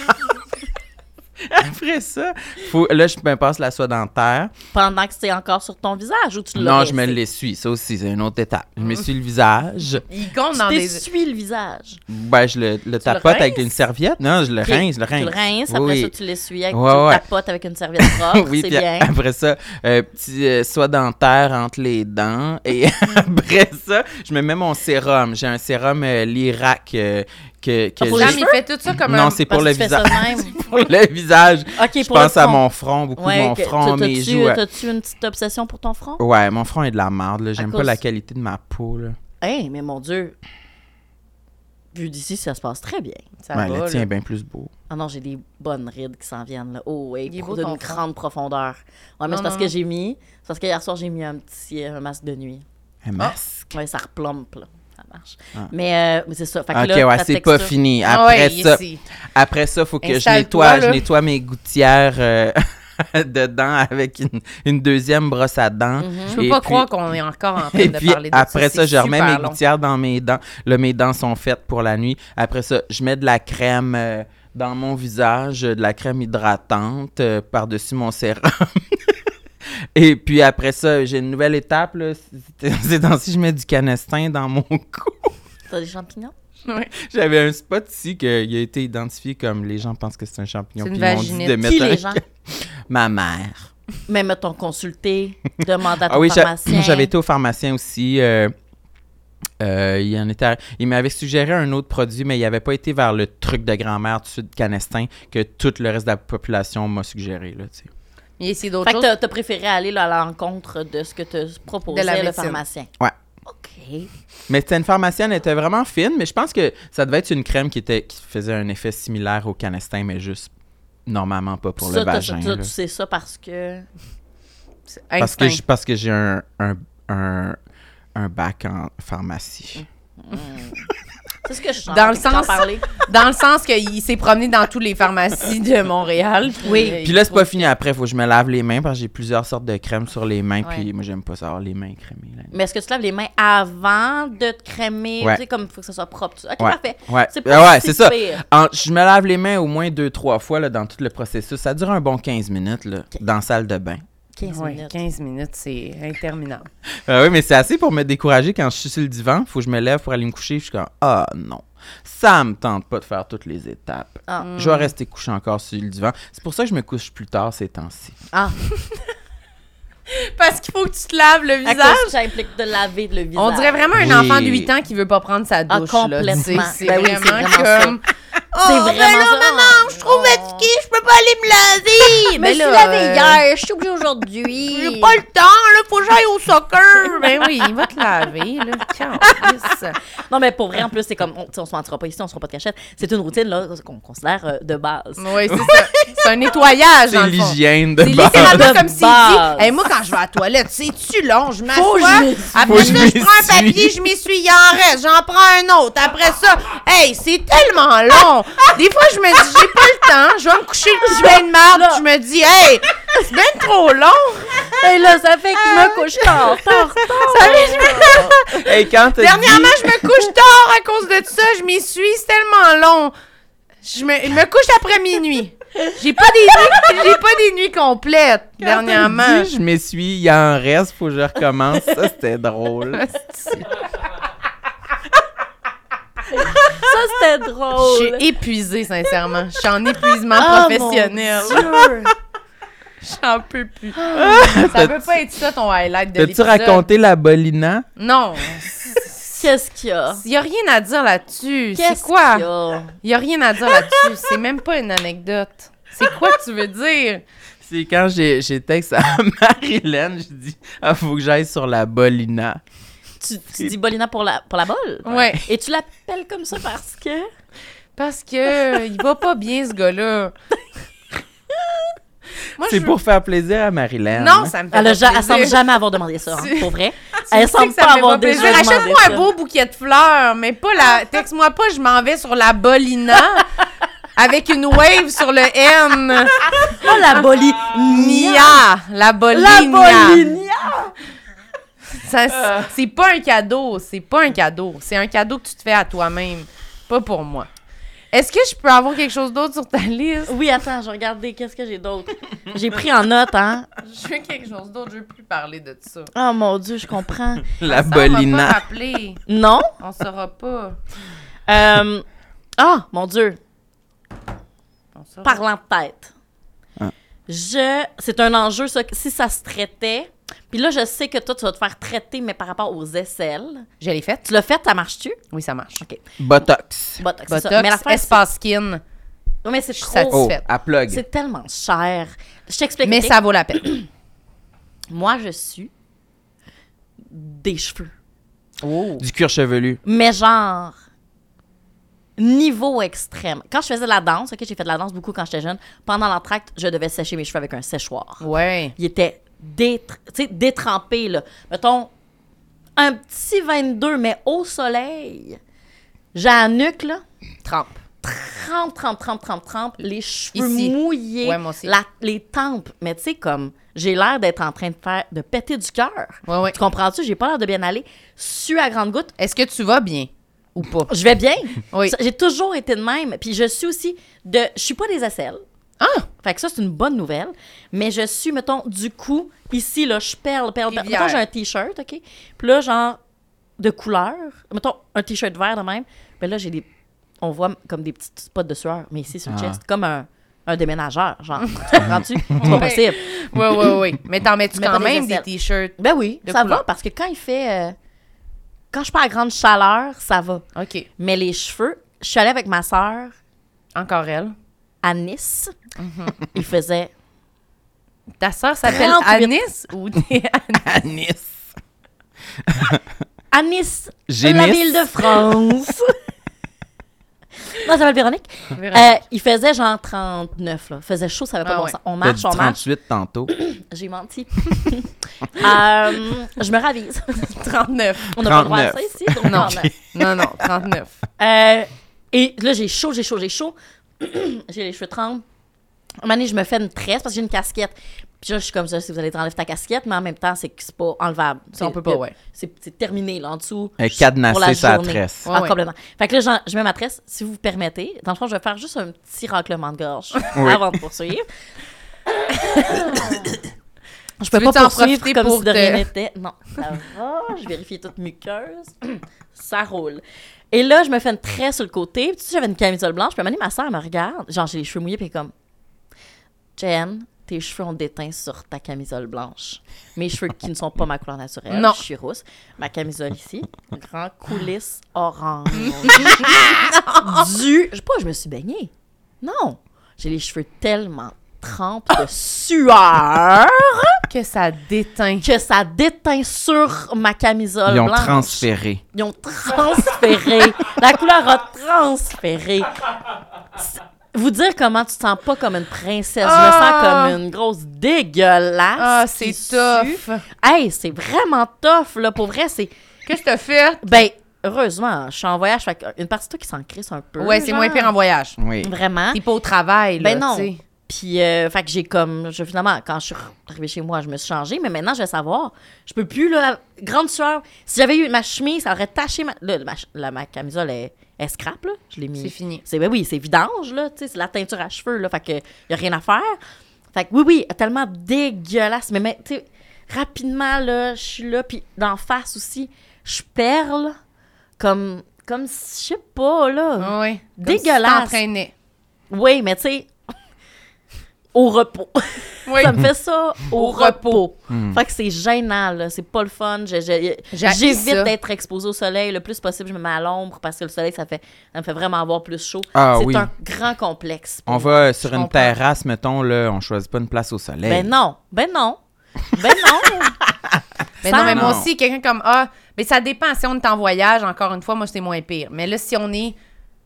Speaker 2: Après ça, faut, là, je me passe la soie dentaire.
Speaker 4: Pendant que c'est encore sur ton visage ou tu l'as.
Speaker 2: Non, je me
Speaker 4: laissé?
Speaker 2: l'essuie. Ça aussi, c'est une autre étape. Je m'essuie le visage.
Speaker 3: Il compte dans
Speaker 4: Tu
Speaker 3: des.
Speaker 4: t'essuies le visage.
Speaker 2: Ben, je le, le tapote avec
Speaker 4: rinces?
Speaker 2: une serviette. Non, je le rince, je le rince.
Speaker 4: Tu le rinces, après
Speaker 2: Oui.
Speaker 4: ça, tu l'essuies avec
Speaker 2: Ouais,
Speaker 4: tu le
Speaker 2: ouais.
Speaker 4: tapotes avec une serviette propre.
Speaker 2: oui,
Speaker 4: c'est
Speaker 2: puis
Speaker 4: bien.
Speaker 2: après ça, euh, petit euh, soie dentaire entre les dents. Et après ça, je me mets mon sérum. J'ai un sérum euh, Lirac euh, que, que
Speaker 4: Ah, pour
Speaker 2: j'ai-
Speaker 3: Sam,
Speaker 4: les
Speaker 3: il fait tout ça comme
Speaker 2: Non,
Speaker 3: un.
Speaker 2: c'est
Speaker 4: Parce
Speaker 2: pour
Speaker 4: que
Speaker 2: le
Speaker 4: tu fais ça de
Speaker 2: visage.
Speaker 4: même.
Speaker 2: pour le visage.
Speaker 4: OK,
Speaker 2: Je
Speaker 4: pour le
Speaker 2: pense à
Speaker 4: front.
Speaker 2: mon front, beaucoup
Speaker 4: Ouais,
Speaker 2: mon
Speaker 4: que-
Speaker 2: front,
Speaker 4: t'as-
Speaker 2: mes
Speaker 4: t'as-tu-
Speaker 2: joues. euh,
Speaker 4: T'as-tu une petite obsession pour ton front?
Speaker 2: Ouais, mon front est de la merde. là. J'aime pas
Speaker 4: cause-
Speaker 2: la qualité de ma peau. Là.
Speaker 4: Hey, mais mon Dieu. Vu d'ici, ça se passe très bien.
Speaker 3: Ça
Speaker 2: Ouais,
Speaker 3: va,
Speaker 2: le
Speaker 3: là.
Speaker 2: tien est bien plus beau.
Speaker 4: Ah non, j'ai des bonnes rides qui s'en viennent. Là. Oh, oui,
Speaker 3: Il est
Speaker 4: pour
Speaker 3: beau ton
Speaker 4: d'une
Speaker 3: front.
Speaker 4: grande profondeur. Ouais, mais
Speaker 3: Non,
Speaker 4: c'est parce
Speaker 3: non,
Speaker 4: que
Speaker 3: non.
Speaker 4: j'ai mis. C'est parce que hier soir, j'ai mis un petit euh, un masque de nuit.
Speaker 2: Un masque.
Speaker 4: Ouais, ça replompe, là. Ça marche. Mais, euh, mais c'est ça. Fait que
Speaker 2: Ah. ok,
Speaker 4: là,
Speaker 2: ouais,
Speaker 4: ta
Speaker 2: c'est pas
Speaker 4: texture-
Speaker 2: fini.
Speaker 3: Ah
Speaker 2: Après
Speaker 3: ouais,
Speaker 2: ça,
Speaker 3: ici.
Speaker 2: Après ça, faut que je
Speaker 3: Installe-toi,
Speaker 2: nettoie, je
Speaker 3: là.
Speaker 2: nettoie mes gouttières euh, dedans avec une, une deuxième brosse à dents.
Speaker 3: Je peux pas croire qu'on est encore en train
Speaker 2: Et
Speaker 3: de
Speaker 2: puis
Speaker 3: parler de
Speaker 2: après ça,
Speaker 3: c'est
Speaker 2: je remets
Speaker 3: super
Speaker 2: mes
Speaker 3: long.
Speaker 2: gouttières dans mes dents. Là, mes dents sont faites pour la nuit. Après ça, je mets de la crème euh, dans mon visage, euh, de la crème hydratante euh, par-dessus mon sérum. Et puis après ça, j'ai une nouvelle étape. là. C'est- C'est dans si je mets du canestin dans mon cou.
Speaker 4: T'as des champignons?
Speaker 2: J'avais un spot ici qui a été identifié comme les gens pensent que c'est un champignon.
Speaker 3: C'est une
Speaker 2: puis ils m'ont dit
Speaker 3: vaginite.
Speaker 2: de
Speaker 4: Qui
Speaker 2: mettre un-
Speaker 4: les gens?
Speaker 2: Ma mère.
Speaker 4: Même mettons consulter, demander à ton
Speaker 2: Ah oui, j'a-
Speaker 4: pharmacien.
Speaker 2: j'avais été au pharmacien aussi. euh, euh, il en était, il m'avait suggéré un autre produit, mais il n'avait pas été vers le truc de grand-mère du sud canestin que tout le reste de la population m'a suggéré. Là, tu sais.
Speaker 3: Mais c'est d'autres
Speaker 4: Fait que
Speaker 3: choses.
Speaker 4: t'as- t'as préféré aller là, à l'encontre de ce que te proposait
Speaker 3: De la
Speaker 4: le
Speaker 3: médecine.
Speaker 4: pharmacien.
Speaker 2: Ouais.
Speaker 4: OK.
Speaker 2: Mais c'était une pharmacienne, elle était vraiment fine, mais je pense que ça devait être une crème qui, était, qui faisait un effet similaire au canestin, mais juste normalement pas pour
Speaker 4: ça,
Speaker 2: le
Speaker 4: t'as-
Speaker 2: vagin.
Speaker 4: ça,
Speaker 2: là.
Speaker 4: tu sais ça parce que.
Speaker 3: C'est
Speaker 2: Parce que,
Speaker 3: instinct.
Speaker 2: j'ai- parce que j'ai un, un, un, un bac en
Speaker 4: Mm.
Speaker 2: pharmacie.
Speaker 4: C'est ce que je sens.
Speaker 3: Dans le
Speaker 4: t'écoutant
Speaker 3: sens-
Speaker 4: Parler.
Speaker 3: Dans le sens qu'il s'est promené dans toutes les pharmacies de Montréal. puis,
Speaker 4: Oui.
Speaker 3: euh,
Speaker 2: Puis là, c'est pas fini. Après, faut que je me lave les mains parce que j'ai plusieurs sortes de crèmes sur les mains.
Speaker 4: Ouais.
Speaker 2: Puis moi, j'aime pas savoir les mains crémées. là.
Speaker 4: Mais est-ce que tu te laves les mains avant de te crémer?
Speaker 2: Ouais.
Speaker 4: Tu sais, comme il faut que ça soit propre. tu- OK,
Speaker 2: Ouais.
Speaker 4: parfait.
Speaker 2: Ouais,
Speaker 4: C'est
Speaker 2: Ah
Speaker 4: pas
Speaker 2: ouais,
Speaker 4: si
Speaker 2: c'est ça.
Speaker 4: pire.
Speaker 2: En- je me lave les mains au moins deux, trois fois là, dans tout le processus. Ça dure un bon 15 minutes là, dans la salle de bain.
Speaker 4: 15
Speaker 3: ouais,
Speaker 4: minutes.
Speaker 3: 15 minutes, c'est interminable.
Speaker 2: Ah oui, mais c'est assez pour me décourager quand je suis sur le divan. Faut que je me lève pour aller me coucher. Je suis comme, ah non, ça me tente pas de faire toutes les étapes.
Speaker 4: Ah.
Speaker 2: Je vais rester couché encore sur le divan. C'est pour ça que je me couche plus tard ces temps-ci.
Speaker 4: Ah,
Speaker 3: Parce qu'il faut que tu te laves le
Speaker 4: à
Speaker 3: visage.
Speaker 4: cause que ça implique de laver le visage.
Speaker 3: On dirait vraiment un
Speaker 2: Oui.
Speaker 3: enfant de 8 ans qui veut pas prendre sa
Speaker 4: Ah,
Speaker 3: douche. là.
Speaker 4: complètement.
Speaker 3: Tu sais, C'est
Speaker 4: Ben oui, c'est
Speaker 3: vraiment
Speaker 4: vraiment
Speaker 3: comme.
Speaker 4: C'est vraiment ça. ben je trouve fatiguée, je peux pas aller me
Speaker 3: Mais
Speaker 4: laver. Ben Mais je me suis
Speaker 3: là,
Speaker 4: lavée
Speaker 3: euh,
Speaker 4: hier, je suis obligée aujourd'hui.
Speaker 3: J'ai pas Ah, le temps, là, faut que j'aille au soccer. ben oui, il va te laver, là. Calisse.
Speaker 4: Non, mais pour vrai, en plus, c'est comme, on, tu sais, on se mentira pas ici, on se fera pas de cachette. C'est une routine, là, qu'on considère euh, de base.
Speaker 3: Oui, c'est ça. C'est un nettoyage, dans
Speaker 2: C'est
Speaker 3: le fond.
Speaker 2: l'hygiène de
Speaker 3: C'est
Speaker 2: base.
Speaker 3: littéralement
Speaker 4: De
Speaker 3: comme s'il
Speaker 4: base.
Speaker 3: dit hey, Moi, quand je vais à la toilette, c'est-tu long? Je
Speaker 4: Faut
Speaker 3: m'assois.
Speaker 4: que je-
Speaker 2: faut que
Speaker 3: Après ça,
Speaker 2: je
Speaker 3: je prends un
Speaker 2: m'essuie.
Speaker 3: papier, je m'essuie, il en reste. J'en prends un autre. Après ça, hey, c'est tellement long. Des fois, je me dis J'ai pas le temps. Je vais me coucher le petit bain de marde. Je me dis Hey, c'est bien trop long.
Speaker 4: Et là, ça fait que je me couche tard, tard, tard.
Speaker 3: Ça fait- je me-
Speaker 2: Et quand t'as dit-
Speaker 3: Dernièrement, je me couche tard à cause de ça. Je m'essuie, c'est tellement long. Je me, je me couche après minuit. J'ai pas des nuits, j'ai pas des nuits complètes dernièrement.
Speaker 2: Dis, je m'essuie, il en reste, faut que je recommence. Ça, c'était drôle.
Speaker 4: Ça, c'était drôle.
Speaker 3: Je suis épuisée, sincèrement. Je suis en épuisement
Speaker 4: Ah, mon
Speaker 3: professionnel.
Speaker 4: Dieu.
Speaker 3: J'en peux plus.
Speaker 4: Ah.
Speaker 3: ça peut pas être ça ton highlight de
Speaker 2: T'as-tu
Speaker 3: l'épisode.
Speaker 2: raconté la bolina?
Speaker 3: Non.
Speaker 4: Qu'est-ce qu'il y a?
Speaker 3: Il y a rien à dire là-dessus. C'est
Speaker 4: Qu'est-ce
Speaker 3: quoi?
Speaker 4: qu'il y a?
Speaker 3: Il y a rien à dire là-dessus. C'est même pas une anecdote. C'est quoi que tu veux dire?
Speaker 2: C'est quand j'ai j'ai texte à Marilyn, je dis Ah, faut que j'aille sur la bolina.
Speaker 3: Ah,
Speaker 4: Tu, tu dis Bolina pour la, pour la bolle?
Speaker 3: Ouais.
Speaker 4: Et tu l'appelles comme ça parce que...
Speaker 3: Parce que il va pas bien ce gars-là. Moi,
Speaker 2: C'est
Speaker 3: je-
Speaker 2: pour hein? faire plaisir à Marilyn.
Speaker 3: Non, ça me fait
Speaker 4: Elle, a,
Speaker 3: pas
Speaker 4: ja- elle
Speaker 3: plaisir.
Speaker 4: semble jamais avoir demandé ça, hein,
Speaker 3: Tu-
Speaker 4: pour vrai.
Speaker 3: Tu sais
Speaker 4: Elle semble
Speaker 3: que ça
Speaker 4: pas
Speaker 3: me fait
Speaker 4: avoir déjà
Speaker 3: plaisir.
Speaker 4: demandé
Speaker 3: Achète-moi
Speaker 4: ça.
Speaker 3: un beau bouquet de fleurs, mais pas la. Texte-moi pas, je m'en vais sur la Bolina avec une wave sur le N.
Speaker 4: Oh, la Bolina!
Speaker 3: Nia, la
Speaker 4: La
Speaker 3: Bolina.
Speaker 4: Bolina! Euh.
Speaker 3: Ça, c'est- C'est pas un cadeau, c'est pas un cadeau, c'est un cadeau que tu te fais à toi-même, pas pour moi. Est-ce que je peux avoir quelque chose d'autre sur ta liste?
Speaker 4: Oui, attends, je regardais, qu'est-ce que j'ai d'autre? J'ai pris en note, hein?
Speaker 3: Je veux quelque chose d'autre, je veux plus parler de ça.
Speaker 4: Oh mon Dieu, je comprends.
Speaker 2: La
Speaker 3: Ça, on va pas
Speaker 2: bolina.
Speaker 3: rappeler.
Speaker 4: Non?
Speaker 3: On saura pas.
Speaker 4: Euh, Ah, mon Dieu,
Speaker 3: On saura-
Speaker 4: parlant de tête.
Speaker 2: Ah.
Speaker 4: Je... C'est un enjeu, ça, que si ça se traitait... Puis là, je sais que toi, tu vas te faire traiter, mais par rapport aux aisselles.
Speaker 3: Je l'ai faite.
Speaker 4: Tu l'as fait, ça marche-tu?
Speaker 3: Oui, ça marche.
Speaker 2: Botox.
Speaker 4: Botox, c'est ça.
Speaker 3: Botox,
Speaker 4: Mais l'affaire, c'est-
Speaker 3: espace skin.
Speaker 4: Non, mais c'est
Speaker 3: suis
Speaker 4: trop...
Speaker 3: satisfaite.
Speaker 2: Oh,
Speaker 3: Fait.
Speaker 2: à plug.
Speaker 4: C'est tellement cher. Je t'explique.
Speaker 3: Mais
Speaker 4: ok?
Speaker 3: ça vaut la peine.
Speaker 4: Moi, je suis des cheveux.
Speaker 3: oh.
Speaker 2: Du cuir chevelu.
Speaker 4: Mais genre, niveau extrême. Quand je faisais de la danse, OK, j'ai fait de la danse beaucoup quand j'étais jeune, pendant l'entracte, je devais sécher mes cheveux avec un séchoir.
Speaker 3: Ouais.
Speaker 4: Il était détre- tu sais, détrempé, là. Mettons, un petit 22, mais au soleil. J'ai la nuque, là.
Speaker 3: Trempe.
Speaker 4: trempe, trempe, trempe, trempe, trempe, les cheveux
Speaker 3: Ici.
Speaker 4: mouillés,
Speaker 3: Ouais, moi aussi.
Speaker 4: la- les tempes. Mais tu sais, comme, j'ai l'air d'être en train de faire, de péter du cœur.
Speaker 3: Ouais, ouais.
Speaker 4: Tu comprends-tu? J'ai pas l'air de bien aller. Su à grande goutte,
Speaker 3: Est-ce que tu vas bien ou pas?
Speaker 4: je vais bien.
Speaker 3: Oui.
Speaker 4: Ça- J'ai toujours été de même. Puis je suis aussi de. Je suis pas des aisselles.
Speaker 3: Ah!
Speaker 4: Fait que ça, c'est une bonne nouvelle. Mais je suis, mettons, du coup, ici, là, je perle, perle, perle.
Speaker 3: Rivière.
Speaker 4: Mettons, j'ai un T-shirt, OK? Puis là, genre, de couleur. Mettons, un T-shirt vert de même. Mais là, j'ai des... On voit comme des petits spots de sueur. Mais ici, sur le
Speaker 2: Ah.
Speaker 4: chest, comme un, un déménageur, genre. Tu comprends-tu? c'est pas
Speaker 3: Ouais.
Speaker 4: possible.
Speaker 3: Oui, oui, oui. Mais t'en mets-tu
Speaker 4: Mais
Speaker 3: quand
Speaker 4: pas des
Speaker 3: même des
Speaker 4: aisselles.
Speaker 3: t-shirts?
Speaker 4: Ben oui,
Speaker 3: De
Speaker 4: ça
Speaker 3: couleur.
Speaker 4: va. Parce que quand il fait... euh, Quand je suis pas à grande chaleur, ça va.
Speaker 3: OK.
Speaker 4: Mais les cheveux... Je suis allée avec ma sœur
Speaker 3: Encore elle.
Speaker 4: à Nice.
Speaker 3: Mhm.
Speaker 4: Il faisait
Speaker 3: Ta sœur s'appelle
Speaker 4: 38.
Speaker 3: Anis ou t'es Anis?
Speaker 2: À Nice.
Speaker 4: à Nice,
Speaker 2: J'ai
Speaker 4: la
Speaker 2: Nice.
Speaker 4: ville de France. non, ça s'appelle Véronique.
Speaker 3: Véronique.
Speaker 4: Euh, il faisait genre 39, là. faisait chaud, ça avait pas
Speaker 3: Ah
Speaker 4: bon
Speaker 3: ouais.
Speaker 4: sens. On
Speaker 2: T'as
Speaker 4: marche,
Speaker 2: dit
Speaker 4: on marche.
Speaker 2: 38 tantôt.
Speaker 4: J'ai menti. Euh, je me ravise.
Speaker 3: 39.
Speaker 4: On n'a pas le droit à
Speaker 2: 39.
Speaker 4: ça ici, donc
Speaker 3: Non.
Speaker 4: 39.
Speaker 3: Non, non, 39.
Speaker 4: Euh, et là, j'ai chaud, j'ai chaud, j'ai chaud. j'ai les cheveux tremblent. Un moment donné, je me fais une tresse parce que j'ai une casquette. Puis là, je suis comme ça, si vous allez t'enlever ta casquette, mais en même temps, c'est que c'est pas enlevable.
Speaker 3: Ça, on
Speaker 4: C'est-
Speaker 3: peut pas, ouais.
Speaker 4: C'est c'est terminé, là, en dessous.
Speaker 2: Un
Speaker 4: Juste pour la
Speaker 2: cadenassé sa
Speaker 4: journée.
Speaker 2: tresse.
Speaker 3: Ouais,
Speaker 4: Ah,
Speaker 3: ouais.
Speaker 4: complètement. Fait que là, j'en- je mets ma tresse, si vous permettez. Dans le fond, je vais faire juste un petit raclement de gorge
Speaker 2: Oui.
Speaker 4: avant de poursuivre. je
Speaker 3: Tu
Speaker 4: peux pas
Speaker 3: veux-tu en
Speaker 4: poursuivre
Speaker 3: profiter
Speaker 4: comme
Speaker 3: pour
Speaker 4: si de rien
Speaker 3: te-
Speaker 4: n'était. Non, ça va. Je vérifie toute muqueuse. ça roule. Et là, je me fais une tresse sur le côté. Puis, tu sais, j'avais une camisole blanche. Puis, à un moment donné, ma soeur me regarde. Genre, j'ai les cheveux mouillés. Puis, elle est comme, Jen, tes cheveux ont déteint sur ta camisole blanche. Mes cheveux qui ne sont pas ma couleur naturelle.
Speaker 3: Non.
Speaker 4: Je suis rousse. Ma camisole ici, grand coulisse orange. du. Je sais pas, je me suis baignée. Non. J'ai les cheveux tellement trempes de sueur
Speaker 3: Que ça déteint.
Speaker 4: que ça déteint sur ma camisole
Speaker 2: Ils ont
Speaker 4: blanche.
Speaker 2: transféré.
Speaker 4: Ils ont transféré. La couleur a transféré. C'est- Vous dire comment tu te sens pas comme une princesse.
Speaker 3: Ah!
Speaker 4: Je me sens comme une grosse dégueulasse.
Speaker 3: Ah, c'est
Speaker 4: qui sue.
Speaker 3: tough.
Speaker 4: Hey, c'est vraiment tough, là. Pour vrai, c'est.
Speaker 3: Qu'est-ce que t'as fait?
Speaker 4: Ben, heureusement, je suis en voyage. Fait une partie de toi qui s'en crisse un peu.
Speaker 3: Ouais, c'est
Speaker 4: genre.
Speaker 3: moins pire en voyage.
Speaker 2: Oui.
Speaker 4: Vraiment.
Speaker 3: T'es pas au travail, là.
Speaker 4: Ben non.
Speaker 3: tu sais.
Speaker 4: Puis, euh, fait que j'ai comme. Je, finalement, quand je suis arrivée chez moi, je me suis changée, mais maintenant, je vais savoir. Je peux plus, là. Grande sueur. Si j'avais eu ma chemise, ça aurait taché ma. Là, ma, ch- là, ma camisole, elle, elle scrape, là. Je l'ai mis.
Speaker 3: C'est fini.
Speaker 4: C'est, ben oui, c'est vidange, là. Tu sais, c'est la teinture à cheveux, là. Fait que y a rien à faire. Fait que oui, oui, tellement dégueulasse. Mais, mais, tu sais, rapidement, là, je suis là. Puis, d'en face aussi, je perle comme. Comme, si- je sais pas, là.
Speaker 3: Ah Ouais. Comme
Speaker 4: Dégueulasse.
Speaker 3: Si t'entraînais.
Speaker 4: Oui, mais tu sais, au repos.
Speaker 3: ouais, Oui.
Speaker 4: Ça me fait ça au
Speaker 3: Au
Speaker 4: repos.
Speaker 3: repos.
Speaker 2: Hmm.
Speaker 4: Fait que c'est gênant, là. C'est pas le fun. Je- je-
Speaker 3: J'haïs
Speaker 4: J'évite
Speaker 3: ça.
Speaker 4: d'être exposée au soleil. Le plus possible, je me mets à l'ombre parce que le soleil, ça, fait, ça me fait vraiment avoir plus chaud.
Speaker 2: Ah
Speaker 4: c'est
Speaker 2: oui.
Speaker 4: un grand complexe.
Speaker 2: On va sur
Speaker 3: Je
Speaker 2: une
Speaker 3: comprends.
Speaker 2: terrasse, mettons, là, on choisit pas une place au soleil.
Speaker 4: Ben non, ben non. Ben non.
Speaker 3: Mais
Speaker 4: Ça,
Speaker 3: non, mais moi
Speaker 2: non.
Speaker 3: aussi, quelqu'un comme Ah, mais ça dépend. Si on est en voyage, encore une fois, moi, c'est moins pire. Mais là, si on est,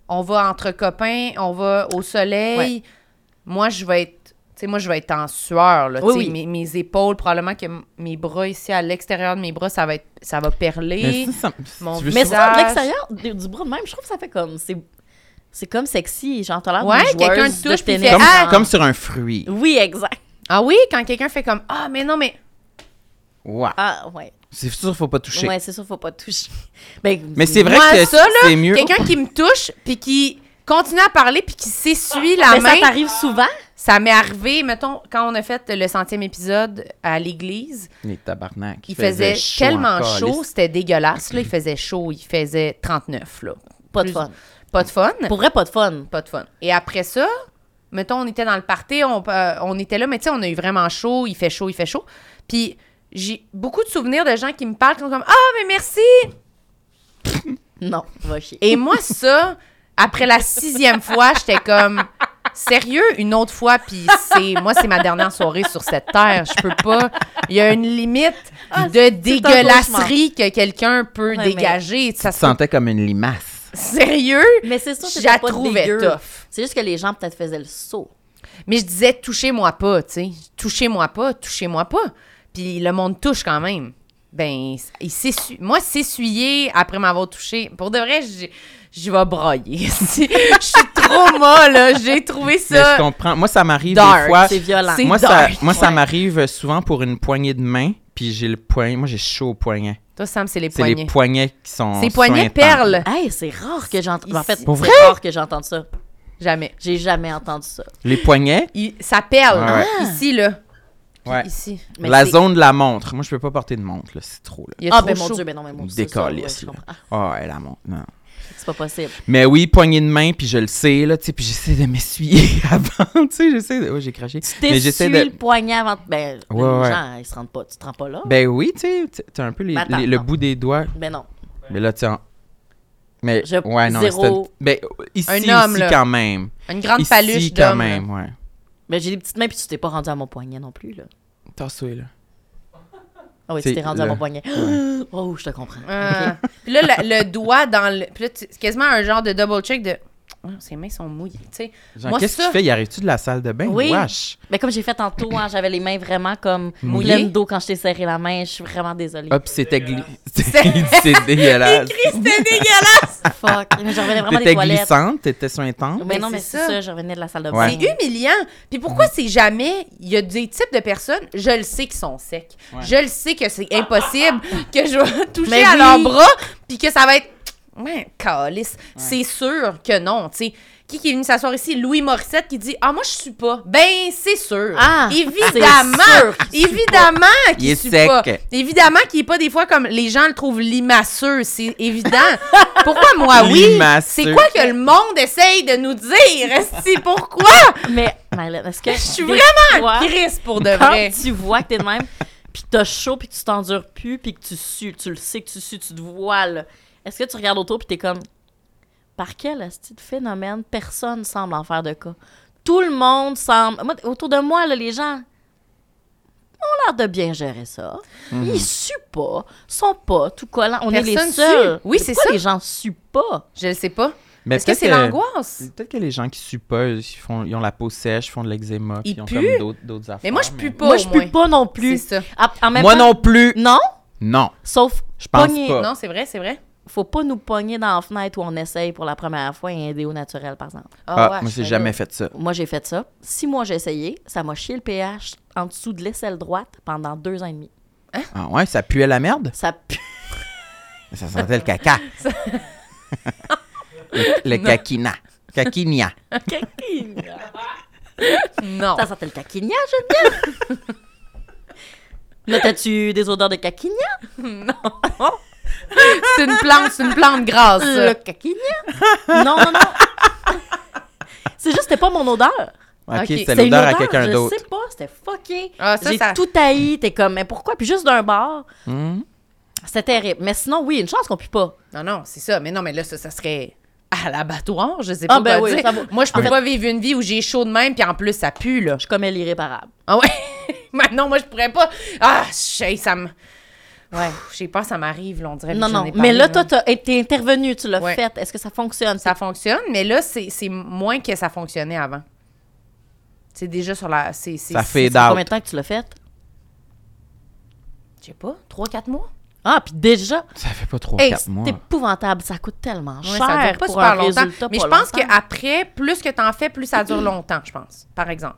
Speaker 3: on va entre copains, on va au soleil, moi, je vais être. Tu sais, moi, je vais être en sueur. Là, Tu
Speaker 4: Oui,
Speaker 3: sais,
Speaker 4: oui.
Speaker 3: Mes, mes épaules, probablement que m- mes bras ici, à l'extérieur de mes bras, ça va, être, ça va perler.
Speaker 2: Mais ça, ça-
Speaker 3: mon
Speaker 2: tu veux
Speaker 4: Mais
Speaker 2: ça-
Speaker 4: ça, de
Speaker 3: Visage.
Speaker 4: l'extérieur, du, du bras de même, je trouve que ça fait comme. C'est, c'est comme sexy. Genre, t'as l'air d'une
Speaker 3: Ouais,
Speaker 4: joueuse
Speaker 3: quelqu'un te
Speaker 4: de
Speaker 3: touche puis il
Speaker 4: tennis,
Speaker 3: fait,
Speaker 2: comme,
Speaker 3: Ah!
Speaker 4: genre.
Speaker 2: comme sur un fruit.
Speaker 4: Oui, exact.
Speaker 3: Ah oui, quand quelqu'un fait comme Ah, mais non, mais.
Speaker 2: Ouais.
Speaker 4: Ah, ouais.
Speaker 2: C'est sûr, faut pas toucher.
Speaker 4: Ouais, c'est sûr, faut pas toucher. Ben,
Speaker 2: Mais c'est vrai
Speaker 3: Moi,
Speaker 2: que
Speaker 3: ça, là,
Speaker 2: c'est mieux.
Speaker 3: Quelqu'un qui me touche, puis qui continue à parler, puis qui s'essuie la
Speaker 4: mais
Speaker 3: main.
Speaker 4: ça t'arrive souvent?
Speaker 3: Ça m'est arrivé, mettons, quand on a fait le centième épisode à l'église.
Speaker 2: Les tabarnak.
Speaker 3: Il faisait
Speaker 2: chaud
Speaker 3: tellement
Speaker 2: encore,
Speaker 3: chaud,
Speaker 2: les-
Speaker 3: c'était dégueulasse. Là, il faisait chaud, il faisait 39. Là.
Speaker 4: Pas de
Speaker 3: Plus-
Speaker 4: fun.
Speaker 3: Pas de fun.
Speaker 4: Pour vrai, pas de fun.
Speaker 3: Pas de fun. Et après ça, mettons, on était dans le party, on, euh, on était là, mais tu sais, on a eu vraiment chaud, il fait chaud, il fait chaud. Puis j'ai beaucoup de souvenirs de gens qui me parlent qui sont comme Ah, mais merci!
Speaker 4: Non, va chier.
Speaker 3: Et moi, ça, après la sixième fois, j'étais comme sérieux une autre fois puis c'est moi c'est ma dernière soirée sur cette terre je peux pas il y a une limite
Speaker 4: Ah,
Speaker 3: de dégueulasserie que quelqu'un peut
Speaker 4: Ouais, mais-
Speaker 3: dégager ça
Speaker 2: Tu
Speaker 3: se
Speaker 2: sentais comme une limace.
Speaker 3: sérieux
Speaker 4: mais c'est sûr,
Speaker 3: je
Speaker 4: c'est
Speaker 3: la
Speaker 4: pas
Speaker 3: trouvais
Speaker 4: dégueu.
Speaker 3: tough.
Speaker 4: C'est juste que les gens peut-être faisaient le saut.
Speaker 3: mais je disais touchez-moi pas tu sais touchez-moi pas touchez-moi pas puis le monde touche quand même ben il s'essuie moi s'essuyer après m'avoir touché pour de vrai j'ai- je vais brailler je suis trop molle là. j'ai trouvé
Speaker 2: Mais je
Speaker 3: ça
Speaker 2: comprends. Moi, ça m'arrive des
Speaker 3: dark,
Speaker 2: fois.
Speaker 4: C'est violent.
Speaker 3: C'est-
Speaker 2: Moi, ça,
Speaker 3: dark.
Speaker 2: moi, ça
Speaker 4: Ouais.
Speaker 2: m'arrive souvent pour une poignée de main, puis j'ai le poignet. Moi, j'ai chaud au poignet.
Speaker 3: toi Sam c'est les
Speaker 2: C'est
Speaker 3: poignets
Speaker 2: les poignets qui sont.
Speaker 3: c'est
Speaker 2: qui sont
Speaker 3: poignets
Speaker 2: intenses.
Speaker 3: perles
Speaker 4: Hey, c'est rare que j'entende. En fait,
Speaker 3: Ici.
Speaker 2: Pour
Speaker 4: c'est rare que j'entende ça.
Speaker 3: jamais
Speaker 4: J'ai jamais entendu ça.
Speaker 2: Les poignets.
Speaker 3: Il- ça perle
Speaker 2: Ah ouais.
Speaker 3: ici là.
Speaker 2: Ouais.
Speaker 3: Ici.
Speaker 4: Mais
Speaker 2: La
Speaker 4: c'est-
Speaker 2: zone de la montre. Moi, je peux pas porter de montre, là. C'est trop, là.
Speaker 3: Il y a
Speaker 4: Ah,
Speaker 3: trop
Speaker 4: ben mon
Speaker 3: chaud.
Speaker 4: Dieu, ben non, mais mon Dieu. c'est ça, ouais,
Speaker 2: Décalisse,
Speaker 4: je
Speaker 2: là.
Speaker 4: comprends.
Speaker 2: Ah, ouais, la montre. Non.
Speaker 4: C'est pas possible.
Speaker 2: Mais oui, poignée de main, puis je le sais, là, tu sais, puis j'essaie de m'essuyer avant, tu sais, j'essaie de... Oh, j'ai craché. Mais j'essaie
Speaker 4: T'essuies
Speaker 2: de...
Speaker 4: le poignet avant. Ben,
Speaker 2: Ouais,
Speaker 4: les
Speaker 2: ouais.
Speaker 4: gens, ils se rendent pas. Tu te rends pas là?
Speaker 2: Ben oui, tu sais, tu- t'as un peu les-
Speaker 4: Ben, attends,
Speaker 2: les- le
Speaker 4: non.
Speaker 2: bout des doigts.
Speaker 4: Ben non.
Speaker 2: Mais là, tiens... Mais,
Speaker 4: Je-
Speaker 2: ouais, non,
Speaker 4: zéro.
Speaker 2: c'est un- Ben, ici,
Speaker 3: Un homme,
Speaker 2: ici,
Speaker 3: là.
Speaker 2: quand même.
Speaker 3: Une grande
Speaker 2: ici,
Speaker 3: paluche
Speaker 2: quand
Speaker 3: d'homme.
Speaker 2: même, ouais.
Speaker 4: Mais Ben, j'ai des petites mains, puis tu t'es pas rendu à mon poignet non plus, là.
Speaker 2: T'as soué, là.
Speaker 4: Ah oui, tu
Speaker 2: C'est
Speaker 4: t'es rendu à
Speaker 2: le-
Speaker 4: mon poignet. Oh, je te comprends.
Speaker 3: Ah. Puis là, la- le doigt dans le. Puis là, tu- c'est quasiment un genre de double check de. Oh, ses mains sont mouillées, tu sais.
Speaker 2: Genre,
Speaker 3: Moi,
Speaker 2: qu'est-ce que
Speaker 3: ça-
Speaker 2: tu fais? Y arrives-tu de la salle de bain?
Speaker 4: Oui.
Speaker 2: Wesh!
Speaker 4: Mais comme j'ai fait tantôt, hein, j'avais les mains vraiment comme
Speaker 3: Mouillées.
Speaker 4: pleines d'eau quand je t'ai serré la main. Je suis vraiment désolée.
Speaker 2: Hop, c'était... gli- C'est dégueulasse.
Speaker 3: C'était dégueulasse!
Speaker 4: Fuck. Mais je revenais vraiment des
Speaker 2: T'étais
Speaker 4: toilettes.
Speaker 2: glissante, t'étais sur un temps.
Speaker 4: Mais
Speaker 3: Mais
Speaker 4: non, mais c'est
Speaker 3: c'est
Speaker 4: ça.
Speaker 3: ça.
Speaker 4: je revenais de la salle de bain.
Speaker 2: Ouais.
Speaker 3: C'est humiliant. Puis pourquoi c'est jamais. Il y a des types de personnes, je le sais qu'ils sont secs.
Speaker 2: Ouais.
Speaker 3: Je le sais que c'est impossible que je vais toucher
Speaker 4: Mais
Speaker 3: à
Speaker 4: oui.
Speaker 3: leurs bras, puis que ça va être. Ouais, calice. C'est sûr que non, tu sais. Qui, qui est venu s'asseoir ici? Louis Morissette qui dit Ah, moi, je suis pas. Ben, c'est sûr.
Speaker 4: Ah, c'est
Speaker 3: évidemment.
Speaker 4: sûr qu'il sue
Speaker 3: Évidemment qu'il
Speaker 2: Il est
Speaker 3: sue
Speaker 2: sec.
Speaker 3: pas. Évidemment qu'il est pas des fois comme les gens le trouvent limacieux. C'est évident. Pourquoi moi, Ah oui?
Speaker 2: Limacieux.
Speaker 3: C'est quoi que le monde essaye de nous dire? C'est pourquoi?
Speaker 4: Mais, Marilyn, est-ce que.
Speaker 3: Je suis
Speaker 4: des
Speaker 3: vraiment
Speaker 4: fois,
Speaker 3: Chris pour de
Speaker 4: Quand
Speaker 3: vrai.
Speaker 4: tu vois que t'es de même, puis que t'as chaud, puis que tu t'endures plus, puis que tu sues, tu le sais que tu sues, tu te vois, là. Est-ce que tu regardes autour, puis t'es comme. Par quel esti de phénomène personne semble en faire de cas? Tout le monde semble. Moi, autour de moi, là, les gens ont l'air de bien gérer ça.
Speaker 2: Mhm.
Speaker 4: Ils suent pas, sont pas tout collants. On est
Speaker 3: Personne
Speaker 4: les seuls.
Speaker 3: sue. Oui,
Speaker 4: Mais
Speaker 3: c'est
Speaker 4: pourquoi
Speaker 3: ça.
Speaker 4: les gens suent pas.
Speaker 3: Je le sais pas.
Speaker 2: Mais
Speaker 3: Est-ce que
Speaker 2: peut-être
Speaker 3: c'est l'angoisse?
Speaker 2: Peut-être que les gens qui suent pas, ils, font, ils ont la peau sèche, ils font de l'eczéma, puis
Speaker 3: Ils
Speaker 2: ils ont
Speaker 3: puent.
Speaker 2: comme d'autres, d'autres affaires.
Speaker 3: Mais moi, je pue pas.
Speaker 4: moi,
Speaker 3: au
Speaker 4: je pue
Speaker 3: moins.
Speaker 4: pas non
Speaker 3: C'est
Speaker 4: plus.
Speaker 3: ça.
Speaker 4: Ah, En même
Speaker 2: Moi
Speaker 4: temps-
Speaker 2: non plus.
Speaker 4: Non?
Speaker 2: Non.
Speaker 4: Sauf,
Speaker 2: Je pense
Speaker 4: Pogné,
Speaker 2: pas.
Speaker 3: Non, c'est vrai, c'est vrai.
Speaker 4: faut pas nous pogner dans la fenêtre où on essaye pour la première fois un déo naturel, par exemple.
Speaker 2: Ah,
Speaker 3: ouais,
Speaker 2: moi,
Speaker 3: je
Speaker 2: j'ai
Speaker 3: fais
Speaker 2: jamais
Speaker 3: là.
Speaker 2: fait ça.
Speaker 4: Moi, j'ai fait ça. Six mois, j'ai essayé. Ça m'a chié le pH en dessous de l'aisselle droite pendant deux ans et demi.
Speaker 2: Ah ouais, ça puait la merde.
Speaker 4: Ça pue.
Speaker 2: Ça sentait le caca. le le kakina. Kakinia.
Speaker 3: Non.
Speaker 4: Ça sentait le caquignat, Geneviève. Mais t'as-tu des odeurs de caquignat?
Speaker 3: C'est une plante, c'est une plante grasse. ça.
Speaker 4: Le caquignat? Non, non, non. C'est juste, c'était pas mon odeur.
Speaker 2: OK,
Speaker 3: Ok,
Speaker 2: c'est
Speaker 4: C'est une
Speaker 2: l'odeur à
Speaker 4: odeur,
Speaker 2: quelqu'un d'autre.
Speaker 4: Je sais pas, c'était fucké.
Speaker 3: Ah, ça,
Speaker 4: J'ai
Speaker 3: ça-
Speaker 4: tout haï, t'es comme, mais pourquoi? Puis juste d'un bar,
Speaker 2: Hmm.
Speaker 4: c'était terrible. Mais sinon, oui, une chance qu'on pue pas.
Speaker 3: Non, non, c'est ça. Mais non, mais là, ça, ça serait à l'abattoir, je sais pas
Speaker 4: Ah, ben
Speaker 3: quoi
Speaker 4: oui,
Speaker 3: dire.
Speaker 4: ça va.
Speaker 3: Moi, je peux
Speaker 4: En fait-
Speaker 3: pas vivre une vie où j'ai chaud de même, puis en plus, ça pue, là.
Speaker 4: Je commets l'irréparable.
Speaker 3: Ah ouais? Mais non, moi, je pourrais pas. Ah, shit, ça me...
Speaker 4: Ouais.
Speaker 3: Pff, J'ai peur, ça m'arrive, là, on dirait.
Speaker 4: Non,
Speaker 3: que j'en
Speaker 4: non.
Speaker 3: ai parlé,
Speaker 4: Mais là, toi, t'as- t'es intervenu, tu l'as
Speaker 3: hein. Ouais.
Speaker 4: fait. Est-ce que ça fonctionne?
Speaker 3: Ça fonctionne, mais là, c'est c'est moins que ça fonctionnait avant. C'est déjà sur la... c'est c'est-
Speaker 2: Ça
Speaker 3: c'est-
Speaker 2: fait
Speaker 4: Combien
Speaker 2: out.
Speaker 4: de temps que tu l'as fait?
Speaker 3: Je sais pas, 3-4 mois?
Speaker 4: Ah, puis déjà,
Speaker 2: Ça fait pas
Speaker 4: hey,
Speaker 2: 3-4
Speaker 4: c'est
Speaker 2: mois.
Speaker 4: épouvantable. Ça coûte tellement
Speaker 3: Ouais,
Speaker 4: cher
Speaker 3: ça dure pas
Speaker 4: pour
Speaker 3: super
Speaker 4: un
Speaker 3: longtemps.
Speaker 4: résultat
Speaker 3: Mais
Speaker 4: pas
Speaker 3: je pense
Speaker 4: longtemps.
Speaker 3: qu'après, plus que t'en fais, plus ça dure longtemps, je pense. Par exemple.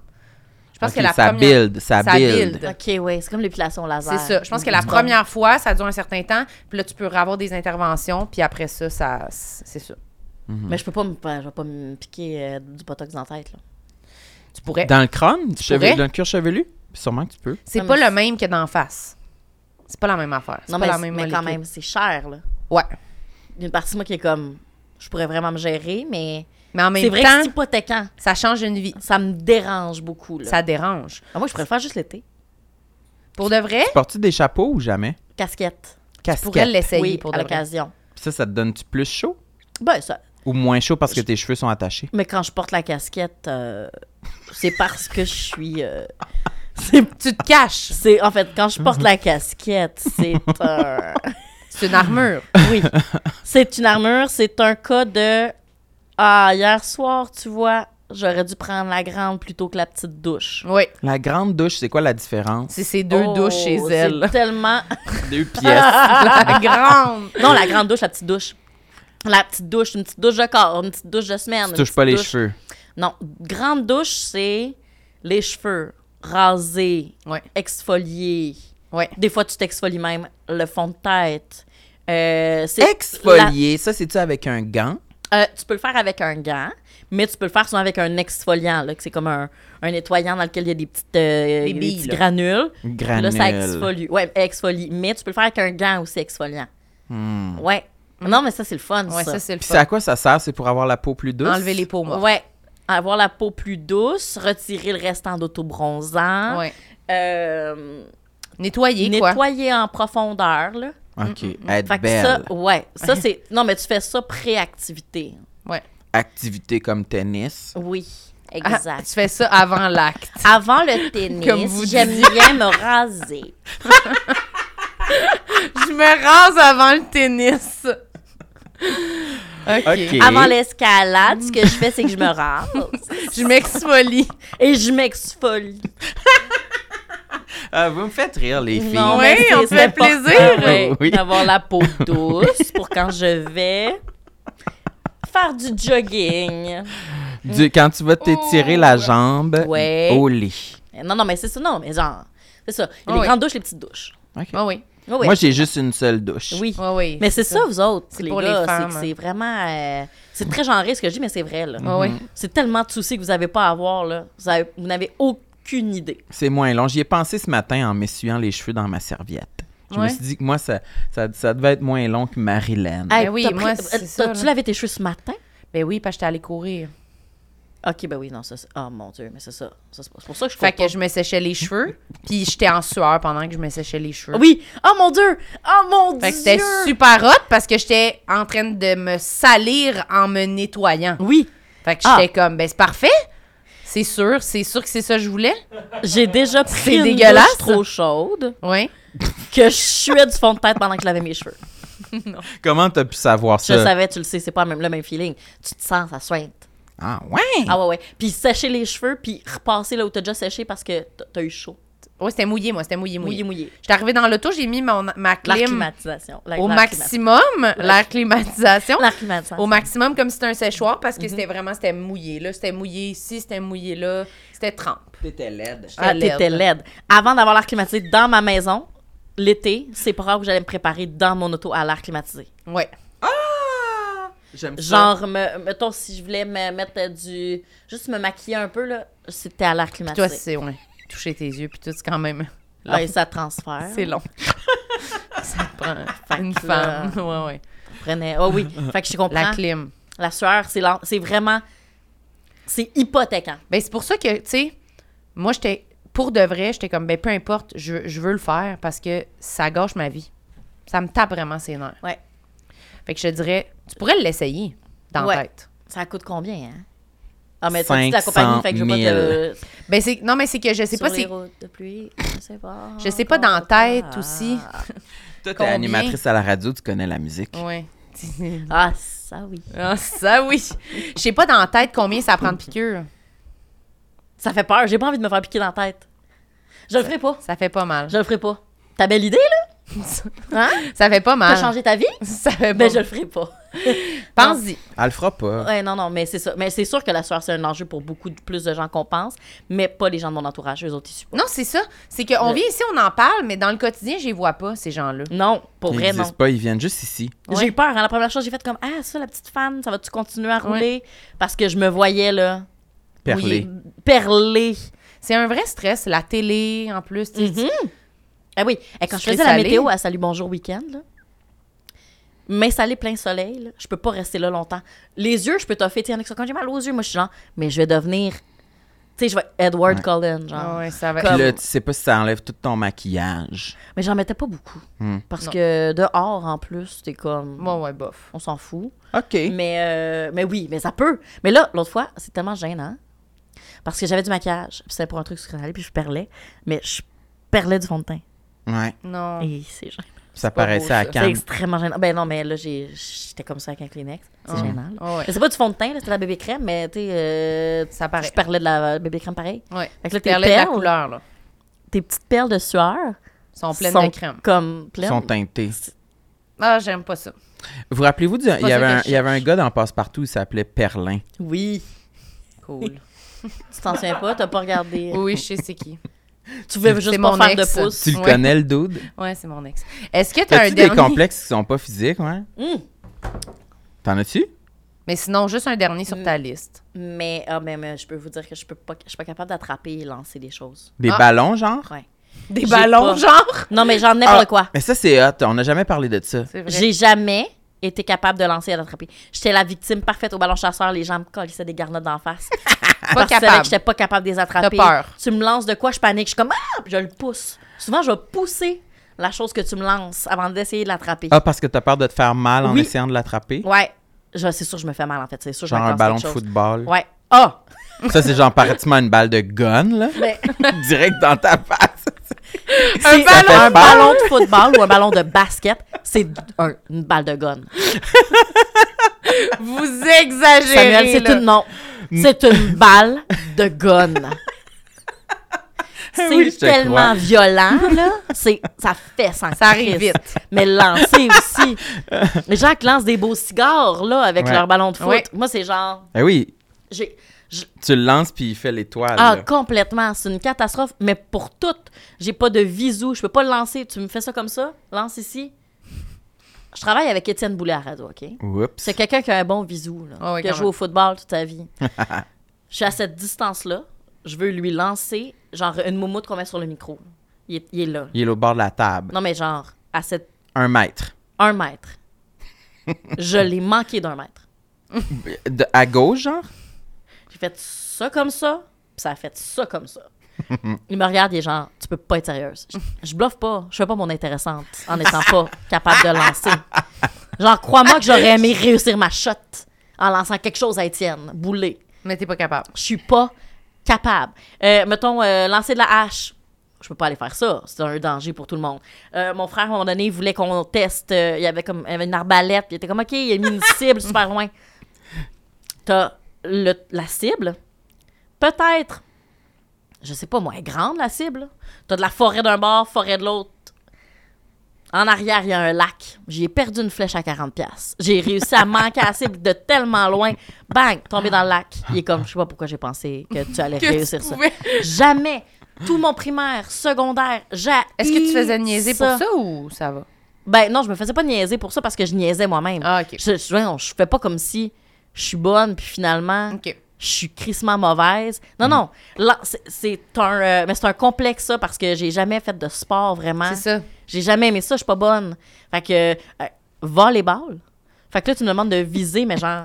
Speaker 3: Je pense
Speaker 2: Ok,
Speaker 3: que la
Speaker 2: ça
Speaker 3: première...
Speaker 2: build, ça,
Speaker 3: ça
Speaker 2: build.
Speaker 3: build.
Speaker 4: OK, oui, c'est comme l'épilation laser.
Speaker 3: C'est ça. Je pense que la
Speaker 4: Mm.
Speaker 3: première fois, ça dure un certain temps, puis là, tu peux avoir des interventions, puis après ça, ça c'est ça.
Speaker 4: Mais je peux pas me, je vais pas me piquer euh, du botox dans la tête, là.
Speaker 3: Tu pourrais.
Speaker 2: Dans le crâne, chevelu-
Speaker 3: pourrais?
Speaker 2: dans le cuir chevelu, sûrement que tu peux.
Speaker 3: C'est
Speaker 4: Non,
Speaker 3: pas
Speaker 4: Ah, mais
Speaker 3: le même que d'en face. C'est pas la même affaire. C'est
Speaker 4: Non,
Speaker 3: pas
Speaker 4: mais,
Speaker 3: la même
Speaker 4: mais quand
Speaker 3: molécule.
Speaker 4: même, c'est cher, là.
Speaker 3: Ouais.
Speaker 4: Il y a une partie de moi qui est comme, je pourrais vraiment me gérer, mais
Speaker 3: Mais en
Speaker 4: c'est
Speaker 3: même
Speaker 4: vrai
Speaker 3: temps,
Speaker 4: que c'est hypothéquant.
Speaker 3: ça change une vie.
Speaker 4: Ça me dérange beaucoup, là.
Speaker 3: Ça dérange.
Speaker 4: Ah, moi, je pourrais le faire juste l'été.
Speaker 3: Pour de vrai,
Speaker 2: Tu portes-tu des chapeaux ou jamais?
Speaker 4: Casquette.
Speaker 3: tu pourrais
Speaker 2: Casquette.
Speaker 3: l'essayer
Speaker 4: oui,
Speaker 3: pour
Speaker 4: à
Speaker 3: de vrai.
Speaker 4: l'occasion.
Speaker 2: Ça, ça te donne-tu plus chaud
Speaker 4: Ben, ça.
Speaker 2: ou moins chaud parce que tes cheveux sont attachés?
Speaker 4: Mais quand je porte la casquette, euh, c'est parce que je suis. euh, c'est,
Speaker 3: Tu te caches.
Speaker 4: c'est- en fait, quand je porte la casquette, c'est un.
Speaker 3: C'est une armure.
Speaker 4: Oui. C'est une armure, c'est un cas de. Ah, hier soir, tu vois, j'aurais dû prendre la grande plutôt que la petite douche.
Speaker 3: oui.
Speaker 2: La grande douche, c'est quoi la différence?
Speaker 3: C'est ces deux
Speaker 4: Oh,
Speaker 3: douches chez elle.
Speaker 4: C'est tellement.
Speaker 2: Deux pièces.
Speaker 4: Ah,
Speaker 3: La grande.
Speaker 4: Non, la grande douche, la petite douche. La petite douche, une petite douche de corps, une petite douche de semaine.
Speaker 2: tu
Speaker 4: une
Speaker 2: touches
Speaker 4: petite
Speaker 2: pas les
Speaker 4: douche-
Speaker 2: cheveux.
Speaker 4: Non, grande douche, c'est les cheveux rasés,
Speaker 3: Ouais.
Speaker 4: exfoliés.
Speaker 3: Ouais.
Speaker 4: Des fois, tu t'exfolies même le fond de tête. Euh, c'est
Speaker 2: Exfolier, ça, c'est-tu avec un gant?
Speaker 4: la- euh, tu peux le faire avec un gant, mais tu peux le faire souvent avec un exfoliant, là, que c'est comme un, un nettoyant dans lequel il y a des petites euh,
Speaker 3: Des
Speaker 4: des
Speaker 3: billes,
Speaker 4: petits
Speaker 3: là.
Speaker 4: granules. Puis
Speaker 2: Granule.
Speaker 4: Là, ça exfolie. Ouais, exfolie. Mais tu peux le faire avec un gant aussi exfoliant.
Speaker 2: Hmm.
Speaker 4: Ouais. Non, mais ça, c'est le fun,
Speaker 3: Ouais,
Speaker 4: ça.
Speaker 3: ça, c'est le
Speaker 2: Puis c'est à
Speaker 3: fun.
Speaker 2: quoi ça sert? C'est pour avoir la peau plus douce?
Speaker 3: Enlever les peaux mortes.
Speaker 4: Ouais. Avoir la peau plus douce, retirer le restant d'autobronzant.
Speaker 3: Ouais.
Speaker 4: Euh,
Speaker 3: hein? Nettoyer, quoi.
Speaker 4: nettoyer en profondeur. Là.
Speaker 2: OK. Être
Speaker 4: Mm, Fait que
Speaker 2: belle.
Speaker 4: ça, oh. ouais. Ça, c'est. Non, mais tu fais ça pré-activité.
Speaker 3: Ouais.
Speaker 2: Activité comme tennis.
Speaker 4: Oui,
Speaker 3: Ah,
Speaker 4: exact.
Speaker 3: tu fais ça avant l'acte.
Speaker 4: Avant le tennis,
Speaker 3: Comme vous
Speaker 4: j'aime bien me raser.
Speaker 3: Je me rase avant le tennis. OK.
Speaker 2: OK.
Speaker 4: Avant l'escalade, ce que je fais, c'est que je me rase
Speaker 3: Je m'exfolie.
Speaker 4: et je m'exfolie.
Speaker 2: Ah, vous me faites rire, les filles.
Speaker 4: Non,
Speaker 3: Ouais,
Speaker 4: mais
Speaker 3: on
Speaker 4: c'est-
Speaker 3: se
Speaker 4: c'est
Speaker 3: fait
Speaker 4: important,
Speaker 3: plaisir.
Speaker 4: ouais,
Speaker 2: Oui.
Speaker 4: D'avoir la peau douce pour quand je vais faire du jogging.
Speaker 2: Du- quand tu vas t'étirer la jambe
Speaker 4: Ouais.
Speaker 2: au lit.
Speaker 4: Non, non, mais c'est ça. Non, mais genre, c'est ça. Il y
Speaker 3: Ah
Speaker 4: a les
Speaker 3: oui.
Speaker 4: grandes douches, les petites douches.
Speaker 2: OK.
Speaker 3: Ah oui.
Speaker 4: Oui, oui.
Speaker 2: Moi, j'ai juste une seule douche.
Speaker 4: Oh, oui.
Speaker 3: Ah oui.
Speaker 4: Mais c'est ça, vous autres, les
Speaker 3: pour les
Speaker 4: gars. c'est-
Speaker 3: femmes, hein.
Speaker 4: C'est vraiment. euh, c'est très genré ce que je dis, mais c'est vrai, là. Mm-hmm.
Speaker 3: Ah oui.
Speaker 4: C'est tellement de soucis que vous n'avez pas à avoir, là. Vous avez- vous n'avez aucune idée.
Speaker 2: C'est moins long. J'y ai pensé ce matin en m'essuyant les cheveux dans ma serviette. Je me
Speaker 3: Ouais.
Speaker 2: suis dit que moi, ça, ça, ça devait être moins long que Marilyn.
Speaker 3: Ben
Speaker 4: Hey,
Speaker 3: oui,
Speaker 4: t'as
Speaker 3: moi, c'est
Speaker 4: euh, t'as-
Speaker 3: ça,
Speaker 4: Tu
Speaker 3: là.
Speaker 4: lavais tes cheveux ce matin?
Speaker 3: Ben oui, parce que j'étais allée courir.
Speaker 4: Ok, ben oui, non, ça. c'est- Oh mon Dieu, mais c'est ça. Ça, c'est c'est pour ça que je
Speaker 3: Fait
Speaker 4: comprends.
Speaker 3: que je me séchais les cheveux, puis j'étais en sueur pendant que je me séchais les cheveux.
Speaker 4: Oui! Oh mon Dieu! Oh mon
Speaker 3: Fait que
Speaker 4: Dieu!
Speaker 3: c'était super hot parce que j'étais en train de me salir en me nettoyant.
Speaker 4: Oui,
Speaker 3: Fait que
Speaker 4: Ah.
Speaker 3: j'étais comme, ben c'est parfait. C'est sûr, c'est sûr que c'est ça que je voulais.
Speaker 4: j'ai déjà pris
Speaker 3: C'est
Speaker 4: une
Speaker 3: dégueulasse.
Speaker 4: douche trop chaude
Speaker 3: Oui.
Speaker 4: que je suais du fond de tête pendant que je lavais mes cheveux.
Speaker 2: Comment t'as pu savoir
Speaker 4: Je
Speaker 2: ça?
Speaker 4: savais, tu le sais, c'est pas le même, le même feeling. Tu te sens, ça sointe.
Speaker 2: Ah ouais?
Speaker 4: Ah ouais, ouais. Puis sécher les cheveux, puis repasser là où t'as déjà séché parce que t- t'as eu chaud.
Speaker 3: Oui, c'était mouillé, moi, c'était mouillé, mouillé.
Speaker 4: Mouillé, mouillé.
Speaker 3: J'étais arrivée dans l'auto, j'ai mis mon, ma
Speaker 4: La
Speaker 3: clim
Speaker 4: climatisation. La-
Speaker 3: au
Speaker 4: la
Speaker 3: maximum, la climatisation.
Speaker 4: climat- La climatisation.
Speaker 3: Au maximum, comme si c'était un séchoir, parce que
Speaker 4: Mm-hmm.
Speaker 3: c'était vraiment, c'était mouillé. Là, c'était mouillé ici, c'était mouillé là. C'était trempe.
Speaker 2: T'étais laide.
Speaker 4: Ah,
Speaker 3: J'étais
Speaker 4: t'étais
Speaker 3: laide.
Speaker 4: laide. Avant d'avoir l'air climatisé dans ma maison, l'été, c'est pas rare que j'allais me préparer dans mon auto à l'air climatisé.
Speaker 3: Ouais.
Speaker 2: J'aime ça.
Speaker 4: Genre, me- mettons, si je voulais me mettre du. Juste me maquiller un peu, là, c'était à l'air climatisé.
Speaker 3: Toi, c'est, ouais. Toucher tes yeux, puis tout, c'est quand même. long.
Speaker 4: Ouais, ça transfère.
Speaker 3: C'est long. ça te prend
Speaker 4: Fait
Speaker 3: une
Speaker 4: que là-
Speaker 3: femme. Ouais, ouais.
Speaker 4: Prenait... Oh oui. fait que je comprends.
Speaker 3: La
Speaker 4: La,
Speaker 3: clim.
Speaker 4: sueur, c'est lent- c'est vraiment. C'est hypothéquant.
Speaker 3: Ben, c'est pour ça que, tu sais, moi, j'étais, pour de vrai, j'étais comme, ben, peu importe, je, je veux le faire parce que ça gâche ma vie. Ça me tape vraiment ses nerfs.
Speaker 4: Ouais.
Speaker 3: Fait que je te dirais, tu pourrais l'essayer dans
Speaker 4: Ouais.
Speaker 3: la tête.
Speaker 4: Ça coûte combien, hein? Ah, mais toi, tu la compagnie, fait que je veux pas
Speaker 2: 500
Speaker 4: te.
Speaker 3: Ben, c'est, non, mais c'est que je sais pas
Speaker 4: Sur les
Speaker 3: si.
Speaker 4: routes de pluie, je sais pas. Ah.
Speaker 3: Je sais pas, dans la
Speaker 4: encore de
Speaker 3: tête
Speaker 4: quoi.
Speaker 3: aussi.
Speaker 2: Toi, t'es
Speaker 3: Combien?
Speaker 2: animatrice à la radio, tu connais la musique.
Speaker 3: Ouais.
Speaker 4: Ah, ça oui.
Speaker 3: Ah, ça, oui. Je sais pas dans la tête combien ça prend de piqûres.
Speaker 4: Ça fait peur. J'ai pas envie de me faire piquer dans la tête. Je le ferai pas.
Speaker 3: Ça fait pas mal.
Speaker 4: Je le ferai pas. Ta belle idée, là? Hein?
Speaker 3: Ça fait pas
Speaker 4: T'as
Speaker 3: mal.
Speaker 4: changé ta vie?
Speaker 3: Ça fait pas
Speaker 4: Ben, je
Speaker 3: mal.
Speaker 4: le ferai pas.
Speaker 3: Pense-y.
Speaker 2: Elle le fera pas.
Speaker 4: Ouais, non, non, mais c'est ça. Mais c'est sûr que la sueur, c'est un enjeu pour beaucoup de- plus de gens qu'on pense, mais pas les gens de mon entourage. Eux autres, ils supportent.
Speaker 3: Non, c'est ça. C'est qu'on
Speaker 4: Le-
Speaker 3: vient ici, on en parle, mais dans le quotidien, je les vois pas, ces gens-là.
Speaker 4: Non, pour
Speaker 2: Ils
Speaker 4: vrai, non.
Speaker 2: existent pas, ils viennent juste ici.
Speaker 4: J'ai eu peur. hein. La première chose, j'ai fait comme Ah, ça, la petite fan, ça va-tu continuer à rouler? Parce que je me voyais, là,
Speaker 2: Perler.
Speaker 4: perler.
Speaker 3: C'est un vrai stress, la télé, en plus.
Speaker 4: Mhm.
Speaker 3: tu sais, tu-
Speaker 4: Ah oui, Eh, quand je
Speaker 3: Sucré
Speaker 4: faisais la
Speaker 3: salé.
Speaker 4: météo à Salut Bonjour Week-end, là, mais salé plein soleil, là, je peux pas rester là longtemps. Les yeux, je peux t'offrir. Il y en a qui sont comme j'ai mal aux yeux. Moi, je suis genre, mais je vais devenir. Tu sais, je vais Edward
Speaker 2: Ouais.
Speaker 4: Cullen,
Speaker 3: Ah
Speaker 4: genre.
Speaker 3: ouais, ça va.
Speaker 2: Puis
Speaker 4: Comme-
Speaker 2: là, tu sais pas si ça enlève tout ton maquillage.
Speaker 4: Mais j'en mettais pas beaucoup.
Speaker 2: Hmm.
Speaker 4: Parce
Speaker 3: Non.
Speaker 4: que dehors, en plus, t'es comme.
Speaker 3: Bon, ouais, bof.
Speaker 4: On s'en fout.
Speaker 2: OK.
Speaker 4: Mais, euh, mais oui, mais ça peut. Mais là, l'autre fois, c'est tellement gênant. Parce que j'avais du maquillage. Puis c'était pour un truc sur Canal, puis je perlais. Mais je perlais du fond de teint.
Speaker 2: Ouais.
Speaker 3: Non.
Speaker 4: Et c'est gênant.
Speaker 2: Ça
Speaker 3: pas
Speaker 2: paraissait
Speaker 3: beau,
Speaker 2: à
Speaker 3: ça.
Speaker 4: C'est
Speaker 2: Cannes.
Speaker 4: extrêmement gênant. Ben non, mais là, j'ai- j'étais comme ça avec un Kleenex. C'est
Speaker 3: Ah.
Speaker 4: gênant. là.
Speaker 3: Ah ouais.
Speaker 4: Mais C'est pas du fond de teint, là, c'était de la bébé crème, mais tu sais, euh,
Speaker 3: Ça paraît.
Speaker 4: je parlais de la bébé crème pareil.
Speaker 3: Ouais.
Speaker 4: Fait que
Speaker 3: Tu
Speaker 4: là, tes
Speaker 3: perlais de la
Speaker 4: perles,
Speaker 3: couleur, là.
Speaker 4: tes petites perles de sueur
Speaker 3: Ils sont pleines
Speaker 4: sont
Speaker 3: de crème.
Speaker 4: comme pleines.
Speaker 2: sont teintés.
Speaker 3: Ah, j'aime pas ça.
Speaker 2: Vous rappelez-vous, du- il y,
Speaker 3: ça
Speaker 2: avait
Speaker 3: que
Speaker 2: un,
Speaker 3: je
Speaker 2: il y avait un gars dans Passe-Partout, il s'appelait Perlin.
Speaker 4: Oui.
Speaker 3: Cool.
Speaker 4: Tu t'en souviens pas, t'as pas regardé.
Speaker 3: oui, je sais c'est qui.
Speaker 4: Tu veux
Speaker 3: C'est
Speaker 4: juste pas
Speaker 3: mon
Speaker 4: faire
Speaker 3: ex.
Speaker 4: de pouce.
Speaker 2: Tu le
Speaker 3: Ouais.
Speaker 2: connais, le dude?
Speaker 3: Ouais, c'est mon ex. Est-ce que t'as un
Speaker 2: T'as-tu des
Speaker 3: dernier?
Speaker 2: complexes qui sont pas physiques, ouais?
Speaker 4: Hum.
Speaker 2: T'en as-tu?
Speaker 3: Mais sinon, juste un dernier sur
Speaker 4: Euh,
Speaker 3: ta liste.
Speaker 4: Mais, ah, mais, mais je peux vous dire que je peux pas, je suis pas capable d'attraper et lancer des choses.
Speaker 2: Des
Speaker 3: Ah.
Speaker 2: ballons, genre?
Speaker 4: Ouais.
Speaker 3: Des
Speaker 4: J'ai
Speaker 3: ballons,
Speaker 4: pas.
Speaker 3: genre?
Speaker 4: Non, mais j'en ai pas
Speaker 2: Ah,
Speaker 4: de quoi.
Speaker 2: Mais ça, c'est hot. On n'a jamais parlé de ça.
Speaker 3: C'est vrai.
Speaker 4: J'ai jamais été capable de lancer et d'attraper. J'étais la victime parfaite au ballon chasseur. Les gens me collaient des garnottes d'en face.
Speaker 3: Pas
Speaker 4: Parce que c'est vrai
Speaker 3: capable.
Speaker 4: que j'étais pas capable de les attraper.
Speaker 3: T'as peur.
Speaker 4: Tu me lances de quoi, je panique. Je suis comme, ah, Puis je le pousse. Souvent, je vais pousser la chose que tu me lances avant d'essayer de l'attraper.
Speaker 2: Ah, parce que t'as peur de te faire mal en
Speaker 4: Oui.
Speaker 2: essayant de l'attraper?
Speaker 4: Ouais. Je- C'est sûr, que je me fais mal, en fait. C'est sûr, que je
Speaker 2: Genre
Speaker 4: me
Speaker 2: un
Speaker 4: casse
Speaker 2: ballon de
Speaker 4: quelque chose.
Speaker 2: football.
Speaker 4: Ouais. Ah!
Speaker 2: Ça, c'est genre pratiquement une balle de gun, là.
Speaker 4: Mais-
Speaker 2: Direct dans ta face. ballon
Speaker 4: C'est-
Speaker 2: de
Speaker 4: un
Speaker 2: football.
Speaker 4: ballon de football ou un ballon de basket, c'est un- une balle de gun.
Speaker 3: Vous exagérez.
Speaker 4: Samuel, c'est
Speaker 3: là.
Speaker 4: une non, c'est une balle de gun. C'est
Speaker 2: Oui, je te crois.
Speaker 4: tellement violent là, c'est ça fait sans
Speaker 3: Ça arrive
Speaker 4: crise.
Speaker 3: vite.
Speaker 4: Mais le lancer aussi. Les gens qui lancent des beaux cigares là avec
Speaker 2: Ouais.
Speaker 4: leur ballon de foot.
Speaker 3: Ouais.
Speaker 4: Moi c'est genre
Speaker 2: Eh oui,
Speaker 4: j'ai
Speaker 2: tu le lances puis il fait l'étoile.
Speaker 4: ah,
Speaker 2: là.
Speaker 4: complètement, c'est une catastrophe mais pour toutes, j'ai pas de visu, je peux pas le lancer, tu me fais ça comme ça, lance ici. Je travaille avec Étienne Boulay à radio, OK
Speaker 2: Oups.
Speaker 4: c'est quelqu'un qui a un bon visou, là,
Speaker 3: Ah oui,
Speaker 4: qui a
Speaker 3: quand
Speaker 4: joué au football toute sa vie. je suis à cette distance-là. Je veux lui lancer, genre, une moumoute qu'on met sur le micro. Il est, il est là.
Speaker 2: Il est au bord de la table.
Speaker 4: Non, mais genre, à cette
Speaker 2: Un mètre.
Speaker 4: un mètre. je l'ai manqué d'un mètre.
Speaker 2: De- à gauche, genre?
Speaker 4: J'ai fait ça comme ça, puis ça a fait ça comme ça. il me regarde, il est genre, tu peux pas être sérieuse. Je, je bluffe pas, je fais pas mon intéressante en n'étant pas capable de lancer. Genre, crois-moi que j'aurais aimé réussir ma shot en lançant quelque chose à Étienne, boulet.
Speaker 3: Mais t'es pas capable.
Speaker 4: je suis pas capable. Euh, mettons, euh, lancer de la hache. Je peux pas aller faire ça. C'est un danger pour tout le monde. Euh, mon frère, à un moment donné, il voulait qu'on teste. euh, il, y avait comme, il y avait une arbalète. puis Il était comme, OK, il a mis une cible super loin. T'as le, la cible. Peut-être, je sais pas moi, elle est grande la cible. T'as de la forêt d'un bord, forêt de l'autre. En arrière, il y a un lac. J'ai perdu une flèche à 40$. piastres. J'ai réussi à manquer la cible de tellement loin. Bang, tombé dans le lac. Il est comme, je sais pas pourquoi j'ai pensé que tu allais
Speaker 3: Que tu
Speaker 4: réussir ça.
Speaker 3: pouvais.
Speaker 4: Jamais. Tout mon primaire, secondaire, j'ai.
Speaker 3: Est-ce que tu faisais niaiser pour ça ou ça va?
Speaker 4: Ben non, je me faisais pas niaiser pour ça parce que je niaisais moi-même.
Speaker 3: Ah, ok.
Speaker 4: Je, je, voyons, je fais pas comme si je suis bonne puis finalement
Speaker 3: Ok.
Speaker 4: je suis crissement mauvaise. Non, non. Là, c'est- c'est un, euh, mais c'est un complexe, ça, parce que j'ai jamais fait de sport vraiment.
Speaker 3: C'est ça.
Speaker 4: J'ai jamais aimé ça, je suis pas bonne. Fait que, euh, volleyball. Fait que là, tu me demandes de viser, mais genre,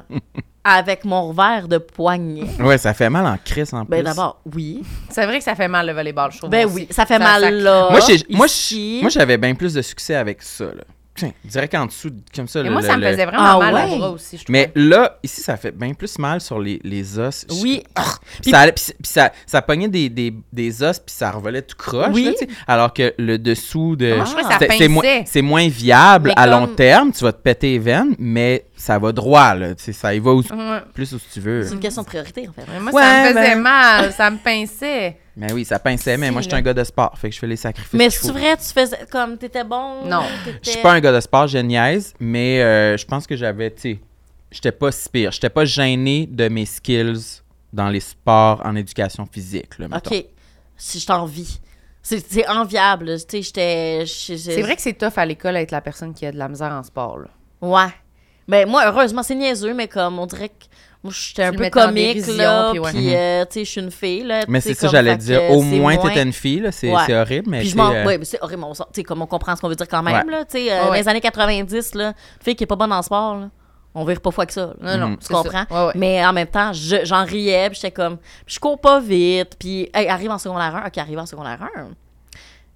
Speaker 4: avec mon revers de poignet.
Speaker 2: Ouais, ça fait mal en crise en plus.
Speaker 4: Ben d'abord, oui.
Speaker 3: C'est vrai que ça fait mal le volleyball, je trouve.
Speaker 4: Ben
Speaker 3: aussi.
Speaker 4: oui, ça fait mal
Speaker 3: ça-
Speaker 4: là.
Speaker 2: Moi, j'ai- moi,
Speaker 4: ici.
Speaker 2: j'- moi, j'avais bien plus de succès avec ça. Là. Tiens, direct en dessous, comme ça.
Speaker 3: Mais
Speaker 2: le-
Speaker 3: moi,
Speaker 2: le-
Speaker 3: ça me
Speaker 2: le-
Speaker 3: faisait vraiment
Speaker 4: Ah
Speaker 3: mal
Speaker 4: ouais?
Speaker 3: au bras aussi, je trouve.
Speaker 2: Mais là, ici, ça fait bien plus mal sur les, les os. Je- Ah!
Speaker 4: Oui.
Speaker 2: Puis ça, allait- puis ça- puis ça, ça pognait des, des, des os, puis ça revolait tout croche.
Speaker 4: Oui.
Speaker 2: là, tu sais. alors que le dessous de.
Speaker 3: Moi, je trouvais que ça
Speaker 2: c'est- c'est, moins,
Speaker 3: pinçait.
Speaker 2: c'est moins viable
Speaker 3: Mais
Speaker 2: à
Speaker 3: comme-
Speaker 2: long terme. Tu vas te péter les veines, mais ça va droit. Là, Tu sais, ça y va où-
Speaker 3: Ouais.
Speaker 2: plus où tu veux.
Speaker 4: C'est une question de priorité, en fait.
Speaker 3: Mais moi, ça
Speaker 2: Ouais,
Speaker 3: me faisait
Speaker 2: ben-
Speaker 3: mal, ça me pinçait.
Speaker 2: Mais oui, ça pinçait, mais
Speaker 3: Si,
Speaker 2: moi, je suis
Speaker 3: là.
Speaker 2: un gars de sport. Fait que je fais les sacrifices.
Speaker 4: Mais
Speaker 2: qu'il
Speaker 4: c'est
Speaker 2: faut.
Speaker 4: vrai, tu faisais comme t'étais bon.
Speaker 3: Non.
Speaker 4: t'étais-
Speaker 2: Je suis pas un gars de sport, je niaise, mais euh, je pense que j'avais, tu sais, j'étais pas si pire. J'étais pas gêné de mes skills dans les sports en éducation physique, là, mettons.
Speaker 4: Ok. Si je t'envie. C'est c'est enviable. là. Tu sais, j'étais.
Speaker 3: C'est vrai que c'est tough à l'école être la personne qui a de la misère en sport. Là.
Speaker 4: Ouais. Ben moi, heureusement, c'est niaiseux, mais comme on dirait que moi, j'étais un
Speaker 3: le
Speaker 4: peu
Speaker 3: mettais en
Speaker 4: comique,
Speaker 3: dérision,
Speaker 4: là. Puis,
Speaker 3: puis ouais.
Speaker 4: euh, tu sais, je suis une fille, là.
Speaker 2: Mhm. Mais
Speaker 4: tu sais,
Speaker 2: c'est ça,
Speaker 4: comme,
Speaker 2: j'allais
Speaker 4: fait
Speaker 2: dire.
Speaker 4: que
Speaker 2: Au
Speaker 4: c'est
Speaker 2: moins,
Speaker 4: moins-
Speaker 2: t'étais une fille, là. C'est
Speaker 4: Ouais.
Speaker 2: c'est horrible, mais.
Speaker 4: Puis je
Speaker 2: t'es,
Speaker 4: m'en.
Speaker 2: euh,
Speaker 4: Ouais, mais c'est horrible, on, sent- tu sais, comme on comprend ce qu'on veut dire quand même,
Speaker 2: Ouais.
Speaker 4: là. Tu sais, euh, dans
Speaker 3: Ouais.
Speaker 4: les années 90, là, une fille qui est pas bonne en sport, là, on vire pas fois que ça. là.
Speaker 3: Non, non,
Speaker 4: Tu
Speaker 2: Mhm.
Speaker 3: c'est ça.
Speaker 4: comprends?
Speaker 3: Ouais, ouais.
Speaker 4: Mais en même temps, je- j'en riais, puis j'étais comme, je cours pas vite, puis hey, arrive en secondaire 1, ok, arrive en secondaire 1,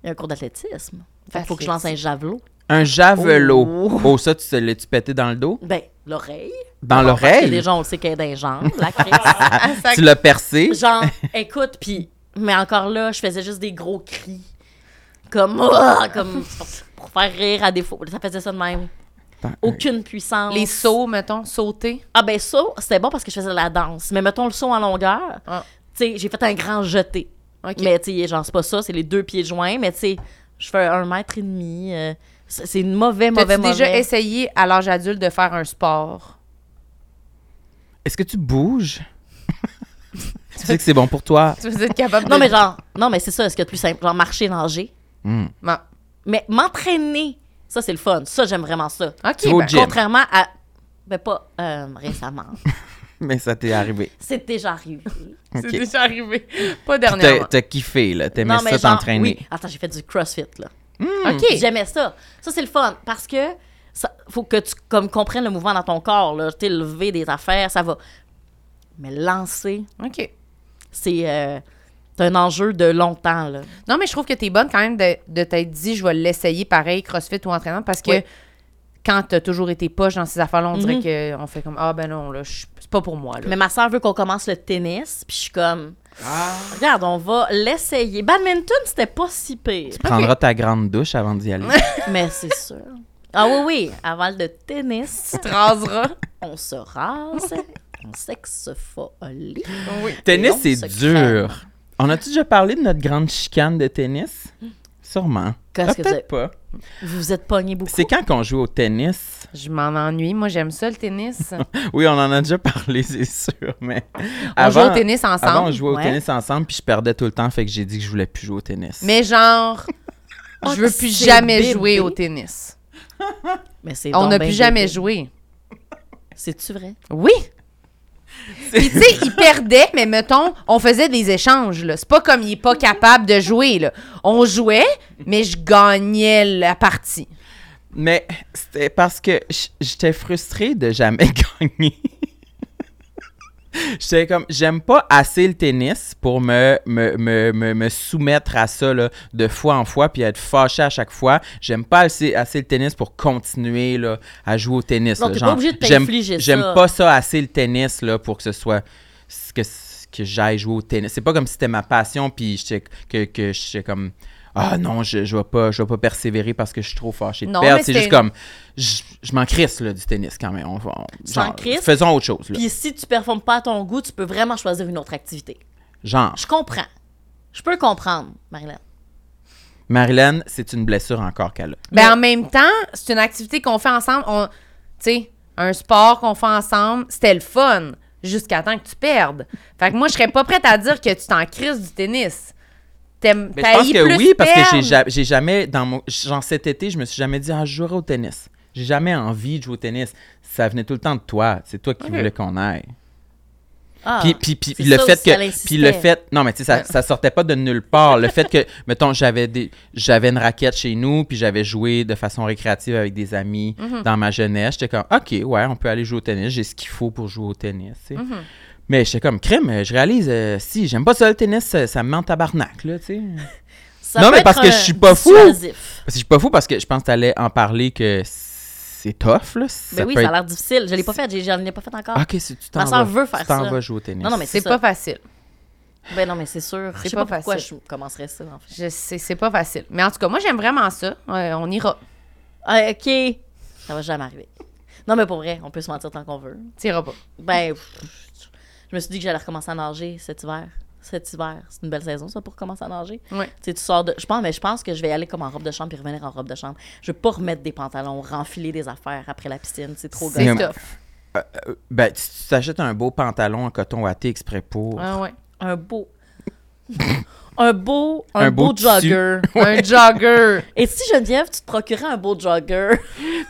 Speaker 4: il y a un cours d'athlétisme. Fait qu'il faut que je lance un javelot.
Speaker 2: Un javelot. Oh, ça, tu te l'as-tu pété dans le dos?
Speaker 4: Ben, l'oreille.
Speaker 2: Dans l'oreille?
Speaker 4: Déjà, on le sait qu'elle est dans les jambes, la crise.
Speaker 2: Tu l'as percé?
Speaker 4: Genre, écoute, puis, mais encore là, je faisais juste des gros cris. Comme, Ah! comme pour faire rire à défaut. Ça faisait ça de même. Aucune puissance.
Speaker 3: Les sauts, mettons, sauter.
Speaker 4: Ah ben ça, c'était bon parce que je faisais de la danse. Mais mettons le saut en longueur.
Speaker 3: Ah.
Speaker 4: Tu sais, j'ai fait un grand jeté.
Speaker 3: Ok.
Speaker 4: Mais tu sais, genre, c'est pas ça, c'est les deux pieds joints. Mais tu sais, je fais un mètre et demi. euh, c'est c'est une mauvais,
Speaker 3: T'as-tu
Speaker 4: mauvais,
Speaker 3: déjà
Speaker 4: mauvais.
Speaker 3: essayé à l'âge adulte de faire un sport?
Speaker 2: Est-ce que tu bouges? tu sais que c'est bon pour toi?
Speaker 3: Tu veux être capable de...
Speaker 4: Non, mais genre, non, mais c'est ça, ce qu'il y a de plus simple. Genre, marcher, nager.
Speaker 3: Bon.
Speaker 4: Mais m'entraîner, ça, c'est le fun. Ça, j'aime vraiment ça.
Speaker 3: OK,
Speaker 2: Tu vas au
Speaker 3: ben,
Speaker 2: gym.
Speaker 4: Contrairement à. Ben, pas euh, récemment.
Speaker 2: Mais ça t'est arrivé.
Speaker 4: C'est déjà arrivé.
Speaker 3: c'est
Speaker 2: Ok.
Speaker 3: déjà arrivé. Pas
Speaker 2: Puis T'as
Speaker 3: dernièrement.
Speaker 2: t'as kiffé, là. T'aimais
Speaker 4: Non, mais
Speaker 2: ça
Speaker 4: genre,
Speaker 2: t'entraîner. Hmm.
Speaker 4: oui. Attends, j'ai fait du crossfit, là.
Speaker 3: OK.
Speaker 4: J'aimais ça. Ça, c'est le fun parce que ça, faut que tu comme, comprennes le mouvement dans ton corps, là. T'es levé des affaires, ça va. Mais lancer,
Speaker 3: OK.
Speaker 4: c'est. euh, c'est un enjeu de longtemps, là.
Speaker 3: Non, mais je trouve que t'es bonne quand même de, de t'être dit, je vais l'essayer pareil, CrossFit ou entraînement, parce que
Speaker 4: Oui.
Speaker 3: quand t'as toujours été poche dans ces affaires-là, on dirait qu'on fait comme, ah ben non, là, je- c'est pas pour moi. Là.
Speaker 4: Mais ma soeur veut qu'on commence le tennis, puis je suis comme.
Speaker 2: Ah.
Speaker 4: Regarde, on va l'essayer. Badminton, c'était pas si pire.
Speaker 2: Prendras ta grande douche avant d'y aller.
Speaker 4: Mais c'est sûr. Ah oui, oui, avant le tennis,
Speaker 3: Tu te raseras.
Speaker 4: on se rase, on s'exfolie.
Speaker 2: Tennis,
Speaker 4: long,
Speaker 2: c'est
Speaker 4: ce
Speaker 2: dur. On a-tu déjà parlé de notre grande chicane de tennis? Sûrement.
Speaker 4: Mm. Qu'est-ce
Speaker 2: Ah,
Speaker 4: que
Speaker 2: Peut-être pas.
Speaker 4: Vous vous êtes pogné beaucoup.
Speaker 2: C'est quand qu'on joue au tennis?
Speaker 3: Je m'en ennuie. Moi, j'aime ça, le tennis.
Speaker 2: Oui, on en a déjà parlé, c'est sûr, mais...
Speaker 3: on joue au tennis ensemble.
Speaker 2: Avant, on jouait
Speaker 4: ouais.
Speaker 2: au tennis ensemble, puis je perdais tout le temps, fait que j'ai dit que je voulais plus jouer au tennis.
Speaker 3: Mais genre,
Speaker 4: Ah,
Speaker 3: je veux plus
Speaker 4: c'est
Speaker 3: jamais
Speaker 4: bébé.
Speaker 3: jouer au tennis.
Speaker 4: Mais c'est
Speaker 3: On
Speaker 4: donc
Speaker 3: n'a
Speaker 4: ben
Speaker 3: plus jamais
Speaker 4: bébé.
Speaker 3: joué.
Speaker 4: C'est-tu vrai?
Speaker 3: Oui. Puis tu sais, il perdait, mais mettons, on faisait des échanges. là. C'est pas comme il est pas capable de jouer. Là. On jouait, mais je gagnais la partie.
Speaker 2: Mais c'était parce que j- j'étais frustrée de jamais gagner. J'étais comme, j'aime pas assez le tennis pour me, me, me, me, me soumettre à ça là, de fois en fois puis être fâché à chaque fois. J'aime pas assez, assez le tennis pour continuer là, à jouer au tennis.
Speaker 4: Non,
Speaker 2: là.
Speaker 4: t'es pas
Speaker 2: Genre,
Speaker 4: obligé de
Speaker 2: j'aime-
Speaker 4: t'infliger ça.
Speaker 2: J'aime pas ça assez le tennis là, pour que ce soit. ce que, que j'aille jouer au tennis. C'est pas comme si c'était ma passion puis j'étais- que, que j'étais comme. Ah non, je, je vais pas je vais pas persévérer parce que je suis trop fâché de
Speaker 3: Non,
Speaker 2: perdre.
Speaker 3: mais
Speaker 2: C'est
Speaker 3: c'était-
Speaker 2: juste comme je, je m'en crisse là, du tennis quand même. On, va- on-
Speaker 4: Tu t'en
Speaker 2: genre,
Speaker 4: crisses?
Speaker 2: faisons autre chose. Là.
Speaker 4: Puis si tu performes pas à ton goût, tu peux vraiment choisir une autre activité.
Speaker 2: Genre,
Speaker 4: Je comprends. Je peux comprendre, Marilyn.
Speaker 2: Marilyn, c'est une blessure encore qu'elle a.
Speaker 3: Ben,
Speaker 4: Mais-
Speaker 3: en même temps, c'est une activité qu'on fait ensemble. On, tu sais, un sport qu'on fait ensemble, c'était le fun jusqu'à temps que tu perdes. Fait que moi, je serais pas prête à dire que tu t'en crises du tennis. T'aimes,
Speaker 2: Mais je pense
Speaker 3: t'haïs
Speaker 2: que
Speaker 3: plus
Speaker 2: oui, parce que j'ai
Speaker 3: perdre.
Speaker 2: ja- j'ai jamais, dans mon, genre cet été, je me suis jamais dit, ah, je jouerai au tennis. J'ai jamais envie de jouer au tennis. Ça venait tout le temps de toi. C'est toi qui voulais qu'on aille.
Speaker 4: Ah,
Speaker 2: Puis, puis, puis
Speaker 4: c'est
Speaker 2: le
Speaker 4: ça
Speaker 2: fait
Speaker 4: aussi, elle
Speaker 2: que.
Speaker 4: insistait.
Speaker 2: Puis le fait. Non, mais tu sais, ça, ça sortait pas de nulle part. Le fait que, mettons, j'avais des j'avais une raquette chez nous, puis j'avais joué de façon récréative avec des amis
Speaker 4: Mhm.
Speaker 2: dans ma jeunesse. J'étais comme, OK, ouais, on peut aller jouer au tennis. J'ai ce qu'il faut pour jouer au tennis. tu sais.
Speaker 4: Mhm.
Speaker 2: Mais j'étais comme, crème, euh, je réalise, euh, si j'aime pas ça le tennis, ça, ça me ment en tabarnak, là, tu sais.
Speaker 4: Ça
Speaker 2: Non,
Speaker 4: peut
Speaker 2: mais parce
Speaker 4: être
Speaker 2: que
Speaker 4: un
Speaker 2: je suis pas fou.
Speaker 4: dissuasif.
Speaker 2: Parce que je suis pas fou parce que je pense que t'allais en parler que c'est tough, là.
Speaker 4: Ben
Speaker 2: peut
Speaker 4: oui, ça a
Speaker 2: être-
Speaker 4: l'air difficile. Je l'ai pas fait, j'ai- j'en ai pas fait encore.
Speaker 2: OK, si tu t'en
Speaker 4: Ma sœur
Speaker 2: vas,
Speaker 4: veut
Speaker 2: tu
Speaker 4: faire
Speaker 2: t'en
Speaker 4: ça.
Speaker 2: vas jouer au tennis.
Speaker 4: Non, non, mais c'est
Speaker 3: C'est
Speaker 4: ça.
Speaker 3: pas facile.
Speaker 4: Ben non, mais c'est sûr. Je
Speaker 3: C'est
Speaker 4: sais
Speaker 3: pas
Speaker 4: pas, pourquoi je
Speaker 3: facile.
Speaker 4: commencerais ça, en fait.
Speaker 3: Je sais, c'est pas facile. Mais en tout cas, moi, j'aime vraiment ça. Euh, on ira.
Speaker 4: Ah, OK. Ça va jamais arriver. Non, mais pour vrai, on peut se mentir tant qu'on veut.
Speaker 3: T'iras pas.
Speaker 4: Ben, pff, je me suis dit que j'allais recommencer à nager cet hiver. Cet hiver, c'est une belle saison, ça, pour commencer à nager.
Speaker 3: Ouais.
Speaker 4: Tu sais, tu sors de. Je pense, mais je pense que je vais aller comme en robe de chambre puis revenir en robe de chambre. Je veux pas remettre des pantalons, renfiler des affaires après la piscine. C'est trop
Speaker 3: C'est
Speaker 4: gay.
Speaker 2: gosse.
Speaker 3: tough.
Speaker 2: Ben, tu tu t'achètes un beau pantalon en coton watté exprès pour.
Speaker 3: Ah ouais.
Speaker 4: Un beau. un beau. Un,
Speaker 2: Un beau
Speaker 4: beau,
Speaker 2: tissu.
Speaker 4: jogger.
Speaker 3: Un jogger.
Speaker 4: Et si Geneviève, tu te procurais un beau jogger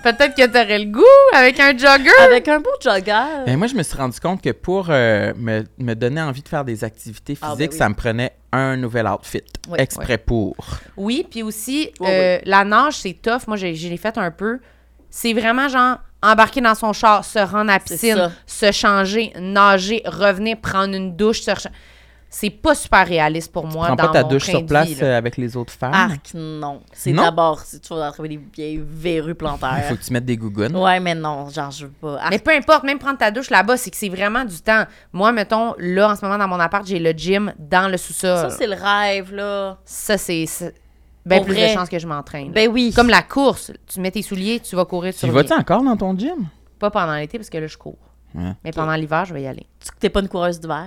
Speaker 3: Peut-être que t'aurais le goût avec un jogger.
Speaker 4: avec un beau jogger?
Speaker 2: Ben, moi, je me suis rendu compte que pour euh, me, me donner envie de faire des activités physiques,
Speaker 4: Ah, ben oui.
Speaker 2: ça me prenait un nouvel outfit
Speaker 4: Oui,
Speaker 2: exprès pour.
Speaker 3: Oui, puis aussi,
Speaker 4: Ouais,
Speaker 3: euh, la nage, c'est tough. Moi, j'ai- je l'ai faite un peu. C'est vraiment genre embarquer dans son char, se rendre à la
Speaker 4: C'est
Speaker 3: piscine, se changer, nager, revenir, prendre une douche. se recha- C'est pas super réaliste pour moi.
Speaker 2: Prends
Speaker 3: dans
Speaker 2: pas ta
Speaker 3: mon
Speaker 2: douche
Speaker 3: train
Speaker 2: sur
Speaker 3: de
Speaker 2: place
Speaker 3: vie, là.
Speaker 2: euh, avec les autres femmes.
Speaker 4: Arc, non. C'est
Speaker 2: Non?
Speaker 4: d'abord si tu vas trouver des vieilles
Speaker 2: Il
Speaker 4: verrues
Speaker 2: faut
Speaker 4: plantaires.
Speaker 2: que tu mettes des gougounes.
Speaker 4: Ouais, mais non, genre, je veux pas.
Speaker 2: euh,
Speaker 4: Arc,
Speaker 3: Mais peu importe, même prendre ta douche là-bas, c'est que c'est vraiment du temps. Moi, mettons, là, en ce moment, dans mon appart, j'ai le gym dans le
Speaker 4: ça,
Speaker 3: sous-sol.
Speaker 4: c'est le rêve, là.
Speaker 3: Ça, c'est. c'est Ben
Speaker 4: Pour
Speaker 3: plus
Speaker 4: vrai.
Speaker 3: de chances que je m'entraîne.
Speaker 4: Ben oui.
Speaker 3: Comme la course, tu mets tes souliers, tu vas courir
Speaker 2: Tu
Speaker 3: sur le
Speaker 2: vas-tu
Speaker 3: gym.
Speaker 2: encore dans ton gym?
Speaker 3: Pas pendant l'été, parce que là, je cours.
Speaker 2: Ouais.
Speaker 3: Mais pendant l'hiver, je vais y aller.
Speaker 4: Tu t'es pas une coureuse d'hiver.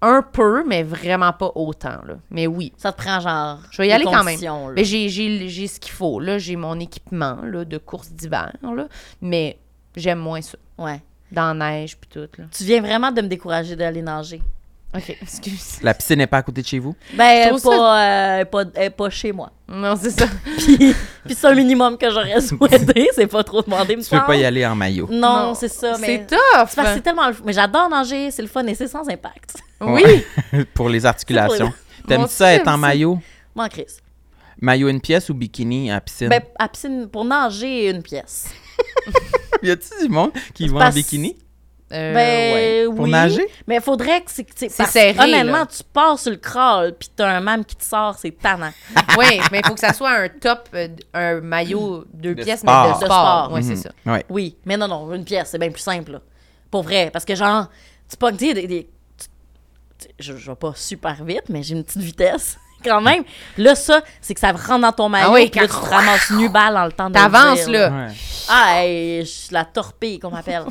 Speaker 3: Un peu, mais vraiment pas autant. Là. Mais oui.
Speaker 4: Ça te prend, genre.
Speaker 3: Je vais y
Speaker 4: des
Speaker 3: aller quand même.
Speaker 4: conditions, là.
Speaker 3: Mais j'ai, j'ai, j'ai ce qu'il faut. Là. J'ai mon équipement là, de course d'hiver. Là. Mais j'aime moins ça.
Speaker 4: Ouais.
Speaker 3: Dans la neige puis tout. Là.
Speaker 4: Tu viens vraiment de me décourager d'aller nager.
Speaker 3: OK, excuse.
Speaker 2: La piscine n'est pas à côté de chez vous?
Speaker 4: Ben,
Speaker 3: trouve
Speaker 4: elle pas, euh, elle pas, elle pas chez moi.
Speaker 3: Non, c'est ça.
Speaker 4: Puis, puis c'est un minimum que j'aurais souhaité. C'est pas trop demandé, me
Speaker 2: Tu peux pas y
Speaker 4: semble.
Speaker 2: aller en maillot.
Speaker 4: Non,
Speaker 3: Non,
Speaker 4: c'est ça. Mais...
Speaker 3: C'est tough.
Speaker 4: C'est parce que c'est tellement. le f- Mais j'adore nager, c'est le fun et c'est sans impact.
Speaker 3: Oui.
Speaker 2: Ouais. pour les articulations.
Speaker 3: Mon
Speaker 2: T'aimes-tu ça être
Speaker 3: Dieu,
Speaker 2: en
Speaker 3: c'est-
Speaker 2: maillot?
Speaker 4: Moi, en crise.
Speaker 2: Maillot une pièce ou bikini à la piscine?
Speaker 4: Ben, à piscine, pour nager, une pièce.
Speaker 2: y a-tu du monde qui va en
Speaker 4: parce-
Speaker 2: bikini?
Speaker 3: Euh, ouais.
Speaker 4: ben, oui.
Speaker 2: Pour nager?
Speaker 4: Mais il faudrait que c'est. que c'est-
Speaker 3: C'est
Speaker 4: parce-
Speaker 3: serré,
Speaker 4: Honnêtement,
Speaker 3: là.
Speaker 4: tu pars sur le crawl, puis t'as un mame qui te sort, c'est tannant.
Speaker 3: Oui, mais il faut que ça soit un top, euh, un maillot, deux
Speaker 2: De
Speaker 3: pièces, mais de
Speaker 2: sport.
Speaker 3: sport.
Speaker 4: De sport.
Speaker 3: Oui,
Speaker 2: Mhm.
Speaker 3: c'est ça.
Speaker 2: Ouais.
Speaker 4: Oui, mais non, non, une pièce, c'est bien plus simple. là. Pour vrai, parce que genre, tu pognes, tu sais, des- des- tu- tu- je, je vais pas super vite, mais j'ai une petite vitesse quand même. Là, ça, c'est que ça rentre dans ton maillot,
Speaker 3: Ah oui,
Speaker 4: puis là, tu
Speaker 3: quand-
Speaker 4: te ramasses nu balle dans le temps de le
Speaker 3: T'avances,
Speaker 4: dire,
Speaker 3: là.
Speaker 2: Ouais.
Speaker 4: Ah, hey, je- la torpille qu'on m'appelle.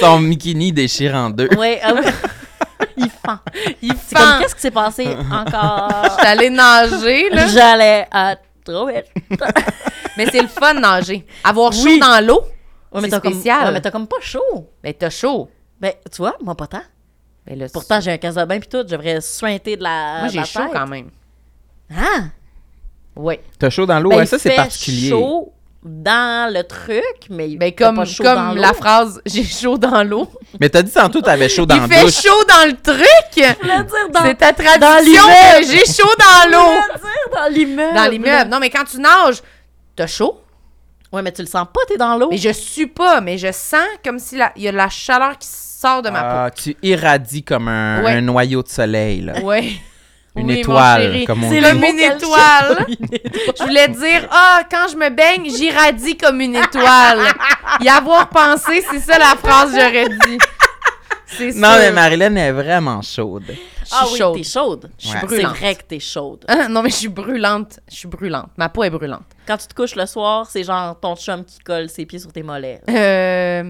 Speaker 2: Son bikini déchire en deux.
Speaker 4: ouais, ah oui. Il fend.
Speaker 3: Il
Speaker 4: C'est comme,
Speaker 3: fend.
Speaker 4: qu'est-ce qui s'est passé encore?
Speaker 3: T'es allé nager, là.
Speaker 4: J'allais à trop vite.
Speaker 3: Mais c'est le fun de nager. Avoir chaud dans l'eau,
Speaker 4: Ouais, mais
Speaker 3: c'est
Speaker 4: t'as comme,
Speaker 3: spécial.
Speaker 4: ouais, mais t'as comme pas chaud.
Speaker 3: ben, t'as chaud.
Speaker 4: Ben, tu vois, moi, pas tant.
Speaker 3: Ben, là,
Speaker 4: Pourtant, j'ai un casse-bain puis tout, j'aurais suinté de la.
Speaker 3: moi,
Speaker 4: de
Speaker 3: j'ai
Speaker 4: la
Speaker 3: chaud
Speaker 4: tête.
Speaker 3: quand même.
Speaker 4: Ah!
Speaker 3: Oui.
Speaker 2: T'as chaud dans l'eau?
Speaker 4: Ben,
Speaker 2: ouais,
Speaker 4: il
Speaker 2: ça, c'est
Speaker 4: fait
Speaker 2: particulier.
Speaker 4: chaud dans le truc, mais il
Speaker 3: Ben,
Speaker 4: fait
Speaker 3: comme,
Speaker 4: pas chaud dans
Speaker 3: comme
Speaker 4: l'eau.
Speaker 3: la phrase j'ai chaud dans l'eau.
Speaker 2: Mais t'as dit tantôt t'avais chaud dans
Speaker 3: Il
Speaker 2: la
Speaker 3: fait
Speaker 2: douche.
Speaker 3: chaud dans le truc.
Speaker 4: Je voulais dire dans,
Speaker 3: C'est ta tradition
Speaker 4: l'hiver.
Speaker 3: que j'ai chaud dans l'eau.
Speaker 4: Je voulais dire dans l'immeuble.
Speaker 3: Dans l'immeuble. Non, mais quand tu nages, t'as chaud.
Speaker 4: Ouais, mais tu le sens pas, t'es dans l'eau.
Speaker 3: Mais je suis pas, mais je sens comme si la- il y a de la chaleur qui sort de ma
Speaker 2: Ah, tu irradies comme un,
Speaker 3: Ouais.
Speaker 2: un noyau de soleil, là.
Speaker 3: peau. Ouais.
Speaker 2: Ah. Une
Speaker 3: Oui, mon
Speaker 2: étoile,
Speaker 3: chéri.
Speaker 2: comme on dit.
Speaker 4: C'est
Speaker 3: Comme
Speaker 4: le mot
Speaker 3: une
Speaker 4: qu'elle
Speaker 3: étoile. Je voulais dire, ah, quand je me baigne, j'irradie comme une étoile. Y avoir pensé, c'est ça la phrase que j'aurais dit. C'est
Speaker 2: Non,
Speaker 3: sûr.
Speaker 2: mais Marilyn est vraiment chaude.
Speaker 3: Je
Speaker 4: Ah
Speaker 3: suis
Speaker 4: oui,
Speaker 3: chaude.
Speaker 4: t'es chaude.
Speaker 2: suis
Speaker 4: Ouais.
Speaker 3: brûlante.
Speaker 4: C'est vrai que t'es chaude.
Speaker 3: Hein? Non, mais je suis brûlante. Je suis brûlante. Ma peau est brûlante.
Speaker 4: Quand tu te couches le soir, c'est genre ton chum qui colle ses pieds sur tes mollets.
Speaker 3: Euh,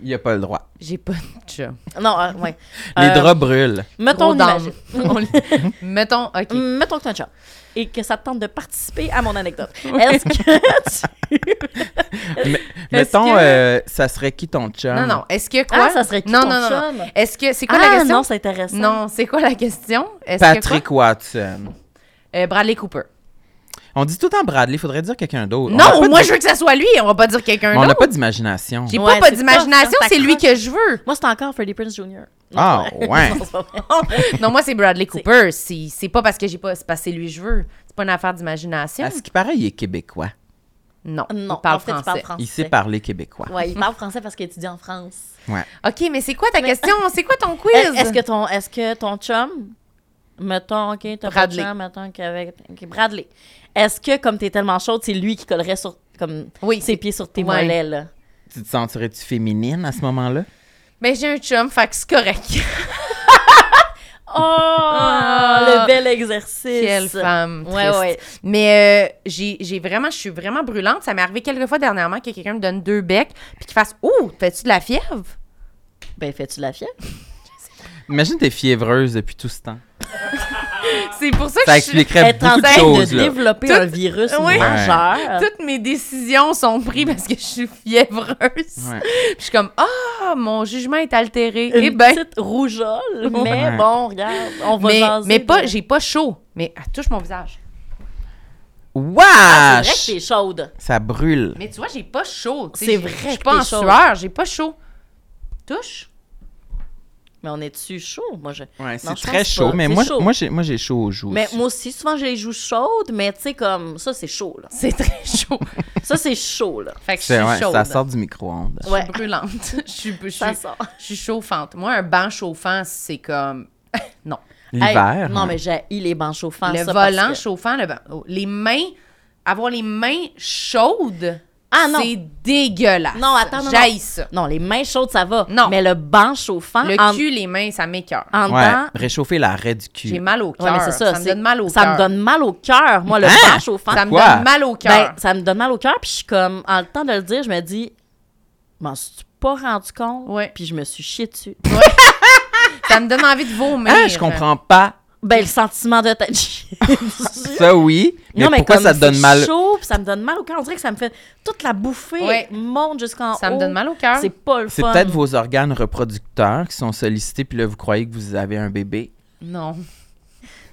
Speaker 2: Il a pas le droit.
Speaker 3: j'ai pas de chum.
Speaker 4: non, euh, ouais.
Speaker 2: Les
Speaker 4: Euh,
Speaker 2: draps brûlent.
Speaker 3: Gros
Speaker 4: Mettons, on
Speaker 3: dame.
Speaker 4: imagine.
Speaker 3: Mettons, OK.
Speaker 4: Mettons que t'as un chat et que ça te tente de participer à mon anecdote. Est-ce que tu...
Speaker 2: Mettons,
Speaker 4: que-
Speaker 2: euh, ça serait qui ton chum?
Speaker 3: Non, non. Est-ce que quoi?
Speaker 4: Ah, ça serait qui
Speaker 3: non,
Speaker 4: ton
Speaker 3: non, non, non.
Speaker 4: chum?
Speaker 3: Est-ce que... C'est quoi la
Speaker 4: Ah
Speaker 3: question?
Speaker 4: non, c'est intéressant.
Speaker 3: Non, c'est quoi la question? Est-ce que quoi?
Speaker 2: Patrick Watson.
Speaker 3: Euh, Bradley Cooper.
Speaker 2: On dit tout le temps Bradley, faudrait dire quelqu'un d'autre. On a
Speaker 3: Non,
Speaker 2: pas
Speaker 3: moi,
Speaker 2: d'i-
Speaker 3: je veux que ça soit lui. On va pas dire quelqu'un
Speaker 2: On n'a
Speaker 3: d'autre.
Speaker 2: pas d'imagination.
Speaker 3: J'ai
Speaker 4: Ouais,
Speaker 3: pas, pas
Speaker 4: c'est ça,
Speaker 3: d'imagination,
Speaker 4: ça
Speaker 3: c'est lui
Speaker 4: t'accroche.
Speaker 3: que je veux.
Speaker 4: Moi, c'est encore Freddie Prince Jr. Non,
Speaker 2: Ah,
Speaker 4: c'est vrai.
Speaker 2: ouais.
Speaker 4: Non, c'est pas vrai.
Speaker 3: non, moi, c'est Bradley Cooper. C'est c'est pas parce que j'ai pas. C'est parce que c'est lui que je veux. C'est pas une affaire d'imagination.
Speaker 2: À ce qui paraît, il est québécois.
Speaker 3: Non,
Speaker 4: Non,
Speaker 3: il parle
Speaker 4: en fait,
Speaker 3: français.
Speaker 4: il parle français.
Speaker 2: Il sait parler québécois.
Speaker 4: Ouais, il parle français parce qu'il étudie en France.
Speaker 2: Ouais.
Speaker 3: OK, mais c'est quoi ta question? C'est quoi ton quiz?
Speaker 4: Est- Est-ce que ton, est-ce que ton chum, mettons, ok, t'as pas de
Speaker 3: Bradley.
Speaker 4: chum, mettons qu'avec ok, Bradley, est-ce que comme t'es tellement chaude, c'est lui qui collerait sur, comme,
Speaker 3: Oui.
Speaker 4: ses pieds sur tes
Speaker 3: Ouais.
Speaker 4: mollets là?
Speaker 2: Tu te sentirais-tu féminine à ce moment-là?
Speaker 3: Mais Ben, j'ai un chum, fait que c'est correct.
Speaker 4: Oh,
Speaker 3: Ah,
Speaker 4: Ah, le bel exercice.
Speaker 3: Quelle femme
Speaker 4: Ouais,
Speaker 3: triste.
Speaker 4: ouais.
Speaker 3: Mais euh, j'ai j'ai vraiment, je suis vraiment brûlante. Ça m'est arrivé quelques fois dernièrement que quelqu'un me donne deux becs puis qu'il fasse « Ouh, fais-tu de la fièvre?
Speaker 4: Ben fais-tu de la fièvre?
Speaker 2: Imagine t'es fiévreuse depuis tout ce temps. »
Speaker 3: C'est pour ça que
Speaker 2: Ça
Speaker 3: je suis-
Speaker 2: expliquerait
Speaker 4: Être en
Speaker 2: beaucoup de
Speaker 4: train
Speaker 2: choses,
Speaker 4: de
Speaker 2: là.
Speaker 4: développer
Speaker 3: Tout-
Speaker 4: un virus
Speaker 3: Ouais.
Speaker 4: majeur.
Speaker 3: Toutes mes décisions sont prises parce que je suis fiévreuse.
Speaker 2: Ouais.
Speaker 3: Puis Je suis comme « Ah, mon jugement est altéré.
Speaker 4: Une
Speaker 3: Eh ben,
Speaker 4: petite rougeole, mais
Speaker 2: Ouais.
Speaker 4: bon, regarde, on va
Speaker 3: mais,
Speaker 4: jaser
Speaker 3: mais pas,
Speaker 4: de-
Speaker 3: j'ai pas chaud. Mais elle touche mon visage.
Speaker 4: Ah, C'est vrai que
Speaker 2: Wesh!
Speaker 4: t'es chaude.
Speaker 2: Ça brûle.
Speaker 3: Mais tu vois, j'ai pas chaud. tu sais,
Speaker 4: C'est
Speaker 3: j'ai-
Speaker 4: vrai
Speaker 3: Je suis
Speaker 4: que
Speaker 3: pas en
Speaker 4: t'es chaude.
Speaker 3: sueur, j'ai pas chaud. Touche?
Speaker 4: Mais on est-tu chaud? Moi, je...
Speaker 2: Ouais,
Speaker 4: Non,
Speaker 2: c'est
Speaker 4: je
Speaker 2: très
Speaker 4: pense
Speaker 2: chaud.
Speaker 4: pas.
Speaker 2: Mais
Speaker 4: C'est
Speaker 2: moi,
Speaker 4: chaud.
Speaker 2: moi, j'ai, moi, j'ai chaud aux joues.
Speaker 4: Mais
Speaker 2: aussi.
Speaker 4: moi aussi, souvent, j'ai les joues chaudes, mais tu sais, comme ça, c'est chaud, là.
Speaker 3: C'est très chaud.
Speaker 4: Ça, c'est chaud, là.
Speaker 3: fait que je suis
Speaker 2: C'est- ouais,
Speaker 3: chaude.
Speaker 2: ça sort du micro-ondes.
Speaker 3: Je suis
Speaker 4: Ouais.
Speaker 3: brûlante. je, suis, je,
Speaker 4: Ça
Speaker 3: suis,
Speaker 4: sort.
Speaker 3: je suis chauffante. Moi, un banc chauffant, c'est comme. non.
Speaker 2: L'hiver. hein.
Speaker 4: Hey, non,
Speaker 2: ouais.
Speaker 4: mais j'ai les bancs chauffants.
Speaker 3: le
Speaker 4: Ah, ça, parce
Speaker 3: volant
Speaker 4: que-
Speaker 3: chauffant, le banc. oh, les mains. Avoir les mains chaudes,
Speaker 4: Ah, non.
Speaker 3: c'est dégueulasse.
Speaker 4: Non, attends, non, non.
Speaker 3: J'haïs ça.
Speaker 4: Non, les mains chaudes, ça va.
Speaker 3: Non.
Speaker 4: Mais le banc chauffant,
Speaker 3: Le
Speaker 4: en,
Speaker 3: cul, les mains, ça m'écœure.
Speaker 4: en
Speaker 2: Ouais,
Speaker 4: dedans.
Speaker 2: réchauffer l'arrêt du
Speaker 3: J'ai
Speaker 2: cul.
Speaker 3: mal au
Speaker 4: Ouais,
Speaker 3: cœur.
Speaker 4: mais c'est ça.
Speaker 3: me
Speaker 4: c'est-
Speaker 3: donne mal au cœur.
Speaker 4: Ça me donne mal au cœur, moi, le
Speaker 2: Hein?
Speaker 4: banc chauffant.
Speaker 3: Ça me
Speaker 2: Quoi?
Speaker 3: donne mal au
Speaker 4: Ben,
Speaker 3: cœur.
Speaker 4: ça me donne mal au cœur, puis je suis comme, en le temps de le dire, je me dis, m'en suis pas rendu compte,
Speaker 3: Ouais.
Speaker 4: puis je me suis chié dessus.
Speaker 3: ça me donne envie de vomir.
Speaker 4: euh,
Speaker 2: Ah, je comprends pas.
Speaker 4: Ben, le sentiment de tête. chier dessus.
Speaker 2: Ça, oui. Mais, pourquoi
Speaker 4: comme
Speaker 2: ça te donne
Speaker 4: c'est
Speaker 2: mal?
Speaker 4: chaud, puis ça me donne mal au cœur. On dirait que ça me fait toute la bouffée
Speaker 3: Ouais.
Speaker 4: monte jusqu'en haut.
Speaker 3: Ça me donne mal au cœur.
Speaker 4: C'est pas le
Speaker 2: C'est
Speaker 4: fun.
Speaker 2: peut-être vos organes reproducteurs qui sont sollicités, puis là, vous croyez que vous avez un bébé.
Speaker 3: Non.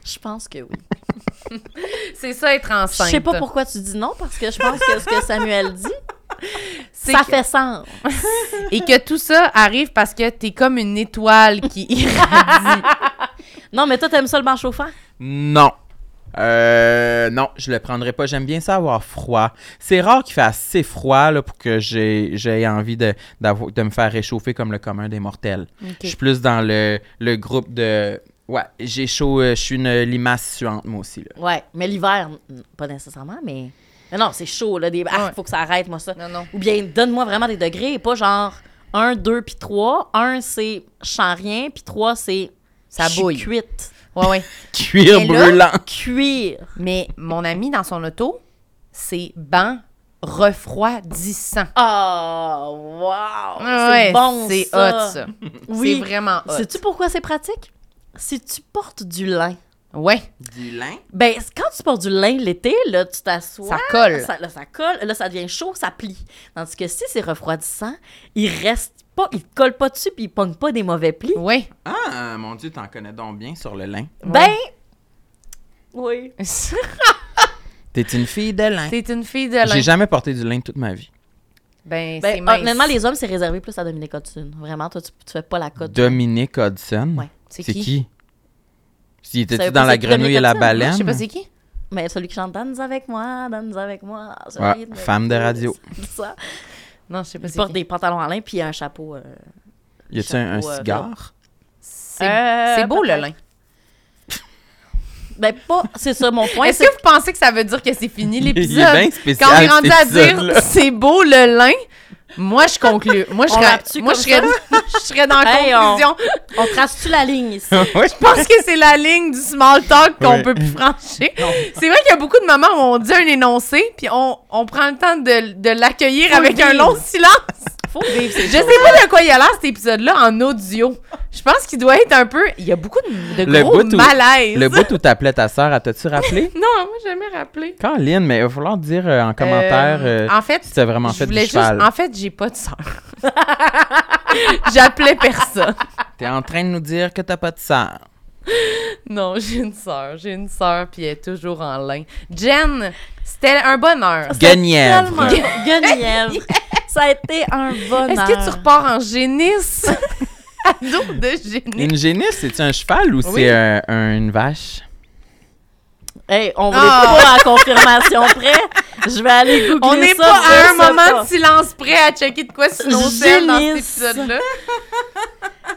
Speaker 4: Je pense que oui.
Speaker 3: C'est ça, être
Speaker 4: Je
Speaker 3: enceinte.
Speaker 4: sais pas pourquoi tu dis non, parce que je pense que ce que Samuel dit,
Speaker 3: C'est
Speaker 4: ça
Speaker 3: que-
Speaker 4: fait sens.
Speaker 3: Et que tout ça arrive parce que t'es comme une étoile qui irradie.
Speaker 4: Non, mais toi, t'aimes ça le bain chauffant?
Speaker 2: Non. Euh, non, je le prendrai pas. J'aime bien ça avoir froid. C'est rare qu'il fait assez froid là, pour que j'ai j'ai envie de, d'avo- de me faire réchauffer comme le commun des mortels. Je suis plus dans le, le groupe de. Ouais, j'ai chaud, euh, je suis une limace suante, moi aussi. Là.
Speaker 4: Ouais, mais l'hiver, n- pas nécessairement, mais. mais non, c'est chaud, là. Des... Ah,
Speaker 3: Ouais.
Speaker 4: faut que ça arrête, moi, ça.
Speaker 3: Non, non.
Speaker 4: Ou bien, donne-moi vraiment des degrés et pas genre 1, 2 puis 3. 1, c'est sans rien, puis 3, c'est.
Speaker 3: Ça
Speaker 4: je suis
Speaker 3: bouille.
Speaker 4: cuite.
Speaker 3: Ouais, ouais.
Speaker 2: Cuir
Speaker 3: Mais là-
Speaker 2: brûlant.
Speaker 4: Cuire.
Speaker 3: Mais mon ami dans son auto, c'est banc refroidissant.
Speaker 4: Oh, wow!
Speaker 3: Ah Ouais,
Speaker 4: c'est bon,
Speaker 3: c'est
Speaker 4: ça.
Speaker 3: hot ça.
Speaker 4: Oui.
Speaker 3: C'est vraiment hot.
Speaker 4: Sais-tu pourquoi c'est pratique? Si tu portes du lin.
Speaker 3: Ouais,
Speaker 2: Du lin.
Speaker 4: Ben, c- quand tu portes du lin l'été, là, tu t'assois.
Speaker 3: ça colle.
Speaker 4: Ça, là, ça colle. Là, ça devient chaud, ça plie. Tandis que si c'est refroidissant, il reste pas, il te colle pas dessus puis il pogne pas des mauvais plis.
Speaker 3: Ouais.
Speaker 2: Ah, mon Dieu, t'en connais donc bien sur le lin.
Speaker 4: Ben. Oui.
Speaker 3: c'est
Speaker 2: T'es une fille de lin.
Speaker 3: une fille de lin.
Speaker 2: J'ai jamais porté du lin toute ma vie.
Speaker 3: Ben, c'est
Speaker 4: Ben,
Speaker 3: mince.
Speaker 4: honnêtement, les hommes, c'est réservé plus à Dominique Hudson. Vraiment, toi, tu, tu fais pas la
Speaker 2: Mm.
Speaker 4: cote.
Speaker 2: Dominique Hodgson.
Speaker 4: Ouais.
Speaker 3: C'est
Speaker 2: C'est
Speaker 3: qui?
Speaker 2: qui? S'il
Speaker 4: savez
Speaker 2: était-tu
Speaker 4: pas
Speaker 2: dans la
Speaker 4: c'est qui
Speaker 2: grenouille et la
Speaker 4: Dominique Hodgson?
Speaker 2: baleine?
Speaker 3: Je sais pas c'est qui.
Speaker 4: Mais celui qui chante Danse avec moi, danse avec moi. ce
Speaker 2: Ouais,
Speaker 4: rythme
Speaker 2: femme de
Speaker 4: fou,
Speaker 2: radio.
Speaker 4: c'est ça.
Speaker 3: Non, je sais pas
Speaker 4: Il
Speaker 3: c'est
Speaker 4: porte
Speaker 3: qui.
Speaker 4: des pantalons en lin puis un chapeau. euh,
Speaker 2: Y a-tu un, un
Speaker 4: Chapeau, euh,
Speaker 2: cigare?
Speaker 3: C'est
Speaker 4: Euh,
Speaker 3: c'est beau le
Speaker 4: peut-être.
Speaker 3: lin.
Speaker 4: Ben, pas. C'est ça mon point.
Speaker 3: Est-ce que vous pensez que ça veut dire que c'est fini l'épisode?
Speaker 2: Il est bien spécial,
Speaker 3: Quand on est rendu à
Speaker 2: cet épisode-là.
Speaker 3: dire c'est beau le lin, moi je conclue. Moi je
Speaker 4: On
Speaker 3: serais,
Speaker 4: rappe-tu
Speaker 3: moi, je
Speaker 4: comme
Speaker 3: serais, je serais dans la
Speaker 4: Hey, on-
Speaker 3: conclusion.
Speaker 4: On trace-tu la ligne ici?
Speaker 2: Ouais.
Speaker 3: Je pense que c'est la ligne du small talk qu'on
Speaker 2: Oui.
Speaker 3: peut plus franchir. C'est vrai qu'il y a beaucoup de moments où on dit un énoncé, puis on, on prend le temps de, de l'accueillir
Speaker 4: Faut
Speaker 3: avec
Speaker 4: le
Speaker 3: un
Speaker 4: vivre.
Speaker 3: long silence.
Speaker 4: Faut vivre ces
Speaker 3: Je sais pas de quoi il a l'air cet épisode-là en audio. Je pense qu'il doit être un peu. Il y a beaucoup de, de
Speaker 2: Le
Speaker 3: gros
Speaker 2: bout où-
Speaker 3: malaise.
Speaker 2: Le bout où t'appelais ta sœur, elle t'as-tu rappelé?
Speaker 3: Non, moi j'ai jamais rappelé.
Speaker 2: Caroline, mais il va falloir dire euh, en commentaire euh,
Speaker 3: Euh, en fait,
Speaker 2: si t'as vraiment
Speaker 3: je
Speaker 2: fait du
Speaker 3: voulais juste-
Speaker 2: cheval.
Speaker 3: En fait, j'ai pas de sœur. J'appelais personne.
Speaker 2: T'es en train de nous dire que t'as pas de sœur.
Speaker 3: Non, j'ai une sœur. J'ai une sœur, puis elle est toujours en ligne. Jen, c'était un bonheur.
Speaker 2: Guenièvre.
Speaker 4: Tellement Guenièvre. Ça a été un bonheur.
Speaker 3: Est-ce que tu repars en génisse? Ado de génisse.
Speaker 2: Une génisse, c'est un cheval ou
Speaker 3: Oui.
Speaker 2: c'est un- un- une vache?
Speaker 4: Hey, on n'est
Speaker 3: Ah.
Speaker 4: pas à confirmation près. Je vais aller googler
Speaker 3: On n'est
Speaker 4: ça,
Speaker 3: pas
Speaker 4: je
Speaker 3: à un
Speaker 4: sais
Speaker 3: moment
Speaker 4: pas.
Speaker 3: de silence prêt à checker de quoi sinon c'est dans cet
Speaker 4: Génisse.
Speaker 3: épisode-là.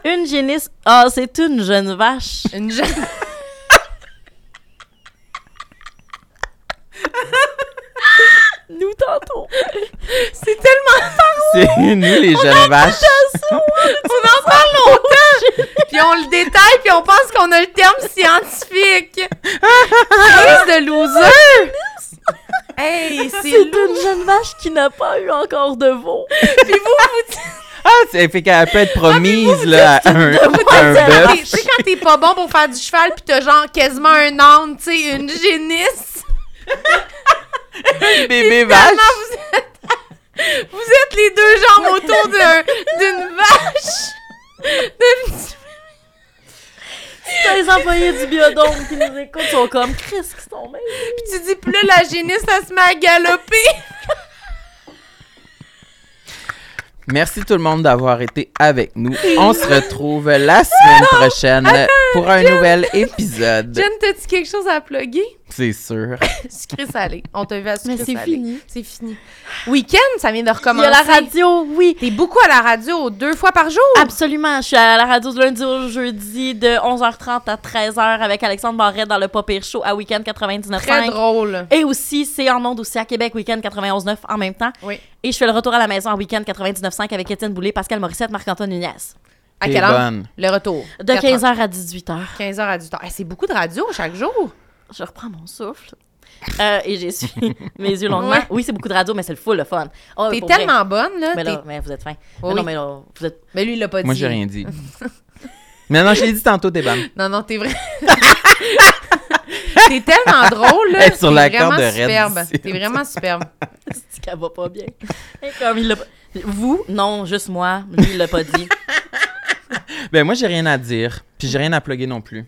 Speaker 4: Une génisse. Ah, c'est une jeune vache.
Speaker 3: Une jeune.
Speaker 4: Nous tentons.
Speaker 3: C'est tellement.
Speaker 2: C'est nous, les jeunes vaches.
Speaker 3: On en parle longtemps! puis on le détaille, puis on pense qu'on a le terme scientifique. Crise de loser! hey, c'est
Speaker 4: C'est
Speaker 3: lourd.
Speaker 4: une jeune vache qui n'a pas eu encore de veau.
Speaker 3: Puis vous, vous dites-
Speaker 2: Ah, c'est fait qu'elle peut être
Speaker 3: Ah,
Speaker 2: promise là, à un, à un
Speaker 3: Quand
Speaker 2: bœuf.
Speaker 3: t'es- Tu sais, quand t'es pas bon pour faire du cheval, pis t'as genre quasiment un âne, tu sais, une génisse.
Speaker 2: Une bébé vache.
Speaker 3: Tellement vous êtes. Vous êtes les deux jambes autour d'un- d'une vache. D'un petit-
Speaker 4: Les employés du biodôme qui nous écoutent sont comme Chris qui sont mêlés.
Speaker 3: Pis tu dis, pis là, la génisse, elle se met à galoper.
Speaker 2: Ben. Merci tout le monde d'avoir été avec nous. On se retrouve la semaine prochaine pour un nouvel épisode.
Speaker 3: Jen, t'as-tu quelque chose à plugger?
Speaker 2: C'est sûr.
Speaker 3: Sucré salé. On t'a vu à sucré
Speaker 4: Mais c'est
Speaker 3: salé.
Speaker 4: fini.
Speaker 3: C'est fini. Week-end, ça vient de
Speaker 4: Il y
Speaker 3: recommencer.
Speaker 4: a la radio, Ah, oui.
Speaker 3: T'es beaucoup à la radio, deux fois par jour.
Speaker 4: Absolument. Je suis à la radio du lundi au jeudi de 11h30 à 13h avec Alexandre Barret dans le Pas Pire Show à Weekend
Speaker 3: Très
Speaker 4: 99.5.
Speaker 3: drôle.
Speaker 4: Et aussi, c'est en ondes aussi à Québec, Weekend 91.9 en même temps.
Speaker 3: Oui.
Speaker 4: Et je fais le retour à la maison à Weekend 99.5 avec Étienne Boulay, Pascal Morissette, Marc-Antoine Nunez.
Speaker 3: À
Speaker 2: T'es
Speaker 3: quelle heure?
Speaker 2: bonne.
Speaker 3: Le retour.
Speaker 4: De
Speaker 3: Quatre
Speaker 4: 15h à 18h.
Speaker 3: 15 heures à du temps. Hey, c'est beaucoup de radio chaque jour.
Speaker 4: Je reprends mon souffle. Euh, et j'essuie mes yeux longuement.
Speaker 3: Ouais.
Speaker 4: Oui, c'est beaucoup de radio, mais c'est le full, le fun. Oh,
Speaker 3: T'es
Speaker 4: pour vrai.
Speaker 3: tellement bonne, là.
Speaker 4: Mais
Speaker 3: t'es-
Speaker 4: là, mais vous êtes fin.
Speaker 3: Oui,
Speaker 4: Mais non,
Speaker 3: oui.
Speaker 4: mais là, vous êtes.
Speaker 3: Mais lui, il l'a pas dit.
Speaker 2: Moi, j'ai rien dit. Mais non, je l'ai dit tantôt, t'es bonne.
Speaker 3: Non, non, t'es vrai. t'es tellement drôle, là.
Speaker 2: Hey, sur
Speaker 3: T'es
Speaker 2: la
Speaker 3: vraiment
Speaker 2: corde de Red
Speaker 3: superbe.
Speaker 2: d'ici.
Speaker 3: T'es vraiment superbe.
Speaker 4: C'est qu'elle va pas bien. Et comme il l'a pas- Vous? Non, juste moi. Lui, il l'a pas dit.
Speaker 2: Ben, moi, j'ai rien à dire. Puis, j'ai rien à plugger non plus.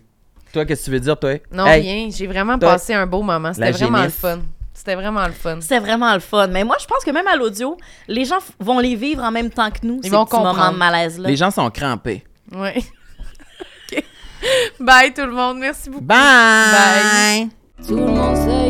Speaker 2: Toi, qu'est-ce que tu veux dire, toi?
Speaker 3: Non,
Speaker 2: Hey,
Speaker 3: rien. J'ai vraiment
Speaker 2: Toi-
Speaker 3: passé un beau moment. C'était
Speaker 2: La
Speaker 3: vraiment le
Speaker 2: génisse.
Speaker 3: fun. C'était vraiment le fun.
Speaker 4: C'est vraiment le fun. Mais moi, je pense que même à l'audio, les gens f- vont les vivre en même temps que nous.
Speaker 3: Ils
Speaker 4: ces
Speaker 3: vont
Speaker 4: petits moments
Speaker 3: comprendre.
Speaker 4: de malaise-là.
Speaker 2: Les gens sont crampés.
Speaker 3: Ouais. OK. Bye, tout le monde. Merci beaucoup.
Speaker 2: Bye!
Speaker 3: Bye.
Speaker 1: Tout le monde sait